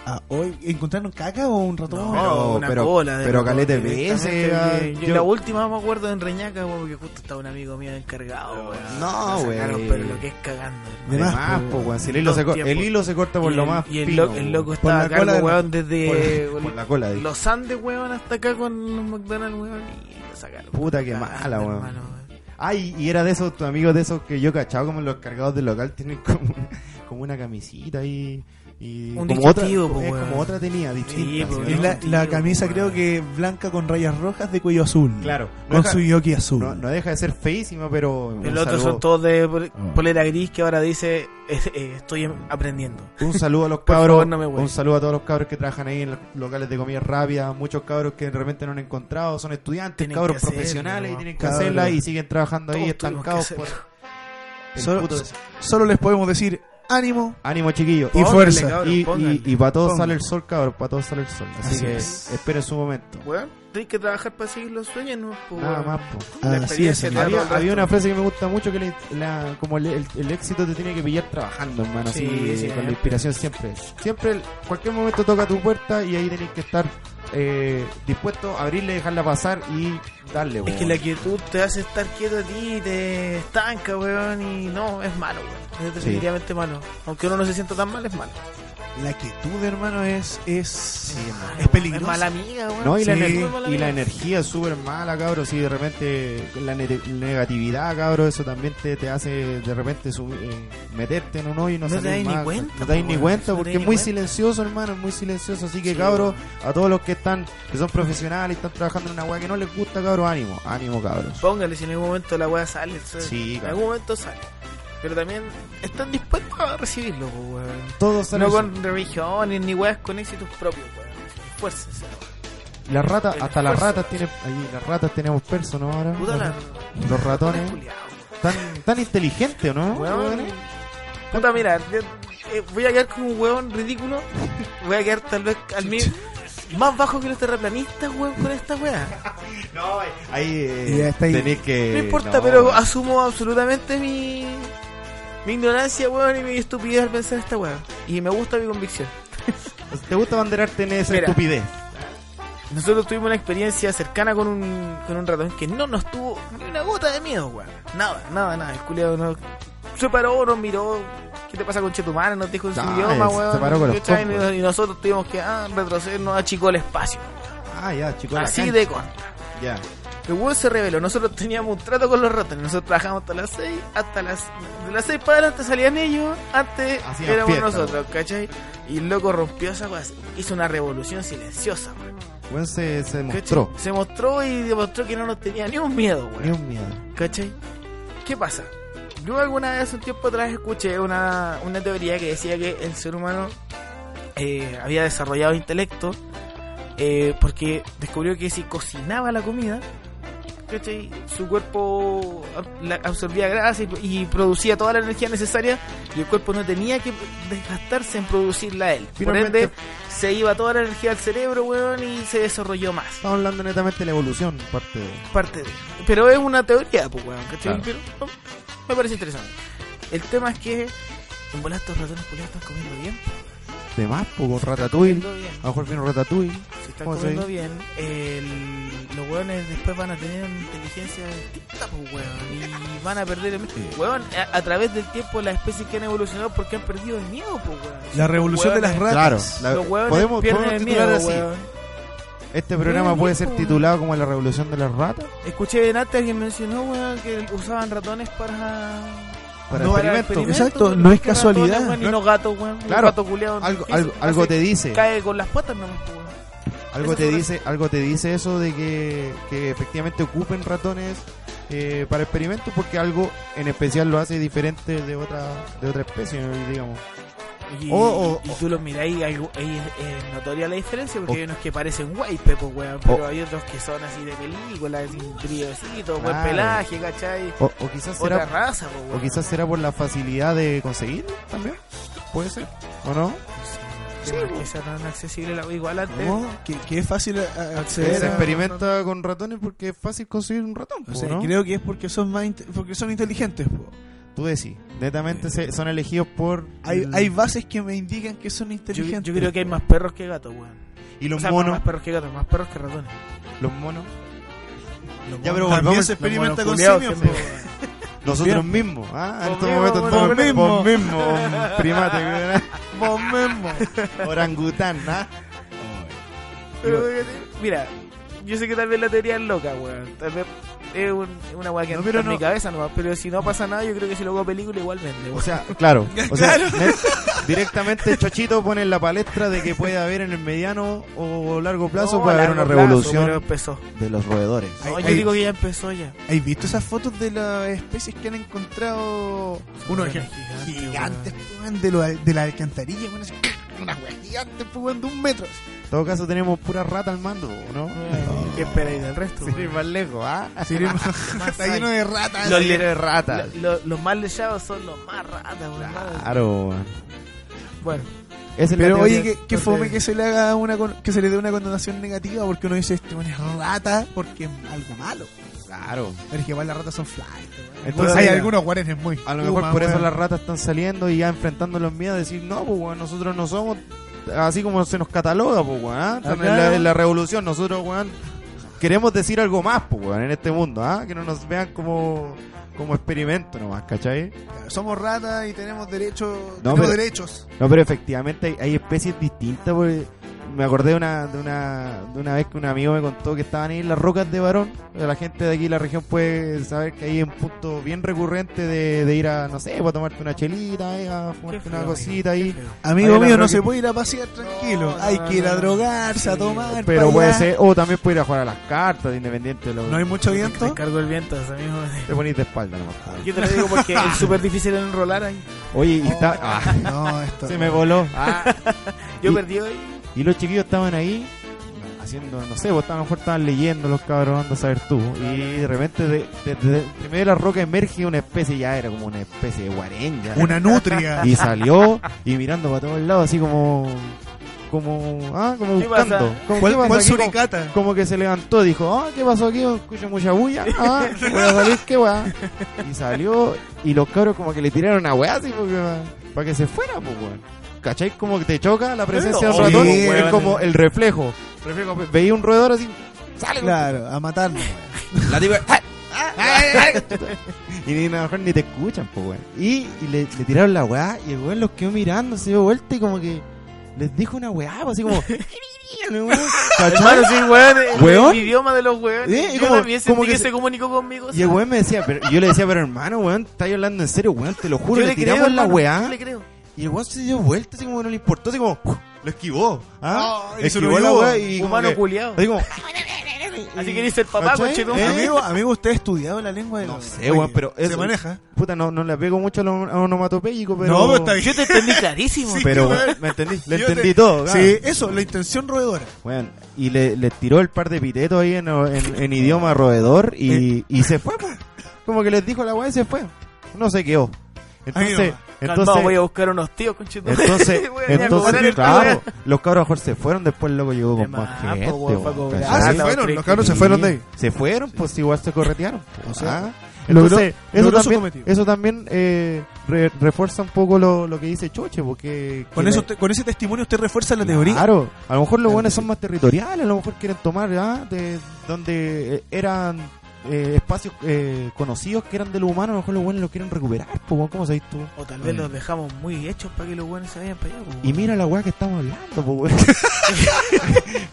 [SPEAKER 1] Ah, hoy, ¿Encontraron caca o un ratón?
[SPEAKER 2] pero- pero-
[SPEAKER 3] de
[SPEAKER 2] pero
[SPEAKER 3] ratón
[SPEAKER 2] caleta de
[SPEAKER 3] directamente,
[SPEAKER 2] veces,
[SPEAKER 3] porque
[SPEAKER 2] weón.
[SPEAKER 3] Yo,
[SPEAKER 2] Yo-
[SPEAKER 3] la última me acuerdo en Reñaca, weón, porque justo estaba un amigo mío encargado, weón.
[SPEAKER 2] No,
[SPEAKER 3] Me sacaron,
[SPEAKER 2] weón.
[SPEAKER 3] Pero lo que es cagando, hermano.
[SPEAKER 2] Además,
[SPEAKER 1] más,
[SPEAKER 2] pues, weón, si el, hilo
[SPEAKER 3] Todo
[SPEAKER 2] se
[SPEAKER 3] el
[SPEAKER 2] co-
[SPEAKER 3] tiempo.
[SPEAKER 2] el hilo se corta por
[SPEAKER 3] y
[SPEAKER 2] lo
[SPEAKER 3] el,
[SPEAKER 2] más
[SPEAKER 3] y el
[SPEAKER 2] fino,
[SPEAKER 3] lo- el
[SPEAKER 2] weón.
[SPEAKER 3] loco
[SPEAKER 1] Por
[SPEAKER 3] estaba
[SPEAKER 1] la
[SPEAKER 3] a cargo,
[SPEAKER 1] cola de-
[SPEAKER 3] weón, desde
[SPEAKER 2] por,
[SPEAKER 3] weón,
[SPEAKER 2] por la cola. digo.
[SPEAKER 3] los Andes, weón, hasta acá con los McDonald's, weón, y lo sacaron.
[SPEAKER 2] Puta, qué
[SPEAKER 3] Cagando,
[SPEAKER 2] mala, weón.
[SPEAKER 3] hermano,
[SPEAKER 2] Ah, y, y era de esos, tu amigo de esos que yo cachaba como los cargados del local tienen como, como una camisita y... y
[SPEAKER 3] Un
[SPEAKER 2] como otra,
[SPEAKER 3] distintivo, po,
[SPEAKER 2] eh,
[SPEAKER 3] weón. pues,
[SPEAKER 2] como otra tenía, distinta.
[SPEAKER 3] po,
[SPEAKER 2] ¿sí?
[SPEAKER 1] Es la, la
[SPEAKER 3] Tío,
[SPEAKER 1] camisa,
[SPEAKER 3] weón.
[SPEAKER 1] creo que blanca con rayas rojas de cuello azul.
[SPEAKER 2] Claro.
[SPEAKER 1] Con
[SPEAKER 2] No
[SPEAKER 1] su yoki azul.
[SPEAKER 2] No, no deja de ser feísimo, pero. un
[SPEAKER 3] El otro
[SPEAKER 2] saludo- Ah.
[SPEAKER 3] son todos de pol- polera gris que ahora dice, es- eh, estoy em- aprendiendo.
[SPEAKER 2] Un saludo a los
[SPEAKER 3] Por
[SPEAKER 2] cabros.
[SPEAKER 3] favor, no me hueles.
[SPEAKER 2] un saludo a todos los cabros que trabajan ahí en los locales de comida rápida. Muchos cabros que realmente no han encontrado. Son estudiantes,
[SPEAKER 3] Tienen que
[SPEAKER 2] cabros
[SPEAKER 3] hacerlo,
[SPEAKER 2] profesionales
[SPEAKER 3] ¿no?
[SPEAKER 2] y tienen que
[SPEAKER 1] Cabros.
[SPEAKER 2] hacerla y siguen trabajando ahí
[SPEAKER 3] Todos tuvimos que
[SPEAKER 2] estancados. Por
[SPEAKER 3] hacerlo. <laughs>
[SPEAKER 2] el
[SPEAKER 1] Solo-
[SPEAKER 2] puto des-
[SPEAKER 1] Solo les podemos decir ánimo.
[SPEAKER 2] Ánimo, chiquillos.
[SPEAKER 1] Y
[SPEAKER 2] Y,
[SPEAKER 3] Pónganle,
[SPEAKER 1] fuerza,
[SPEAKER 3] cabrón,
[SPEAKER 2] y,
[SPEAKER 3] pónganle.
[SPEAKER 2] y para todos
[SPEAKER 1] Pongan.
[SPEAKER 2] sale el sol, cabros. Para todos sale el sol. Así,
[SPEAKER 1] Así
[SPEAKER 2] que
[SPEAKER 1] es.
[SPEAKER 2] esperen su momento.
[SPEAKER 3] Weón, tenés que trabajar para seguir los sueños, ¿no? Pues,
[SPEAKER 2] Nada
[SPEAKER 3] weón.
[SPEAKER 2] más, po.
[SPEAKER 3] La
[SPEAKER 1] Así es,
[SPEAKER 3] experiencia te
[SPEAKER 1] señor.
[SPEAKER 3] da todo
[SPEAKER 2] Había,
[SPEAKER 3] el resto.
[SPEAKER 2] había una frase que me gusta mucho que le- la- como el, el- el éxito te tiene que pillar trabajando, hermano.
[SPEAKER 3] Sí,
[SPEAKER 2] así,
[SPEAKER 3] siempre.
[SPEAKER 2] con la inspiración siempre. Siempre, el- cualquier momento toca tu puerta y ahí tenés que estar eh, dispuesto a abrirle, dejarla pasar y darle.
[SPEAKER 3] Es
[SPEAKER 2] po,
[SPEAKER 3] que la quietud te hace estar quieto a ti, y te estanca, weón, y no, es malo, weón. Es definitivamente malo. Aunque uno no se sienta tan mal, es malo.
[SPEAKER 2] weón.
[SPEAKER 1] la quietud, hermano, es es,
[SPEAKER 2] hermano.
[SPEAKER 1] es
[SPEAKER 3] Es
[SPEAKER 1] peligrosa.
[SPEAKER 3] mala amiga, weón.
[SPEAKER 2] No, y, la,
[SPEAKER 1] Sí.
[SPEAKER 2] ener- y la energía es súper mala, cabros. Si de repente la ne- negatividad, cabros, eso también te, te hace de repente sub- eh, meterte en un hoyo y no,
[SPEAKER 3] No te
[SPEAKER 2] salir
[SPEAKER 3] dais ni
[SPEAKER 2] más.
[SPEAKER 3] cuenta,
[SPEAKER 2] No te dais
[SPEAKER 3] po,
[SPEAKER 2] ni
[SPEAKER 3] weón.
[SPEAKER 2] cuenta
[SPEAKER 3] No te
[SPEAKER 2] porque
[SPEAKER 3] dais
[SPEAKER 2] es
[SPEAKER 3] ni
[SPEAKER 2] muy
[SPEAKER 3] cuenta.
[SPEAKER 2] silencioso, hermano, es muy silencioso. Así que, cabros, a todos los que están, que son profesionales y están trabajando en una weá que no les gusta, cabros, ánimo, ánimo, cabros.
[SPEAKER 3] Póngale si en algún momento la weá sale. ¿sabes?
[SPEAKER 2] Sí,
[SPEAKER 3] en
[SPEAKER 2] claro.
[SPEAKER 3] algún momento sale. Pero también están dispuestos a recibirlo, po, weón.
[SPEAKER 2] Todos
[SPEAKER 3] No
[SPEAKER 2] salen
[SPEAKER 3] con religiones ni weas con éxitos propios, weón. Esfuércense.
[SPEAKER 2] Las ratas,
[SPEAKER 3] el
[SPEAKER 2] hasta las
[SPEAKER 3] esfuerzo.
[SPEAKER 2] ratas tienen, ahí, las ratas tenemos perso, ¿no? Ahora,
[SPEAKER 3] Puta la.
[SPEAKER 2] los ratones,
[SPEAKER 3] culiao,
[SPEAKER 2] tan, tan inteligente, ¿o ¿no?
[SPEAKER 3] Weón. Puta, mira, yo, eh, voy a quedar como un weón ridículo. Voy a quedar tal vez al mismo. Más bajo que los terraplanistas, weón, con esta wea.
[SPEAKER 2] No, ahí eh,
[SPEAKER 4] Ya está ahí.
[SPEAKER 2] tenés que.
[SPEAKER 3] No importa, pero asumo absolutamente mi. Mi ignorancia, weón, y mi estupidez al pensar esta wea. Y me gusta mi convicción.
[SPEAKER 2] ¿Te gusta banderarte en esa
[SPEAKER 3] Mira.
[SPEAKER 2] estupidez?
[SPEAKER 3] Nosotros tuvimos una experiencia cercana con un, con un ratón que no nos tuvo ni una gota de miedo, weón. Nada, nada, nada. El culiado nos se paró, nos miró. ¿Qué te pasa con Chetumana? Nos dijo en su
[SPEAKER 2] Ah,
[SPEAKER 3] idioma,
[SPEAKER 2] se
[SPEAKER 3] weón.
[SPEAKER 2] paró con los
[SPEAKER 3] ¿Cachai?
[SPEAKER 2] combos.
[SPEAKER 3] y, nosotros tuvimos que ah, retroceder, nos achicó el espacio.
[SPEAKER 2] Ah, ya, chicos. la
[SPEAKER 3] Así
[SPEAKER 2] cancha.
[SPEAKER 3] de corto.
[SPEAKER 2] Ya.
[SPEAKER 3] El weón se reveló. Nosotros teníamos un trato con los ratones. Nosotros trabajamos hasta las 6, hasta las. De las 6 para adelante salían ellos, antes
[SPEAKER 2] Hacían
[SPEAKER 3] éramos
[SPEAKER 2] fiesta,
[SPEAKER 3] nosotros, ¿cachai? Y el loco rompió esa weá. Hizo una revolución silenciosa, weón.
[SPEAKER 2] Weón se, se
[SPEAKER 3] ¿Cachai?
[SPEAKER 2] mostró.
[SPEAKER 3] Se mostró y demostró que no nos tenía ni un miedo,
[SPEAKER 2] Ni
[SPEAKER 3] weón.
[SPEAKER 2] un miedo.
[SPEAKER 3] ¿Cachai? ¿Qué pasa? Yo alguna vez, hace un tiempo atrás, escuché una, una teoría que decía que el ser humano eh, había desarrollado intelecto eh, porque descubrió que si cocinaba la comida, ¿cachai? Su cuerpo ab- la- absorbía grasa y, y producía toda la energía necesaria y el cuerpo no tenía que desgastarse en producirla a él.
[SPEAKER 2] Finalmente-
[SPEAKER 3] Por ende, se iba toda la energía al cerebro, weón, y se desarrolló más
[SPEAKER 2] Estamos hablando netamente de la evolución, parte de.
[SPEAKER 3] parte de. Pero es una teoría, pues, weón, ¿cachai?
[SPEAKER 2] Claro.
[SPEAKER 3] Pero, no, me parece interesante. El tema es que en bolas estos ratones culiados están comiendo bien.
[SPEAKER 2] De más, pues, con Ratatouille.
[SPEAKER 3] Comiendo bien.
[SPEAKER 2] A lo mejor viene un Ratatouille.
[SPEAKER 3] Si están
[SPEAKER 2] Ah, ¿Cómo se
[SPEAKER 3] comiendo
[SPEAKER 2] dice?
[SPEAKER 3] bien, el- los weones después van a tener inteligencia distinta, pues, weón. Y van a perder el miedo. Weón, a, a través del tiempo las especies que han evolucionado porque han perdido el miedo, pues, weón.
[SPEAKER 1] La revolución de las
[SPEAKER 3] Weones-
[SPEAKER 1] ratas.
[SPEAKER 2] Claro. la-
[SPEAKER 3] los weones
[SPEAKER 2] podemos
[SPEAKER 3] pierden
[SPEAKER 2] podemos
[SPEAKER 3] el
[SPEAKER 2] titular
[SPEAKER 3] miedo,
[SPEAKER 2] así.
[SPEAKER 3] weón.
[SPEAKER 2] Este programa puede ser
[SPEAKER 3] miedo.
[SPEAKER 2] titulado como La Revolución de las Ratas.
[SPEAKER 3] Escuché en antes alguien mencionó, weón, que usaban ratones para
[SPEAKER 2] Para
[SPEAKER 1] No,
[SPEAKER 2] experimentos.
[SPEAKER 1] experimento.
[SPEAKER 4] Exacto,
[SPEAKER 3] güey,
[SPEAKER 4] no es
[SPEAKER 3] porque ratones,
[SPEAKER 4] casualidad.
[SPEAKER 3] güey, ni
[SPEAKER 2] No-
[SPEAKER 3] los gatos, güey, un
[SPEAKER 2] Claro,
[SPEAKER 3] gato culiao,
[SPEAKER 2] Algo,
[SPEAKER 3] ¿qué
[SPEAKER 2] algo,
[SPEAKER 3] hace?
[SPEAKER 2] algo te
[SPEAKER 3] Hace-
[SPEAKER 2] dice.
[SPEAKER 3] Cae con las patas nomás, pues, güey.
[SPEAKER 2] Algo
[SPEAKER 3] Eso
[SPEAKER 2] te
[SPEAKER 3] es
[SPEAKER 2] dice, algo te dice eso de que, que efectivamente ocupen ratones eh, para experimentos porque algo en especial lo hace diferente de otra de otra especie, ¿no? digamos.
[SPEAKER 3] Y,
[SPEAKER 2] O- o-
[SPEAKER 3] y tú los miráis, y algo- ahí es, es notoria la diferencia, porque
[SPEAKER 2] O-
[SPEAKER 3] hay unos que parecen guaype, pues, güey, pero
[SPEAKER 2] O-
[SPEAKER 3] hay otros que son así de película, así, brillositos, buen
[SPEAKER 2] Claro.
[SPEAKER 3] pelaje, ¿cachai?
[SPEAKER 2] O, o quizás
[SPEAKER 3] Otra
[SPEAKER 2] será
[SPEAKER 3] raza, pues, güey.
[SPEAKER 2] o quizás será por la facilidad de conseguir también. Puede ser. ¿O no?
[SPEAKER 3] Que no- que sea tan accesible, la- igual antes.
[SPEAKER 1] No, que, que es fácil a- a-
[SPEAKER 2] Que
[SPEAKER 1] acceder
[SPEAKER 2] se
[SPEAKER 1] a-
[SPEAKER 2] experimenta con ratones porque es fácil conseguir un ratón,
[SPEAKER 1] O sea,
[SPEAKER 2] ¿no?
[SPEAKER 1] creo que es porque son más inte- porque son inteligentes. po.
[SPEAKER 2] Tú decís, netamente se- son elegidos por
[SPEAKER 1] Hay,
[SPEAKER 2] el-
[SPEAKER 1] hay bases que me indican que son
[SPEAKER 3] Yo,
[SPEAKER 1] inteligentes.
[SPEAKER 3] yo creo que hay más perros que gatos, güey.
[SPEAKER 2] y
[SPEAKER 3] O
[SPEAKER 2] los
[SPEAKER 3] sea,
[SPEAKER 2] monos,
[SPEAKER 3] más perros que gatos, más perros que ratones.
[SPEAKER 2] los monos,
[SPEAKER 3] Los
[SPEAKER 1] Ya, pero
[SPEAKER 3] monos-
[SPEAKER 1] volvamos-
[SPEAKER 3] los
[SPEAKER 1] se experimenta
[SPEAKER 3] monos
[SPEAKER 1] con
[SPEAKER 3] culiaos
[SPEAKER 1] simios,
[SPEAKER 3] que
[SPEAKER 1] po.
[SPEAKER 3] me-
[SPEAKER 2] nosotros mismos, ah, en
[SPEAKER 3] Vos
[SPEAKER 2] estos
[SPEAKER 3] mismo,
[SPEAKER 2] momentos
[SPEAKER 3] vos
[SPEAKER 2] estamos
[SPEAKER 3] mismo.
[SPEAKER 2] vos mismo, un primate, ¿verdad?
[SPEAKER 1] Vos mismo.
[SPEAKER 2] Orangután, ¿ah?
[SPEAKER 3] Pero, mira, yo sé que tal vez la teoría es loca, weón. Tal vez es un- una weá que
[SPEAKER 2] No,
[SPEAKER 3] no,
[SPEAKER 2] pero
[SPEAKER 3] en
[SPEAKER 2] no-
[SPEAKER 3] mi cabeza nomás. Pero si no pasa nada, yo creo que si lo hago película igual vende,
[SPEAKER 2] O
[SPEAKER 3] weón.
[SPEAKER 2] sea, claro. O sea, net- directamente Chochito pone en la palestra de que puede haber en el mediano o largo plazo
[SPEAKER 3] No,
[SPEAKER 2] puede haber
[SPEAKER 3] largo
[SPEAKER 2] una
[SPEAKER 3] plazo,
[SPEAKER 2] revolución
[SPEAKER 3] pero empezó.
[SPEAKER 2] de los roedores.
[SPEAKER 3] No,
[SPEAKER 1] Ay,
[SPEAKER 3] yo
[SPEAKER 1] ay.
[SPEAKER 3] digo que ya empezó ya.
[SPEAKER 1] ¿Has visto esas fotos de las especies que han encontrado? Unos
[SPEAKER 3] Son
[SPEAKER 1] ejemplos
[SPEAKER 3] gigantes,
[SPEAKER 1] gigantes, weón, de, lo, de la alcantarilla, weón, así, <laughs> unas weas gigantes, pues, weón, de un metro.
[SPEAKER 2] En todo caso tenemos pura rata al mando, ¿no?
[SPEAKER 3] ¿Qué esperáis del resto?
[SPEAKER 2] Sí, <laughs>
[SPEAKER 3] weón?
[SPEAKER 2] más lejos, ¿ah?
[SPEAKER 1] Así, hermano,
[SPEAKER 3] Más
[SPEAKER 1] está lleno
[SPEAKER 3] hay.
[SPEAKER 1] de ratas.
[SPEAKER 3] Los
[SPEAKER 2] Está lleno
[SPEAKER 3] le-
[SPEAKER 2] de
[SPEAKER 3] <laughs>
[SPEAKER 2] ratas.
[SPEAKER 3] lo- lo- los más lechados son los más ratas, weón.
[SPEAKER 2] Claro.
[SPEAKER 3] Bueno,
[SPEAKER 2] Esa es la
[SPEAKER 1] Pero
[SPEAKER 2] teoría.
[SPEAKER 1] oye, que, que
[SPEAKER 2] Entonces,
[SPEAKER 1] fome que se le haga una con- que se le dé una condenación negativa porque uno dice este weón es rata porque es algo malo.
[SPEAKER 2] Claro.
[SPEAKER 1] Pero es que igual las ratas son flight. weón.
[SPEAKER 2] Entonces,
[SPEAKER 1] hay
[SPEAKER 2] mira,
[SPEAKER 1] algunos guarenes muy.
[SPEAKER 2] A lo mejor
[SPEAKER 1] Puma,
[SPEAKER 2] por eso
[SPEAKER 1] weón.
[SPEAKER 2] las ratas están saliendo y ya enfrentando los miedos, decir, no, pues, weón, nosotros no somos así como se nos cataloga, pues, weón. ¿ah? Estamos en, la, en la revolución, nosotros, weón, queremos decir algo más, pues, weón, en este mundo, ¿ah? Que no nos vean como, como experimento nomás, ¿cachai?
[SPEAKER 1] Somos ratas y tenemos, derecho,
[SPEAKER 2] No,
[SPEAKER 1] tenemos
[SPEAKER 2] pero-
[SPEAKER 1] derechos.
[SPEAKER 2] No, pero efectivamente hay, hay especies distintas. porque me acordé de una, de, una, de una vez que un amigo me contó que estaban ahí en las rocas de Barón. La gente de aquí, la región, puede saber que hay un punto bien recurrente de, de ir a, no sé, para tomarte una chelita, ahí, a fumarte una cosita
[SPEAKER 3] eh,
[SPEAKER 2] ahí.
[SPEAKER 1] Amigo
[SPEAKER 2] Ahí la
[SPEAKER 1] mío, no
[SPEAKER 2] roca-
[SPEAKER 1] se puede ir a pasear tranquilo.
[SPEAKER 3] no,
[SPEAKER 1] hay
[SPEAKER 3] no,
[SPEAKER 1] que ir a
[SPEAKER 3] no.
[SPEAKER 1] drogarse, a tomar.
[SPEAKER 2] Pero
[SPEAKER 1] para
[SPEAKER 2] puede
[SPEAKER 1] allá.
[SPEAKER 2] ser, o también puede ir a jugar a las cartas, independiente de lo
[SPEAKER 1] No hay mucho
[SPEAKER 3] Te
[SPEAKER 1] viento.
[SPEAKER 3] cargo el viento, ese mismo. <laughs>
[SPEAKER 2] Te ponís de espalda nomás.
[SPEAKER 3] Yo te lo digo porque es súper difícil enrolar ahí.
[SPEAKER 2] Oye, y
[SPEAKER 1] <laughs> Oh.
[SPEAKER 2] está- ah, <laughs>
[SPEAKER 1] No, esto.
[SPEAKER 2] se me voló.
[SPEAKER 1] Ah,
[SPEAKER 3] Yo
[SPEAKER 2] Y-
[SPEAKER 3] perdí hoy.
[SPEAKER 2] Y los chiquillos estaban ahí haciendo, no sé, pues a lo mejor estaban leyendo los cabros, anda a saber tú. Y de repente, de- de- de- de medio de la roca emerge una especie, ya era como una especie de guarenga.
[SPEAKER 1] Una <laughs> nutria.
[SPEAKER 2] Y salió y mirando para todos lados, así como. Como. Ah, como
[SPEAKER 3] ¿Qué pasa?
[SPEAKER 2] buscando. Como,
[SPEAKER 1] ¿Cuál,
[SPEAKER 2] ¿qué pasa
[SPEAKER 1] cuál
[SPEAKER 2] aquí? Como-
[SPEAKER 1] suricata?
[SPEAKER 2] Como que se levantó, dijo, ah, ¿qué pasó aquí? Escucho mucha bulla,
[SPEAKER 1] <laughs>
[SPEAKER 2] ah, voy a salir, qué weá. Y salió, y los cabros como que le tiraron una weá así, porque, para que se fuera, pues weón. ¿Cachai? Como que te choca la presencia de un
[SPEAKER 1] Sí,
[SPEAKER 2] ratón,
[SPEAKER 1] weón.
[SPEAKER 2] es como el reflejo. reflejo. ve- Veía un roedor así, sale,
[SPEAKER 1] Claro, a <laughs> matarnos.
[SPEAKER 5] La tipa, ¡ah!
[SPEAKER 2] Y ni, a lo mejor ni te escuchan, pues, weón. Y, y le, le tiraron la weá, y el weón los quedó mirando, se dio vuelta y como que les dijo una weá, pues, así como. <laughs>
[SPEAKER 1] <laughs>
[SPEAKER 3] Hermano, sí, weón. el-
[SPEAKER 2] ¿Weón?
[SPEAKER 3] El idioma de los weones.
[SPEAKER 2] ¿Eh?
[SPEAKER 3] Yo
[SPEAKER 2] ¿Cómo-
[SPEAKER 3] también
[SPEAKER 2] cómo
[SPEAKER 3] sentí
[SPEAKER 2] que
[SPEAKER 3] que
[SPEAKER 2] se-
[SPEAKER 3] se comunicó conmigo.
[SPEAKER 2] Y el weón me decía, pero yo le decía, pero hermano, weón, estás hablando en serio, weón, te lo juro,
[SPEAKER 3] Yo
[SPEAKER 2] le, tiramos la
[SPEAKER 3] hermano,
[SPEAKER 2] weá.
[SPEAKER 3] Yo le creo.
[SPEAKER 2] Y el weón se dio vuelta, así como que no le importó, así como, ¡puf! lo esquivó. ¿Ah?
[SPEAKER 1] Ah, hizo lo
[SPEAKER 2] esquivó la
[SPEAKER 1] mismo.
[SPEAKER 2] weá y. como
[SPEAKER 3] Humano
[SPEAKER 2] que-
[SPEAKER 3] culiado.
[SPEAKER 2] Así como,
[SPEAKER 3] Así que dice el papá,
[SPEAKER 2] ¿Cachai?
[SPEAKER 3] conchetum.
[SPEAKER 2] ¿Eh?
[SPEAKER 1] Amigo, amigo, usted ha estudiado la lengua de <laughs>
[SPEAKER 2] No
[SPEAKER 1] los-
[SPEAKER 2] sé, weón, pero
[SPEAKER 1] Se
[SPEAKER 2] eso-
[SPEAKER 1] maneja.
[SPEAKER 2] puta, no, no le pego mucho a lo a onomatopéyico, pero.
[SPEAKER 1] No, pero está bien.
[SPEAKER 3] Yo te entendí clarísimo.
[SPEAKER 1] Sí.
[SPEAKER 2] Pero,
[SPEAKER 1] weón.
[SPEAKER 2] weón, me
[SPEAKER 1] <laughs>
[SPEAKER 2] entendí, le
[SPEAKER 1] Yo
[SPEAKER 2] entendí
[SPEAKER 1] te-
[SPEAKER 2] todo, claro.
[SPEAKER 1] Sí, eso, la intención roedora.
[SPEAKER 2] Weón, y le, le tiró el par de pitetos ahí en, en- en idioma roedor y, y se fue, pues. Como que les dijo la weá y se fue. No se quedó. Entonces,
[SPEAKER 1] nomás.
[SPEAKER 2] entonces.
[SPEAKER 3] Calmado, voy a buscar unos tíos, conchetum. <laughs>
[SPEAKER 2] Entonces,
[SPEAKER 3] Voy a ir a cobrar
[SPEAKER 2] entonces
[SPEAKER 3] el
[SPEAKER 2] claro,
[SPEAKER 3] tío.
[SPEAKER 2] los cabros mejor se fueron, después el loco llegó
[SPEAKER 3] De
[SPEAKER 2] con más
[SPEAKER 3] más,
[SPEAKER 2] gente.
[SPEAKER 3] po, weón, pa'
[SPEAKER 2] weón,
[SPEAKER 3] cobrar.
[SPEAKER 2] ¿cachai?
[SPEAKER 1] Ah, se
[SPEAKER 3] la
[SPEAKER 1] fueron,
[SPEAKER 3] otra
[SPEAKER 1] los cabros se fueron de ahí.
[SPEAKER 2] Se fueron, pues igual se corretearon. po.
[SPEAKER 1] O sea,
[SPEAKER 2] Ah, entonces,
[SPEAKER 1] logró su
[SPEAKER 2] eso, también,
[SPEAKER 1] cometido.
[SPEAKER 2] eso también eh, re- refuerza un poco lo, lo que dice Choche, porque...
[SPEAKER 1] Con,
[SPEAKER 2] que
[SPEAKER 1] eso,
[SPEAKER 2] la-
[SPEAKER 1] te- con ese testimonio usted refuerza la teoría.
[SPEAKER 2] Claro, a lo mejor los buenos son más territoriales, a lo mejor quieren tomar ah, de donde eh, eran eh, espacios eh, conocidos que eran de los humanos, a lo mejor los buenos lo quieren recuperar, po, weón, ¿cómo sabés tú?
[SPEAKER 3] O tal vez los dejamos muy hechos para que los buenos se vayan para allá. po,
[SPEAKER 2] Y
[SPEAKER 3] weón.
[SPEAKER 2] mira la weá que estamos hablando, po, <laughs> weón.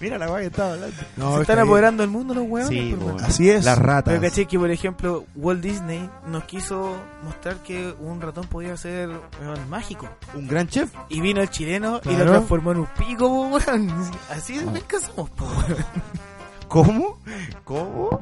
[SPEAKER 2] Mira la weá que estamos
[SPEAKER 1] No,
[SPEAKER 2] hablando.
[SPEAKER 3] se
[SPEAKER 1] está
[SPEAKER 3] están
[SPEAKER 1] bien.
[SPEAKER 3] apoderando del mundo los hueones.
[SPEAKER 2] Sí,
[SPEAKER 3] po,
[SPEAKER 2] po,
[SPEAKER 3] hermano.
[SPEAKER 2] weón.
[SPEAKER 1] Así es.
[SPEAKER 2] Las ratas.
[SPEAKER 3] Pero caché que, por ejemplo, Walt Disney nos quiso mostrar que un ratón podía ser weón, mágico.
[SPEAKER 2] Un gran chef.
[SPEAKER 3] Y vino el chileno y
[SPEAKER 2] Claro.
[SPEAKER 3] lo transformó en un pico, po, weón. <laughs> Así de pesca somos, po, weón.
[SPEAKER 2] ¿Cómo? ¿Cómo?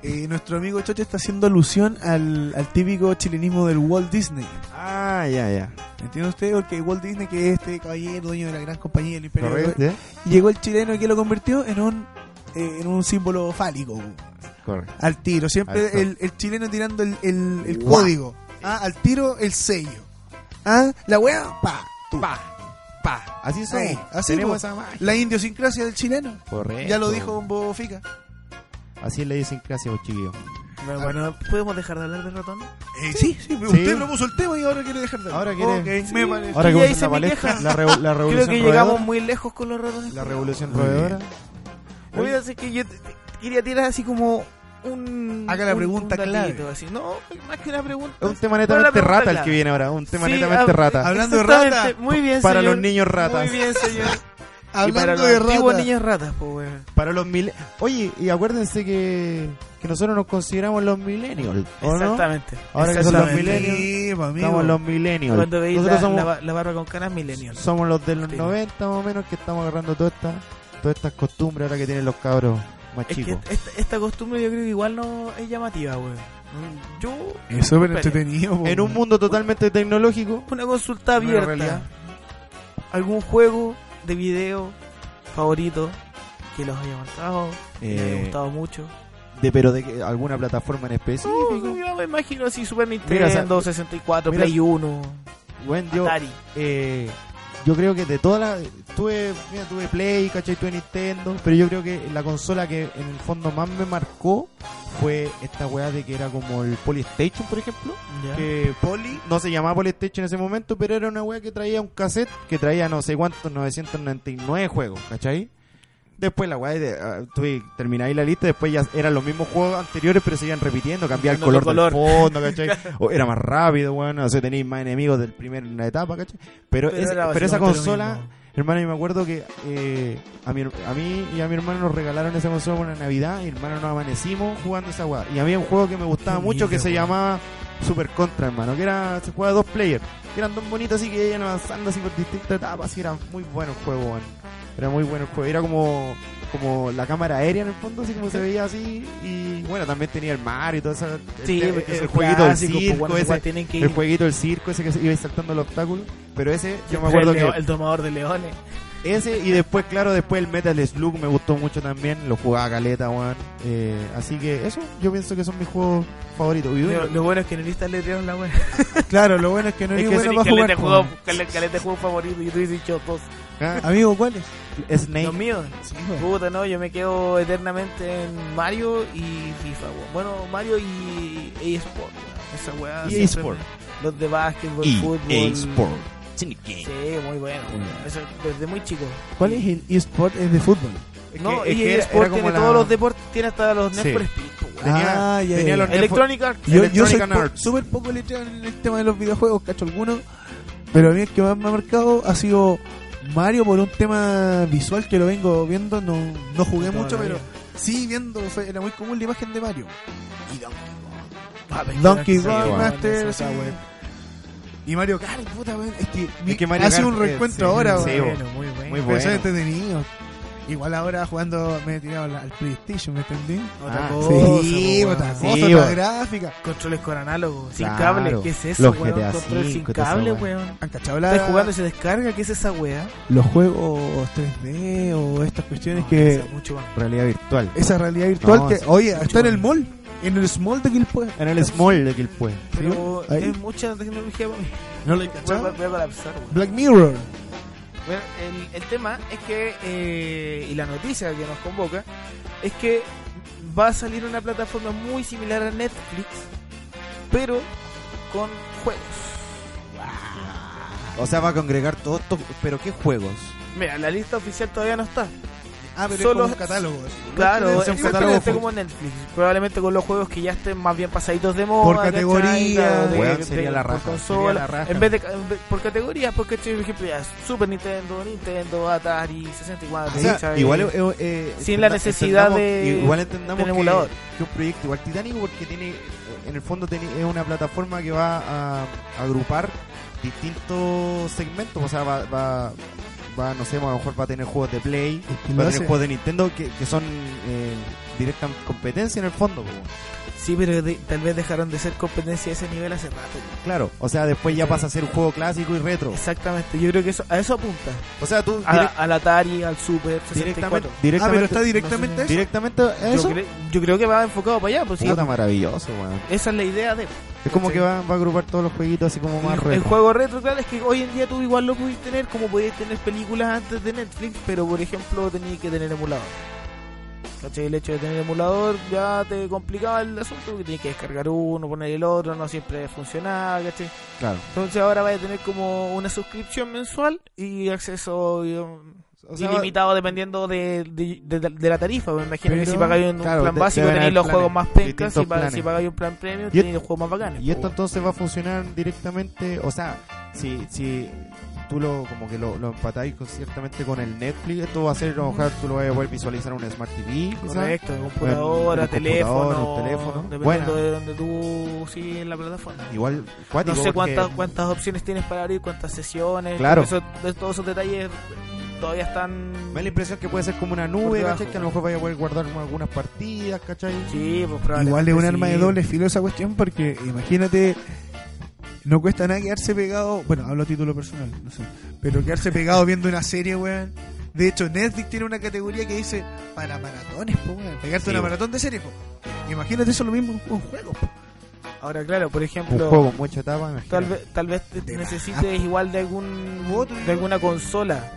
[SPEAKER 1] Eh, nuestro amigo Choche está haciendo alusión al, al típico chilenismo del Walt Disney.
[SPEAKER 2] Ah, ya, ya.
[SPEAKER 1] ¿Entiende usted? Porque Walt Disney, que es este caballero, dueño de la gran compañía del imperio,
[SPEAKER 2] Correcto, ¿eh?
[SPEAKER 1] llegó el chileno y que lo convirtió en un, eh, en un símbolo fálico.
[SPEAKER 2] Correcto.
[SPEAKER 1] Al tiro,
[SPEAKER 2] Ahí
[SPEAKER 1] siempre
[SPEAKER 2] está.
[SPEAKER 1] el, el chileno tirando el, el- el
[SPEAKER 2] Guau.
[SPEAKER 1] código. Ah, al tiro, el sello. Ah, la wea, pa. tú.
[SPEAKER 2] Pa. Así son.
[SPEAKER 1] Sí, así
[SPEAKER 2] Tenemos
[SPEAKER 1] po.
[SPEAKER 2] esa magia.
[SPEAKER 1] La idiosincrasia del chileno.
[SPEAKER 2] Correcto.
[SPEAKER 1] Ya lo dijo Bombo Fica.
[SPEAKER 2] Así le dicen gracias, chiquillos.
[SPEAKER 3] Bueno, bueno, ¿podemos dejar de hablar del ratón?
[SPEAKER 1] Eh, sí, sí,
[SPEAKER 2] Sí.
[SPEAKER 1] usted propuso el tema y ahora quiere dejar de
[SPEAKER 2] Ahora
[SPEAKER 1] hablar.
[SPEAKER 2] quiere-
[SPEAKER 1] Ok, me parece.
[SPEAKER 2] Ahora que
[SPEAKER 3] ya
[SPEAKER 2] vamos
[SPEAKER 3] hice
[SPEAKER 2] a la
[SPEAKER 3] mi
[SPEAKER 2] palestra,
[SPEAKER 3] queja.
[SPEAKER 2] la, revo- la
[SPEAKER 3] Creo
[SPEAKER 2] revolución
[SPEAKER 3] que llegamos
[SPEAKER 2] roedora.
[SPEAKER 3] muy lejos con los ratones.
[SPEAKER 2] La revolución
[SPEAKER 1] Muy bien.
[SPEAKER 2] roedora.
[SPEAKER 3] Voy a hacer que yo te- te- quería tirar así como un.
[SPEAKER 1] Haga la
[SPEAKER 3] un-
[SPEAKER 1] pregunta
[SPEAKER 3] un datito,
[SPEAKER 1] clave.
[SPEAKER 3] así. No, más que una pregunta.
[SPEAKER 2] Es un
[SPEAKER 3] Bueno,
[SPEAKER 2] tema
[SPEAKER 3] la
[SPEAKER 2] netamente
[SPEAKER 3] pregunta
[SPEAKER 2] rata el que
[SPEAKER 3] clave.
[SPEAKER 2] viene ahora. Un tema
[SPEAKER 3] Sí,
[SPEAKER 2] netamente
[SPEAKER 3] hab-
[SPEAKER 2] rata.
[SPEAKER 1] Hablando de
[SPEAKER 3] Exactamente,
[SPEAKER 1] rata,
[SPEAKER 3] Muy bien,
[SPEAKER 2] Para
[SPEAKER 3] señor.
[SPEAKER 2] los niños ratas.
[SPEAKER 3] Muy bien, señor. y para
[SPEAKER 1] <laughs> hablando
[SPEAKER 3] los
[SPEAKER 1] de
[SPEAKER 3] antiguos
[SPEAKER 1] rata.
[SPEAKER 3] niños ratas, pues, weón.
[SPEAKER 2] Para los mil... Oye, y acuérdense que, que nosotros nos consideramos los millennials. ¿o no?
[SPEAKER 3] Exactamente.
[SPEAKER 2] Ahora que son los
[SPEAKER 3] Exactamente.
[SPEAKER 2] millennials,
[SPEAKER 1] Sí, pues, amigo.
[SPEAKER 2] estamos los millennials.
[SPEAKER 3] Cuando veis
[SPEAKER 2] nosotros
[SPEAKER 3] la,
[SPEAKER 2] somos,
[SPEAKER 3] la ba- la barba con canas, millennials.
[SPEAKER 2] somos los de los
[SPEAKER 3] Sí.
[SPEAKER 2] 90 más o menos que estamos agarrando todas estas todas estas costumbres ahora que tienen los cabros más
[SPEAKER 3] Es que este
[SPEAKER 2] chicos.
[SPEAKER 3] esta, esta costumbre yo creo que igual no es llamativa, weón. Mm, Yo,
[SPEAKER 1] Es súper
[SPEAKER 3] Espere.
[SPEAKER 1] entretenido. po.
[SPEAKER 2] En un mundo totalmente tecnológico,
[SPEAKER 3] una consulta
[SPEAKER 2] Una realidad.
[SPEAKER 3] abierta. ¿Algún juego de video favorito que los haya marcado, que les haya
[SPEAKER 2] Eh,
[SPEAKER 3] gustado mucho?
[SPEAKER 2] de, pero de que- alguna plataforma en específico.
[SPEAKER 3] No, yo me imagino así Super
[SPEAKER 2] Mira, o
[SPEAKER 3] Nintendo,
[SPEAKER 2] sea,
[SPEAKER 3] 64,
[SPEAKER 2] mira,
[SPEAKER 3] Play 1,
[SPEAKER 2] Bueno, yo,
[SPEAKER 3] Atari.
[SPEAKER 2] eh, yo creo que de todas las. Tuve, mira, tuve Play, ¿cachai? Tuve Nintendo. Pero yo creo que la consola que en el fondo más me marcó fue esta weá de que era como el Polystation, por ejemplo.
[SPEAKER 3] ¿ya?
[SPEAKER 2] Que Poly no se llamaba Polystation en ese momento, pero era una weá que traía un cassette que traía no sé cuántos, 999 juegos, ¿cachai? Después la weá, de- ah, tú y- termináis la lista, después ya eran los mismos juegos anteriores, pero seguían repitiendo, cambiaba el color,
[SPEAKER 3] Cambiando
[SPEAKER 2] del fondo, ¿cachai?
[SPEAKER 3] <laughs>
[SPEAKER 2] o era más rápido, bueno, o sea, tenéis más enemigos del primer en la etapa, ¿cachai?
[SPEAKER 3] Pero
[SPEAKER 2] Pero, es-
[SPEAKER 3] era
[SPEAKER 2] pero esa
[SPEAKER 3] básicamente lo
[SPEAKER 2] consola,
[SPEAKER 3] mismo.
[SPEAKER 2] hermano, yo me acuerdo que eh, a, mi, her- a mí y a mi hermano nos regalaron esa consola para Navidad, y hermano, nos amanecimos jugando esa weá. Y había un juego que me gustaba
[SPEAKER 3] Qué
[SPEAKER 2] mucho que
[SPEAKER 3] bonito,
[SPEAKER 2] se
[SPEAKER 3] weón.
[SPEAKER 2] llamaba Super Contra, hermano, que era, se jugaba dos players, que eran dos bonitos así que iban avanzando así por distintas etapas, y era muy bueno el juego, weón. Era muy bueno el juego. Era como, como la cámara aérea en el fondo, así como se veía así. Y bueno, también tenía el mar y todo eso. El- el, el jueguito del circo, ese,
[SPEAKER 3] pues, tienen que
[SPEAKER 2] el jueguito del circo, ese que se iba saltando el obstáculo. Pero ese, yo
[SPEAKER 3] Pero
[SPEAKER 2] me acuerdo
[SPEAKER 3] el, leo-
[SPEAKER 2] que
[SPEAKER 3] el domador de leones.
[SPEAKER 2] ese y después, claro, después el Metal Slug me gustó mucho también. Lo jugaba Caleta, weón. Eh, así que eso, yo pienso que son mis juegos favoritos. Y bueno,
[SPEAKER 3] Lo, lo bueno es que en el lista le tiraron la buena. <laughs>
[SPEAKER 1] Claro, lo bueno es que no
[SPEAKER 2] Es
[SPEAKER 1] es
[SPEAKER 2] que
[SPEAKER 1] bueno para
[SPEAKER 2] sí,
[SPEAKER 3] Caleta de
[SPEAKER 1] jugar.
[SPEAKER 3] juego,
[SPEAKER 1] po.
[SPEAKER 3] cal- caleta de juego favorito y tú dices yo dos.
[SPEAKER 2] <laughs> ah,
[SPEAKER 1] Amigo, ¿cuál es?
[SPEAKER 2] Snake.
[SPEAKER 3] Los míos.
[SPEAKER 1] Sí, weón.
[SPEAKER 3] Puta, no, yo me quedo eternamente en Mario y FIFA, weón. Bueno, Mario y eSport, weón. Esa weá.
[SPEAKER 2] EA
[SPEAKER 3] siempre
[SPEAKER 2] Sport.
[SPEAKER 3] me- Los de básquetbol, fútbol. Sí, muy bueno.
[SPEAKER 2] Mm.
[SPEAKER 3] weón. Eso, desde muy chico.
[SPEAKER 1] ¿Cuál es el eSport? Es de fútbol.
[SPEAKER 2] Es
[SPEAKER 3] No,
[SPEAKER 2] que- es
[SPEAKER 3] y
[SPEAKER 2] que era-
[SPEAKER 3] eSport
[SPEAKER 2] era como
[SPEAKER 3] tiene
[SPEAKER 2] la-
[SPEAKER 3] todos los deportes, tiene hasta los
[SPEAKER 2] Sí.
[SPEAKER 3] Net for Speed, po, weón.
[SPEAKER 2] Tenía,
[SPEAKER 1] Ah, ya,
[SPEAKER 2] tenía
[SPEAKER 1] ya,
[SPEAKER 2] los
[SPEAKER 1] ya.
[SPEAKER 2] Need for-
[SPEAKER 3] Electronic Arts.
[SPEAKER 1] Yo, yo soy
[SPEAKER 2] Electronic
[SPEAKER 1] po-
[SPEAKER 2] Arts.
[SPEAKER 1] súper poco letrado en el tema de los videojuegos, cacho alguno. Pero a mí el que más me ha marcado ha sido Mario por un tema visual que lo vengo viendo. No, no jugué
[SPEAKER 3] Toda
[SPEAKER 1] mucho,
[SPEAKER 3] la
[SPEAKER 1] pero
[SPEAKER 3] vida.
[SPEAKER 1] sí viendo. fue- era muy común la imagen de Mario. Y Donkey Kong.
[SPEAKER 3] Ah, pero
[SPEAKER 1] Donkey
[SPEAKER 3] es que era
[SPEAKER 1] Kong
[SPEAKER 3] que-
[SPEAKER 1] Master.
[SPEAKER 3] esa
[SPEAKER 1] sí.
[SPEAKER 3] weá.
[SPEAKER 1] Y Mario Kart, puta weón. Es que,
[SPEAKER 2] Es que Mario
[SPEAKER 1] hace
[SPEAKER 2] Kart
[SPEAKER 1] un
[SPEAKER 2] es-
[SPEAKER 1] reencuentro
[SPEAKER 2] sí,
[SPEAKER 1] ahora,
[SPEAKER 2] sí,
[SPEAKER 1] weón.
[SPEAKER 2] weón.
[SPEAKER 3] muy bueno.
[SPEAKER 2] Muy
[SPEAKER 1] Pero son
[SPEAKER 2] bueno.
[SPEAKER 1] entretenidos. Igual ahora jugando me he tirado al- al PlayStation, ¿me entendí?
[SPEAKER 3] Otra
[SPEAKER 2] Ah,
[SPEAKER 3] cosa,
[SPEAKER 1] Sí,
[SPEAKER 3] weón.
[SPEAKER 1] otra
[SPEAKER 2] sí,
[SPEAKER 1] cosa,
[SPEAKER 2] weón.
[SPEAKER 1] otra gráfica.
[SPEAKER 3] Controles con análogo, sin
[SPEAKER 2] Claro.
[SPEAKER 3] cable, ¿qué es eso,
[SPEAKER 2] Los
[SPEAKER 3] weón?
[SPEAKER 2] GTA
[SPEAKER 3] Control sin
[SPEAKER 2] cinco, toda esa
[SPEAKER 3] cable,
[SPEAKER 2] weá.
[SPEAKER 3] weón.
[SPEAKER 1] ¿Han cachado la-
[SPEAKER 3] Estás jugando y se descarga, ¿qué es esa weá?
[SPEAKER 1] los juegos 3D o estas cuestiones
[SPEAKER 3] No,
[SPEAKER 1] que...
[SPEAKER 3] esa es mucho más.
[SPEAKER 2] Realidad virtual.
[SPEAKER 1] Esa realidad virtual
[SPEAKER 2] No,
[SPEAKER 1] que...
[SPEAKER 2] sí,
[SPEAKER 1] Oye, está en el mall. En el small de Quilpue.
[SPEAKER 2] En el small de Killpue.
[SPEAKER 3] Pero
[SPEAKER 1] ahí.
[SPEAKER 3] es mucha tecnología para mí.
[SPEAKER 1] ¿No le
[SPEAKER 3] Voy a,
[SPEAKER 1] cachado?
[SPEAKER 3] voy a colapsar, weón.
[SPEAKER 1] Black Mirror.
[SPEAKER 3] Bueno, el, el tema es que, eh, y la noticia que nos convoca, es que va a salir una plataforma muy similar a Netflix, pero con juegos.
[SPEAKER 2] O sea, va a congregar todos estos... ¿Pero qué juegos?
[SPEAKER 3] Mira, la lista oficial todavía no está.
[SPEAKER 1] Ah, pero
[SPEAKER 3] Solo-
[SPEAKER 1] es como un catálogo. así.
[SPEAKER 3] Claro,
[SPEAKER 1] No
[SPEAKER 3] es
[SPEAKER 1] es un
[SPEAKER 3] exactamente
[SPEAKER 1] catálogo.
[SPEAKER 3] como Netflix. Probablemente con los juegos que ya estén más bien pasaditos de moda.
[SPEAKER 1] Por
[SPEAKER 3] ¿cachai?
[SPEAKER 1] categoría.
[SPEAKER 3] Claro,
[SPEAKER 2] Weón, sería la
[SPEAKER 3] por
[SPEAKER 2] raja,
[SPEAKER 3] consola.
[SPEAKER 2] sería la raja.
[SPEAKER 3] En vez de, en vez- por categorías, porque estoy, por ejemplo, ya Super Nintendo, Nintendo, Atari, 64.
[SPEAKER 2] O sea,
[SPEAKER 3] ¿cachai?
[SPEAKER 2] Ah, igual eh, eh,
[SPEAKER 3] Sin la
[SPEAKER 2] entenda-
[SPEAKER 3] necesidad
[SPEAKER 2] entendamos-
[SPEAKER 3] de-
[SPEAKER 2] igual entendamos
[SPEAKER 3] del
[SPEAKER 2] que,
[SPEAKER 3] emulador.
[SPEAKER 2] que un proyecto igual titánico porque tiene en el fondo tiene, es una plataforma que va a agrupar distintos segmentos o sea va, va, va, no sé a lo mejor va a tener juegos de play
[SPEAKER 1] que
[SPEAKER 2] va
[SPEAKER 1] lo
[SPEAKER 2] a
[SPEAKER 1] hace.
[SPEAKER 2] tener juegos de Nintendo que, que son eh, directa competencia en el fondo po.
[SPEAKER 3] Sí, pero de- tal vez dejaron de ser competencia a ese nivel hace rato.
[SPEAKER 2] claro o sea después ya pasa a ser un juego clásico y retro
[SPEAKER 3] Exactamente, yo creo que eso, a eso apunta.
[SPEAKER 2] o sea tú
[SPEAKER 3] A-
[SPEAKER 2] direc-
[SPEAKER 3] al Atari, al Super, 64.
[SPEAKER 2] directamente
[SPEAKER 1] Ah, pero
[SPEAKER 2] directamente
[SPEAKER 1] está directamente eso.
[SPEAKER 2] directamente a
[SPEAKER 3] Yo,
[SPEAKER 2] eso
[SPEAKER 3] cre- yo creo que va enfocado para allá, pues sí.
[SPEAKER 2] Puta, maravilloso weón.
[SPEAKER 3] Esa es la idea de...
[SPEAKER 2] Es como
[SPEAKER 3] Sí.
[SPEAKER 2] que va, va a agrupar todos los jueguitos así como más
[SPEAKER 3] el, el
[SPEAKER 2] retro.
[SPEAKER 3] juego retro, claro, es que hoy en día tú igual lo pudiste tener como podías tener películas antes de Netflix, pero por ejemplo tenías que tener emulador. ¿Cachai? El hecho de tener emulador ya te complicaba el asunto, porque tenías que descargar uno, poner el otro, no siempre funcionaba, ¿cachai?
[SPEAKER 2] Claro.
[SPEAKER 3] Entonces ahora vas a tener como una suscripción mensual y acceso digamos,
[SPEAKER 2] O sea,
[SPEAKER 3] ilimitado dependiendo de, de- de- de la tarifa. Me imagino que
[SPEAKER 1] Pero,
[SPEAKER 3] si pagáis un
[SPEAKER 2] claro,
[SPEAKER 3] plan
[SPEAKER 2] te-
[SPEAKER 3] básico
[SPEAKER 2] deben
[SPEAKER 3] tenéis
[SPEAKER 2] haber
[SPEAKER 3] los
[SPEAKER 2] planes,
[SPEAKER 3] juegos más pencas, si,
[SPEAKER 2] distintos
[SPEAKER 3] pa-
[SPEAKER 2] planes.
[SPEAKER 3] si pagáis un plan premium
[SPEAKER 2] Y-
[SPEAKER 3] tenéis los juegos más bacanes.
[SPEAKER 2] Y esto entonces va a funcionar directamente, o sea, si, si tú lo como que lo, lo empatáis con- ciertamente con el Netflix, esto va a ser, a lo mejor tú lo vas a poder visualizar en un Smart TV, quizás.
[SPEAKER 3] Correcto, de computadora,
[SPEAKER 2] Bueno, de
[SPEAKER 3] teléfono,
[SPEAKER 2] computador, teléfono.
[SPEAKER 3] dependiendo
[SPEAKER 2] Bueno.
[SPEAKER 3] de donde tú sigues en la plataforma.
[SPEAKER 2] Igual, cuático,
[SPEAKER 3] No sé
[SPEAKER 2] porque-
[SPEAKER 3] cuántas cuántas opciones tienes para abrir, cuántas sesiones,
[SPEAKER 2] Claro.
[SPEAKER 3] eso- de- todos esos detalles todavía están...
[SPEAKER 2] Me da la impresión que puede ser como una
[SPEAKER 3] Por
[SPEAKER 2] nube,
[SPEAKER 3] debajo.
[SPEAKER 2] ¿cachai? Que a lo mejor vaya a poder guardar algunas partidas, ¿cachai?
[SPEAKER 3] Sí, pues
[SPEAKER 1] Igual es un
[SPEAKER 3] probablemente
[SPEAKER 1] arma
[SPEAKER 3] sí.
[SPEAKER 1] de doble filo esa cuestión porque imagínate, no cuesta nada quedarse pegado, bueno, hablo a título personal, no sé, pero quedarse pegado viendo una serie, weón. De hecho, Netflix tiene una categoría que dice para maratones, po, weón, pegarte
[SPEAKER 2] Sí,
[SPEAKER 1] una
[SPEAKER 2] weón.
[SPEAKER 1] maratón de series, po. Imagínate eso lo mismo con juegos, po.
[SPEAKER 3] Ahora, claro, por
[SPEAKER 2] Un
[SPEAKER 3] ejemplo...
[SPEAKER 2] juego con mucha etapa, imagínate.
[SPEAKER 3] Tal vez, tal vez te-
[SPEAKER 1] De
[SPEAKER 3] necesites igual de algún
[SPEAKER 1] U otro,
[SPEAKER 3] de alguna consola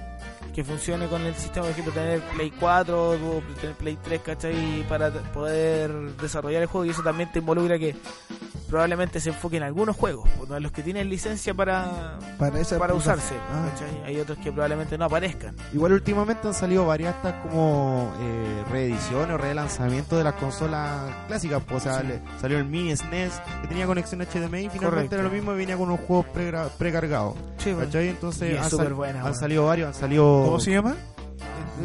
[SPEAKER 3] que funcione con el sistema, por ejemplo, tener Play 4 o tener Play 3, ¿cachai? Para t- poder desarrollar el juego y eso también te involucra que probablemente se enfoque en algunos juegos, a los que tienen licencia para,
[SPEAKER 4] Para esa
[SPEAKER 3] para
[SPEAKER 4] puta-
[SPEAKER 3] usarse.
[SPEAKER 4] Ah.
[SPEAKER 3] ¿cachai? Hay otros que probablemente no aparezcan.
[SPEAKER 2] Igual últimamente han salido varias estas como eh, reediciones o relanzamientos de las consolas clásicas. pues, o sea, le- salió el mini SNES que tenía conexión HDMI y finalmente
[SPEAKER 3] Correcto.
[SPEAKER 2] era lo mismo y venía con unos juegos pregra- precargados.
[SPEAKER 3] Sí, bueno.
[SPEAKER 2] ¿Cachai? Entonces
[SPEAKER 3] Y es
[SPEAKER 2] han,
[SPEAKER 3] súper
[SPEAKER 2] pues, sal-
[SPEAKER 3] buena,
[SPEAKER 2] han
[SPEAKER 3] bueno.
[SPEAKER 2] salido varios, han salido...
[SPEAKER 4] ¿Cómo se llama?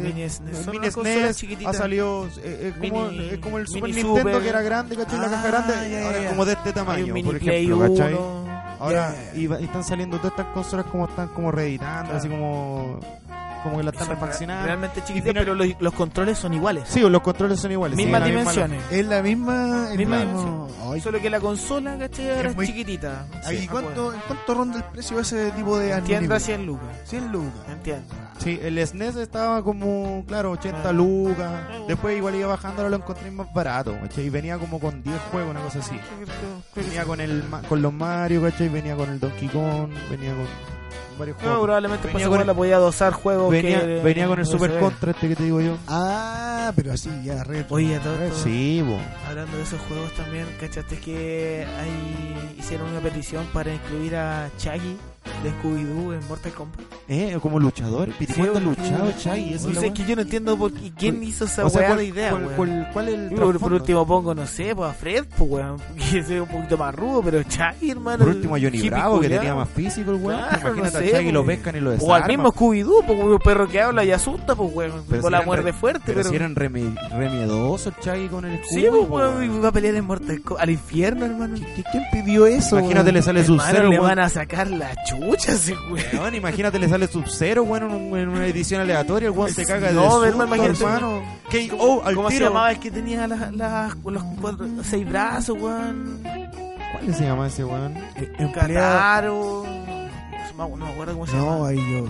[SPEAKER 3] Mini SNES. Son
[SPEAKER 2] Mini
[SPEAKER 3] unas consolas
[SPEAKER 2] SNES
[SPEAKER 3] chiquititas.
[SPEAKER 2] ha salido eh, eh, como,
[SPEAKER 3] Mini-
[SPEAKER 2] es como el Super
[SPEAKER 3] Mini
[SPEAKER 2] Nintendo
[SPEAKER 3] Super.
[SPEAKER 2] que era grande, ¿cachai? la
[SPEAKER 4] Ah,
[SPEAKER 2] caja grande,
[SPEAKER 4] ya,
[SPEAKER 2] ahora
[SPEAKER 4] ya,
[SPEAKER 2] es
[SPEAKER 4] ya.
[SPEAKER 2] como de este
[SPEAKER 3] Hay
[SPEAKER 2] tamaño,
[SPEAKER 3] un
[SPEAKER 2] por
[SPEAKER 3] mini Play
[SPEAKER 2] ejemplo, ¿cachai?
[SPEAKER 3] 1.
[SPEAKER 2] Ahora
[SPEAKER 4] Ya,
[SPEAKER 2] y va- y están saliendo todas estas consolas como están como reeditando,
[SPEAKER 3] Claro.
[SPEAKER 2] así como como que la están
[SPEAKER 3] Son
[SPEAKER 2] refaccionando.
[SPEAKER 3] Realmente chiquititas, pero los, los controles son iguales.
[SPEAKER 2] Sí, los controles son iguales.
[SPEAKER 3] mismas
[SPEAKER 2] sí, la misma-
[SPEAKER 3] dimensiones.
[SPEAKER 4] Es la misma. el
[SPEAKER 3] Misma
[SPEAKER 4] mismo- Ay,
[SPEAKER 3] Solo que la consola, ¿cachai? Ahora
[SPEAKER 4] Es
[SPEAKER 3] es
[SPEAKER 4] muy-
[SPEAKER 3] chiquitita.
[SPEAKER 4] ay, ¿y
[SPEAKER 3] Sí,
[SPEAKER 4] cuánto, en cuánto ronda el precio de ese tipo de
[SPEAKER 3] En tienda
[SPEAKER 4] anime?
[SPEAKER 3] 100 lucas.
[SPEAKER 4] 100 lucas.
[SPEAKER 3] Entiendo.
[SPEAKER 2] Sí, el SNES estaba como, claro, 80
[SPEAKER 3] Ah.
[SPEAKER 2] lucas. Después igual iba bajando, ahora lo encontré más barato, ¿cachai? Y venía como con 10 juegos, una cosa así. Venía con el ma- con los Mario, ¿cachai? Venía con el Donkey Kong, venía con varios
[SPEAKER 3] No,
[SPEAKER 2] juegos.
[SPEAKER 3] probablemente
[SPEAKER 2] Venía
[SPEAKER 3] pasó
[SPEAKER 2] con
[SPEAKER 3] con
[SPEAKER 2] el-
[SPEAKER 3] la podía dosar juegos
[SPEAKER 2] venía,
[SPEAKER 3] que-
[SPEAKER 2] venía con el
[SPEAKER 3] no
[SPEAKER 2] Super
[SPEAKER 3] se ve.
[SPEAKER 2] Contra este que te digo yo.
[SPEAKER 4] Ah, pero así ya, retro.
[SPEAKER 3] Oye, a todo
[SPEAKER 4] retro.
[SPEAKER 3] esto-
[SPEAKER 2] Eh, Sí, bo.
[SPEAKER 3] Hablando de esos juegos también, ¿cachaste que hay, hicieron una petición para incluir a Chaggy de Scooby-Doo en Mortal Kombat?
[SPEAKER 2] Eh, como luchador. ¿Cuánto
[SPEAKER 3] Sí,
[SPEAKER 2] ha luchado, Chai? Esa
[SPEAKER 3] No
[SPEAKER 2] es la
[SPEAKER 3] sé,
[SPEAKER 2] wea.
[SPEAKER 3] es que yo no entiendo por qué, quién hizo esa
[SPEAKER 2] O sea,
[SPEAKER 3] weá
[SPEAKER 2] ¿cuál-
[SPEAKER 3] de idea,
[SPEAKER 2] cuál-
[SPEAKER 3] weón.
[SPEAKER 2] cuál- cuál es el
[SPEAKER 3] Yo por, por
[SPEAKER 2] trasfondo?
[SPEAKER 3] último pongo, no sé, pues a Fred, pues weón, <laughs> que sea un poquito más rudo, pero Chaggy, hermano.
[SPEAKER 2] Por último, a Johnny
[SPEAKER 3] hippie
[SPEAKER 2] Bravo, que
[SPEAKER 3] culiao.
[SPEAKER 2] tenía más físico el weón.
[SPEAKER 3] Claro,
[SPEAKER 2] Imagínate
[SPEAKER 3] no
[SPEAKER 2] a
[SPEAKER 3] sé,
[SPEAKER 2] Shaggy
[SPEAKER 3] po.
[SPEAKER 2] lo pescan y lo
[SPEAKER 3] O al
[SPEAKER 2] desarman.
[SPEAKER 3] mismo Scooby-Doo, pues weón, perro que habla y asusta, pues weón.
[SPEAKER 2] Pero
[SPEAKER 3] Con
[SPEAKER 2] si
[SPEAKER 3] la
[SPEAKER 2] eran
[SPEAKER 3] muerte
[SPEAKER 2] re-
[SPEAKER 3] fuerte,
[SPEAKER 2] Pero,
[SPEAKER 3] pero...
[SPEAKER 2] si eran remi- remiedosos, Chaggy con el
[SPEAKER 3] Sí,
[SPEAKER 2] Scooby,
[SPEAKER 3] pues
[SPEAKER 2] po,
[SPEAKER 3] weón,
[SPEAKER 2] weón.
[SPEAKER 3] y va a pelear en Mortal Kombat. Al infierno, hermano.
[SPEAKER 4] ¿Qui- ¿Quién pidió eso?
[SPEAKER 2] Imagínate,
[SPEAKER 4] weón?
[SPEAKER 2] le sale
[SPEAKER 3] Hermano,
[SPEAKER 2] Sub-Zero,
[SPEAKER 3] le
[SPEAKER 2] weón.
[SPEAKER 3] van a sacar la chucha a ese weón.
[SPEAKER 2] Weón, Imagínate, le sale Sub-Zero, weón, en, un- en una edición aleatoria. El weón se caga de
[SPEAKER 3] No,
[SPEAKER 2] susto,
[SPEAKER 3] hermano, imagínate.
[SPEAKER 2] hermano. K.O.
[SPEAKER 3] <laughs>
[SPEAKER 2] al
[SPEAKER 3] ¿Cómo se
[SPEAKER 2] tiro.
[SPEAKER 3] llamaba el que tenía las, las- los cuatro, seis brazos, weón?
[SPEAKER 2] ¿Cuál se llama ese weón?
[SPEAKER 4] Eh, en pelea-
[SPEAKER 3] Cataro. No, me acuerdo cómo se
[SPEAKER 4] No,
[SPEAKER 3] llamaba.
[SPEAKER 4] ahí yo.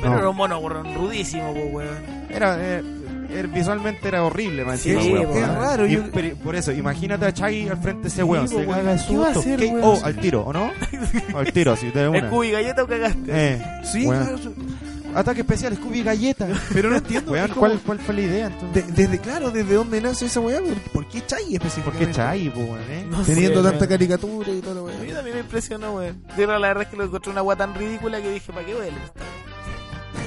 [SPEAKER 3] Pero
[SPEAKER 2] no.
[SPEAKER 3] era un mono, weón, rudísimo, po, weón.
[SPEAKER 2] Era, eh, er- visualmente era horrible, man.
[SPEAKER 3] Sí,
[SPEAKER 2] encima, weón,
[SPEAKER 3] po,
[SPEAKER 2] weón.
[SPEAKER 4] es raro,
[SPEAKER 2] Y-
[SPEAKER 4] yo-
[SPEAKER 2] pero- por eso, imagínate a Chaggy al frente de ese weón.
[SPEAKER 4] Sí,
[SPEAKER 2] se
[SPEAKER 4] po,
[SPEAKER 2] caga de
[SPEAKER 4] weón. ¿Qué va a
[SPEAKER 2] susto.
[SPEAKER 4] hacer,
[SPEAKER 2] K.O.
[SPEAKER 4] weón?
[SPEAKER 2] al tiro, ¿o <laughs> no? Al tiro, así, de una.
[SPEAKER 3] ¿El cubi galleta o cagaste?
[SPEAKER 2] Eh,
[SPEAKER 4] Sí,
[SPEAKER 2] weón.
[SPEAKER 4] claro, yo-
[SPEAKER 2] Ataque especial, Scooby Galleta.
[SPEAKER 4] <laughs> pero no entiendo.
[SPEAKER 2] Weón,
[SPEAKER 4] es como-
[SPEAKER 2] ¿cuál, ¿cuál fue la idea entonces?
[SPEAKER 4] de- desde, claro, desde dónde nace esa weá. ¿Por- ¿Por qué Chai
[SPEAKER 2] ¿Por
[SPEAKER 4] específicamente?
[SPEAKER 2] qué Chaggy, po, weón, eh?
[SPEAKER 3] <laughs> No
[SPEAKER 4] Teniendo
[SPEAKER 3] sé,
[SPEAKER 4] tanta
[SPEAKER 3] weón.
[SPEAKER 4] caricatura y todo lo
[SPEAKER 3] A mí
[SPEAKER 4] weón.
[SPEAKER 3] también me impresionó, weón. Yo la verdad es que lo encontré una weá tan ridícula que dije, ¿para qué huele? esta?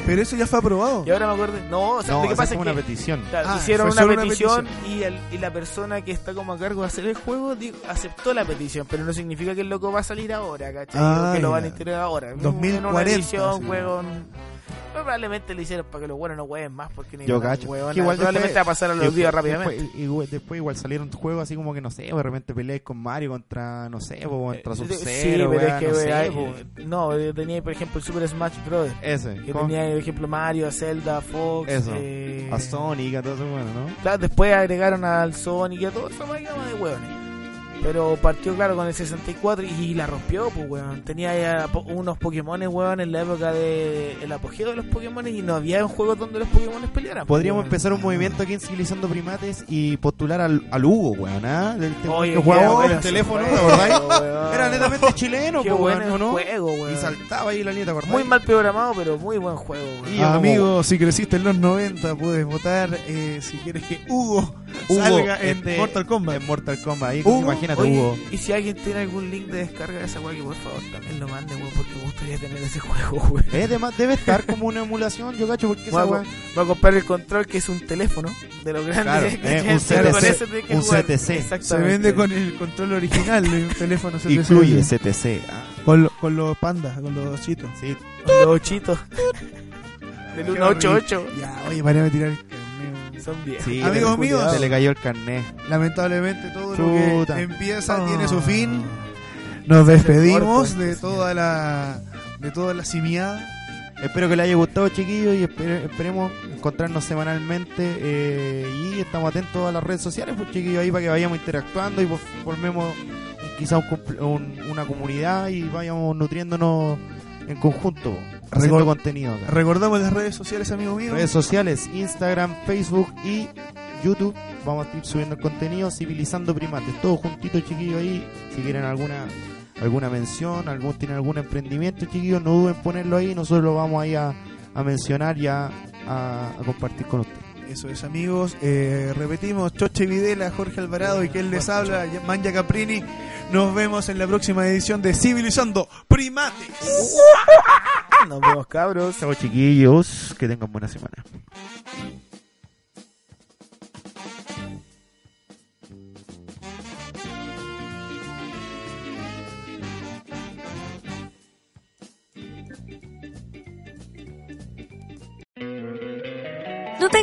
[SPEAKER 4] Pero eso ya fue aprobado.
[SPEAKER 3] Y ahora me acuerdo. No, o sea,
[SPEAKER 2] No,
[SPEAKER 3] lo que pasa
[SPEAKER 2] esa es
[SPEAKER 3] es
[SPEAKER 2] como una
[SPEAKER 3] que.
[SPEAKER 2] petición.
[SPEAKER 3] Claro,
[SPEAKER 4] Ah,
[SPEAKER 3] hicieron
[SPEAKER 4] fue
[SPEAKER 3] una
[SPEAKER 4] solo una
[SPEAKER 3] petición, y, el- y la persona que está como a cargo de hacer el juego di- aceptó la petición, pero no significa que el loco va a salir ahora, ¿cachai?
[SPEAKER 4] Ah,
[SPEAKER 3] O que lo
[SPEAKER 4] ya.
[SPEAKER 3] van a integrar ahora.
[SPEAKER 4] 2040,
[SPEAKER 3] En una edición,
[SPEAKER 4] sí.
[SPEAKER 3] juego. Probablemente lo hicieron para que los buenos no jueguen más, porque ni
[SPEAKER 2] Yo
[SPEAKER 3] una
[SPEAKER 2] cacho.
[SPEAKER 3] huevona.
[SPEAKER 2] Que igual
[SPEAKER 3] probablemente
[SPEAKER 2] después-
[SPEAKER 3] va a pasar a los
[SPEAKER 2] después-
[SPEAKER 3] días rápidamente.
[SPEAKER 2] Después, igual, después igual salieron juegos así como que no sé, de repente peleáis con Mario contra, no sé, po, contra
[SPEAKER 3] Eh,
[SPEAKER 2] Sub-Zero.
[SPEAKER 3] sí, pero
[SPEAKER 2] weón,
[SPEAKER 3] es que
[SPEAKER 2] no sé,
[SPEAKER 3] eh,
[SPEAKER 2] po.
[SPEAKER 3] no, eh, tenía por ejemplo el Super Smash Bros.
[SPEAKER 2] Ese.
[SPEAKER 3] Que
[SPEAKER 2] con-
[SPEAKER 3] tenía, por ejemplo, Mario, a Zelda, a Fox,
[SPEAKER 2] Eso.
[SPEAKER 3] eh,
[SPEAKER 2] A Sonic, a todo eso, bueno, ¿no?
[SPEAKER 3] Claro, después agregaron al Sonic y a toda esa amalgama de hueones. Pero partió, claro, con el 64 y, y la rompió, pues, weón. Tenía ya po- unos Pokémon, weón, en la época del apogeo de los Pokémon y no había un juego donde los Pokémon pelearan. pues,
[SPEAKER 2] Podríamos
[SPEAKER 3] weón.
[SPEAKER 2] empezar un movimiento aquí en Civilizando Primates y postular al, al Hugo, weón, ¿ah? Del te-
[SPEAKER 3] Oye,
[SPEAKER 2] que
[SPEAKER 3] qué
[SPEAKER 2] jugaba
[SPEAKER 3] bueno
[SPEAKER 2] el teléfono,
[SPEAKER 3] ese
[SPEAKER 2] ¿te acordáis?
[SPEAKER 3] juego, weón.
[SPEAKER 2] Era netamente
[SPEAKER 3] <laughs>
[SPEAKER 2] chileno,
[SPEAKER 3] Qué
[SPEAKER 2] po,
[SPEAKER 3] bueno
[SPEAKER 2] weón, ¿o
[SPEAKER 3] el
[SPEAKER 2] ¿no?
[SPEAKER 3] juego, weón.
[SPEAKER 2] Y saltaba ahí la línea, ¿te acordás?
[SPEAKER 3] Muy mal programado, pero muy buen juego, weón.
[SPEAKER 2] Y-
[SPEAKER 4] Ah, amigo, si creciste en los 90, puedes votar eh, si quieres que Hugo,
[SPEAKER 2] Hugo,
[SPEAKER 4] salga en
[SPEAKER 2] este,
[SPEAKER 4] Mortal Kombat.
[SPEAKER 2] En Mortal Kombat, ahí,
[SPEAKER 4] Hugo,
[SPEAKER 2] imagínate,
[SPEAKER 3] Oye,
[SPEAKER 2] Hugo.
[SPEAKER 3] y si alguien tiene algún link de descarga de esa weá, que por favor también lo mande, weón, porque me gustaría tener ese <laughs> juego, weón.
[SPEAKER 2] Eh, además, debe estar como una emulación, yo cacho, porque esa
[SPEAKER 3] Voy a,
[SPEAKER 2] weón.
[SPEAKER 3] co- voy a comprar el control que es un teléfono <laughs> de los
[SPEAKER 2] Claro,
[SPEAKER 3] grandes.
[SPEAKER 2] eh,
[SPEAKER 3] ¿cachai?
[SPEAKER 2] un
[SPEAKER 3] Pero con
[SPEAKER 2] CTC,
[SPEAKER 3] ese tenés que
[SPEAKER 2] un
[SPEAKER 3] jugar.
[SPEAKER 2] CTC.
[SPEAKER 3] Exactamente.
[SPEAKER 4] Se vende con el control original de un teléfono CTC.
[SPEAKER 2] Incluye CTC. ah,
[SPEAKER 4] Con, lo- con los pandas, con los chitos.
[SPEAKER 2] sí,
[SPEAKER 3] Con los ochitos. <laughs> Del 188.
[SPEAKER 4] Ya, Ah, oye, para a tirar el carneo.
[SPEAKER 3] Son bien.
[SPEAKER 2] sí.
[SPEAKER 4] Amigos
[SPEAKER 2] se le-
[SPEAKER 4] míos.
[SPEAKER 2] Se le cayó el carnet.
[SPEAKER 4] Lamentablemente todo lo
[SPEAKER 2] Chuta.
[SPEAKER 4] que empieza tiene su
[SPEAKER 3] Ah.
[SPEAKER 4] fin. Nos despedimos
[SPEAKER 3] corto,
[SPEAKER 4] de
[SPEAKER 3] este
[SPEAKER 4] toda la de toda la simiada.
[SPEAKER 2] Espero que les haya gustado, chiquillos, y espere- esperemos encontrarnos semanalmente. eh, y estamos atentos a las redes sociales, pues, chiquillos, ahí para que vayamos interactuando y pues, formemos quizá un comple- un- una comunidad y vayamos nutriéndonos en conjunto, pues, haciendo
[SPEAKER 4] Recor-
[SPEAKER 2] contenido. acá.
[SPEAKER 4] Recordamos las redes sociales, amigo mío.
[SPEAKER 2] Redes sociales, Instagram, Facebook y YouTube. Vamos a ir subiendo el contenido, civilizando primates, todos juntitos, chiquillos, ahí. Si quieren alguna alguna mención, algún tienen algún emprendimiento, chiquillos, no duden en ponerlo ahí. Nosotros lo vamos ahí a, a mencionar y a, a- a compartir con ustedes.
[SPEAKER 1] Eso es, amigos. Eh, repetimos, Choche Videla, Jorge Alvarado y quien les habla, Manja Caprini. Nos vemos en la próxima edición de Civilizando Primates.
[SPEAKER 3] Ah, Nos vemos, cabros.
[SPEAKER 2] Chao chiquillos, que tengan buena semana.
[SPEAKER 5] ¿No te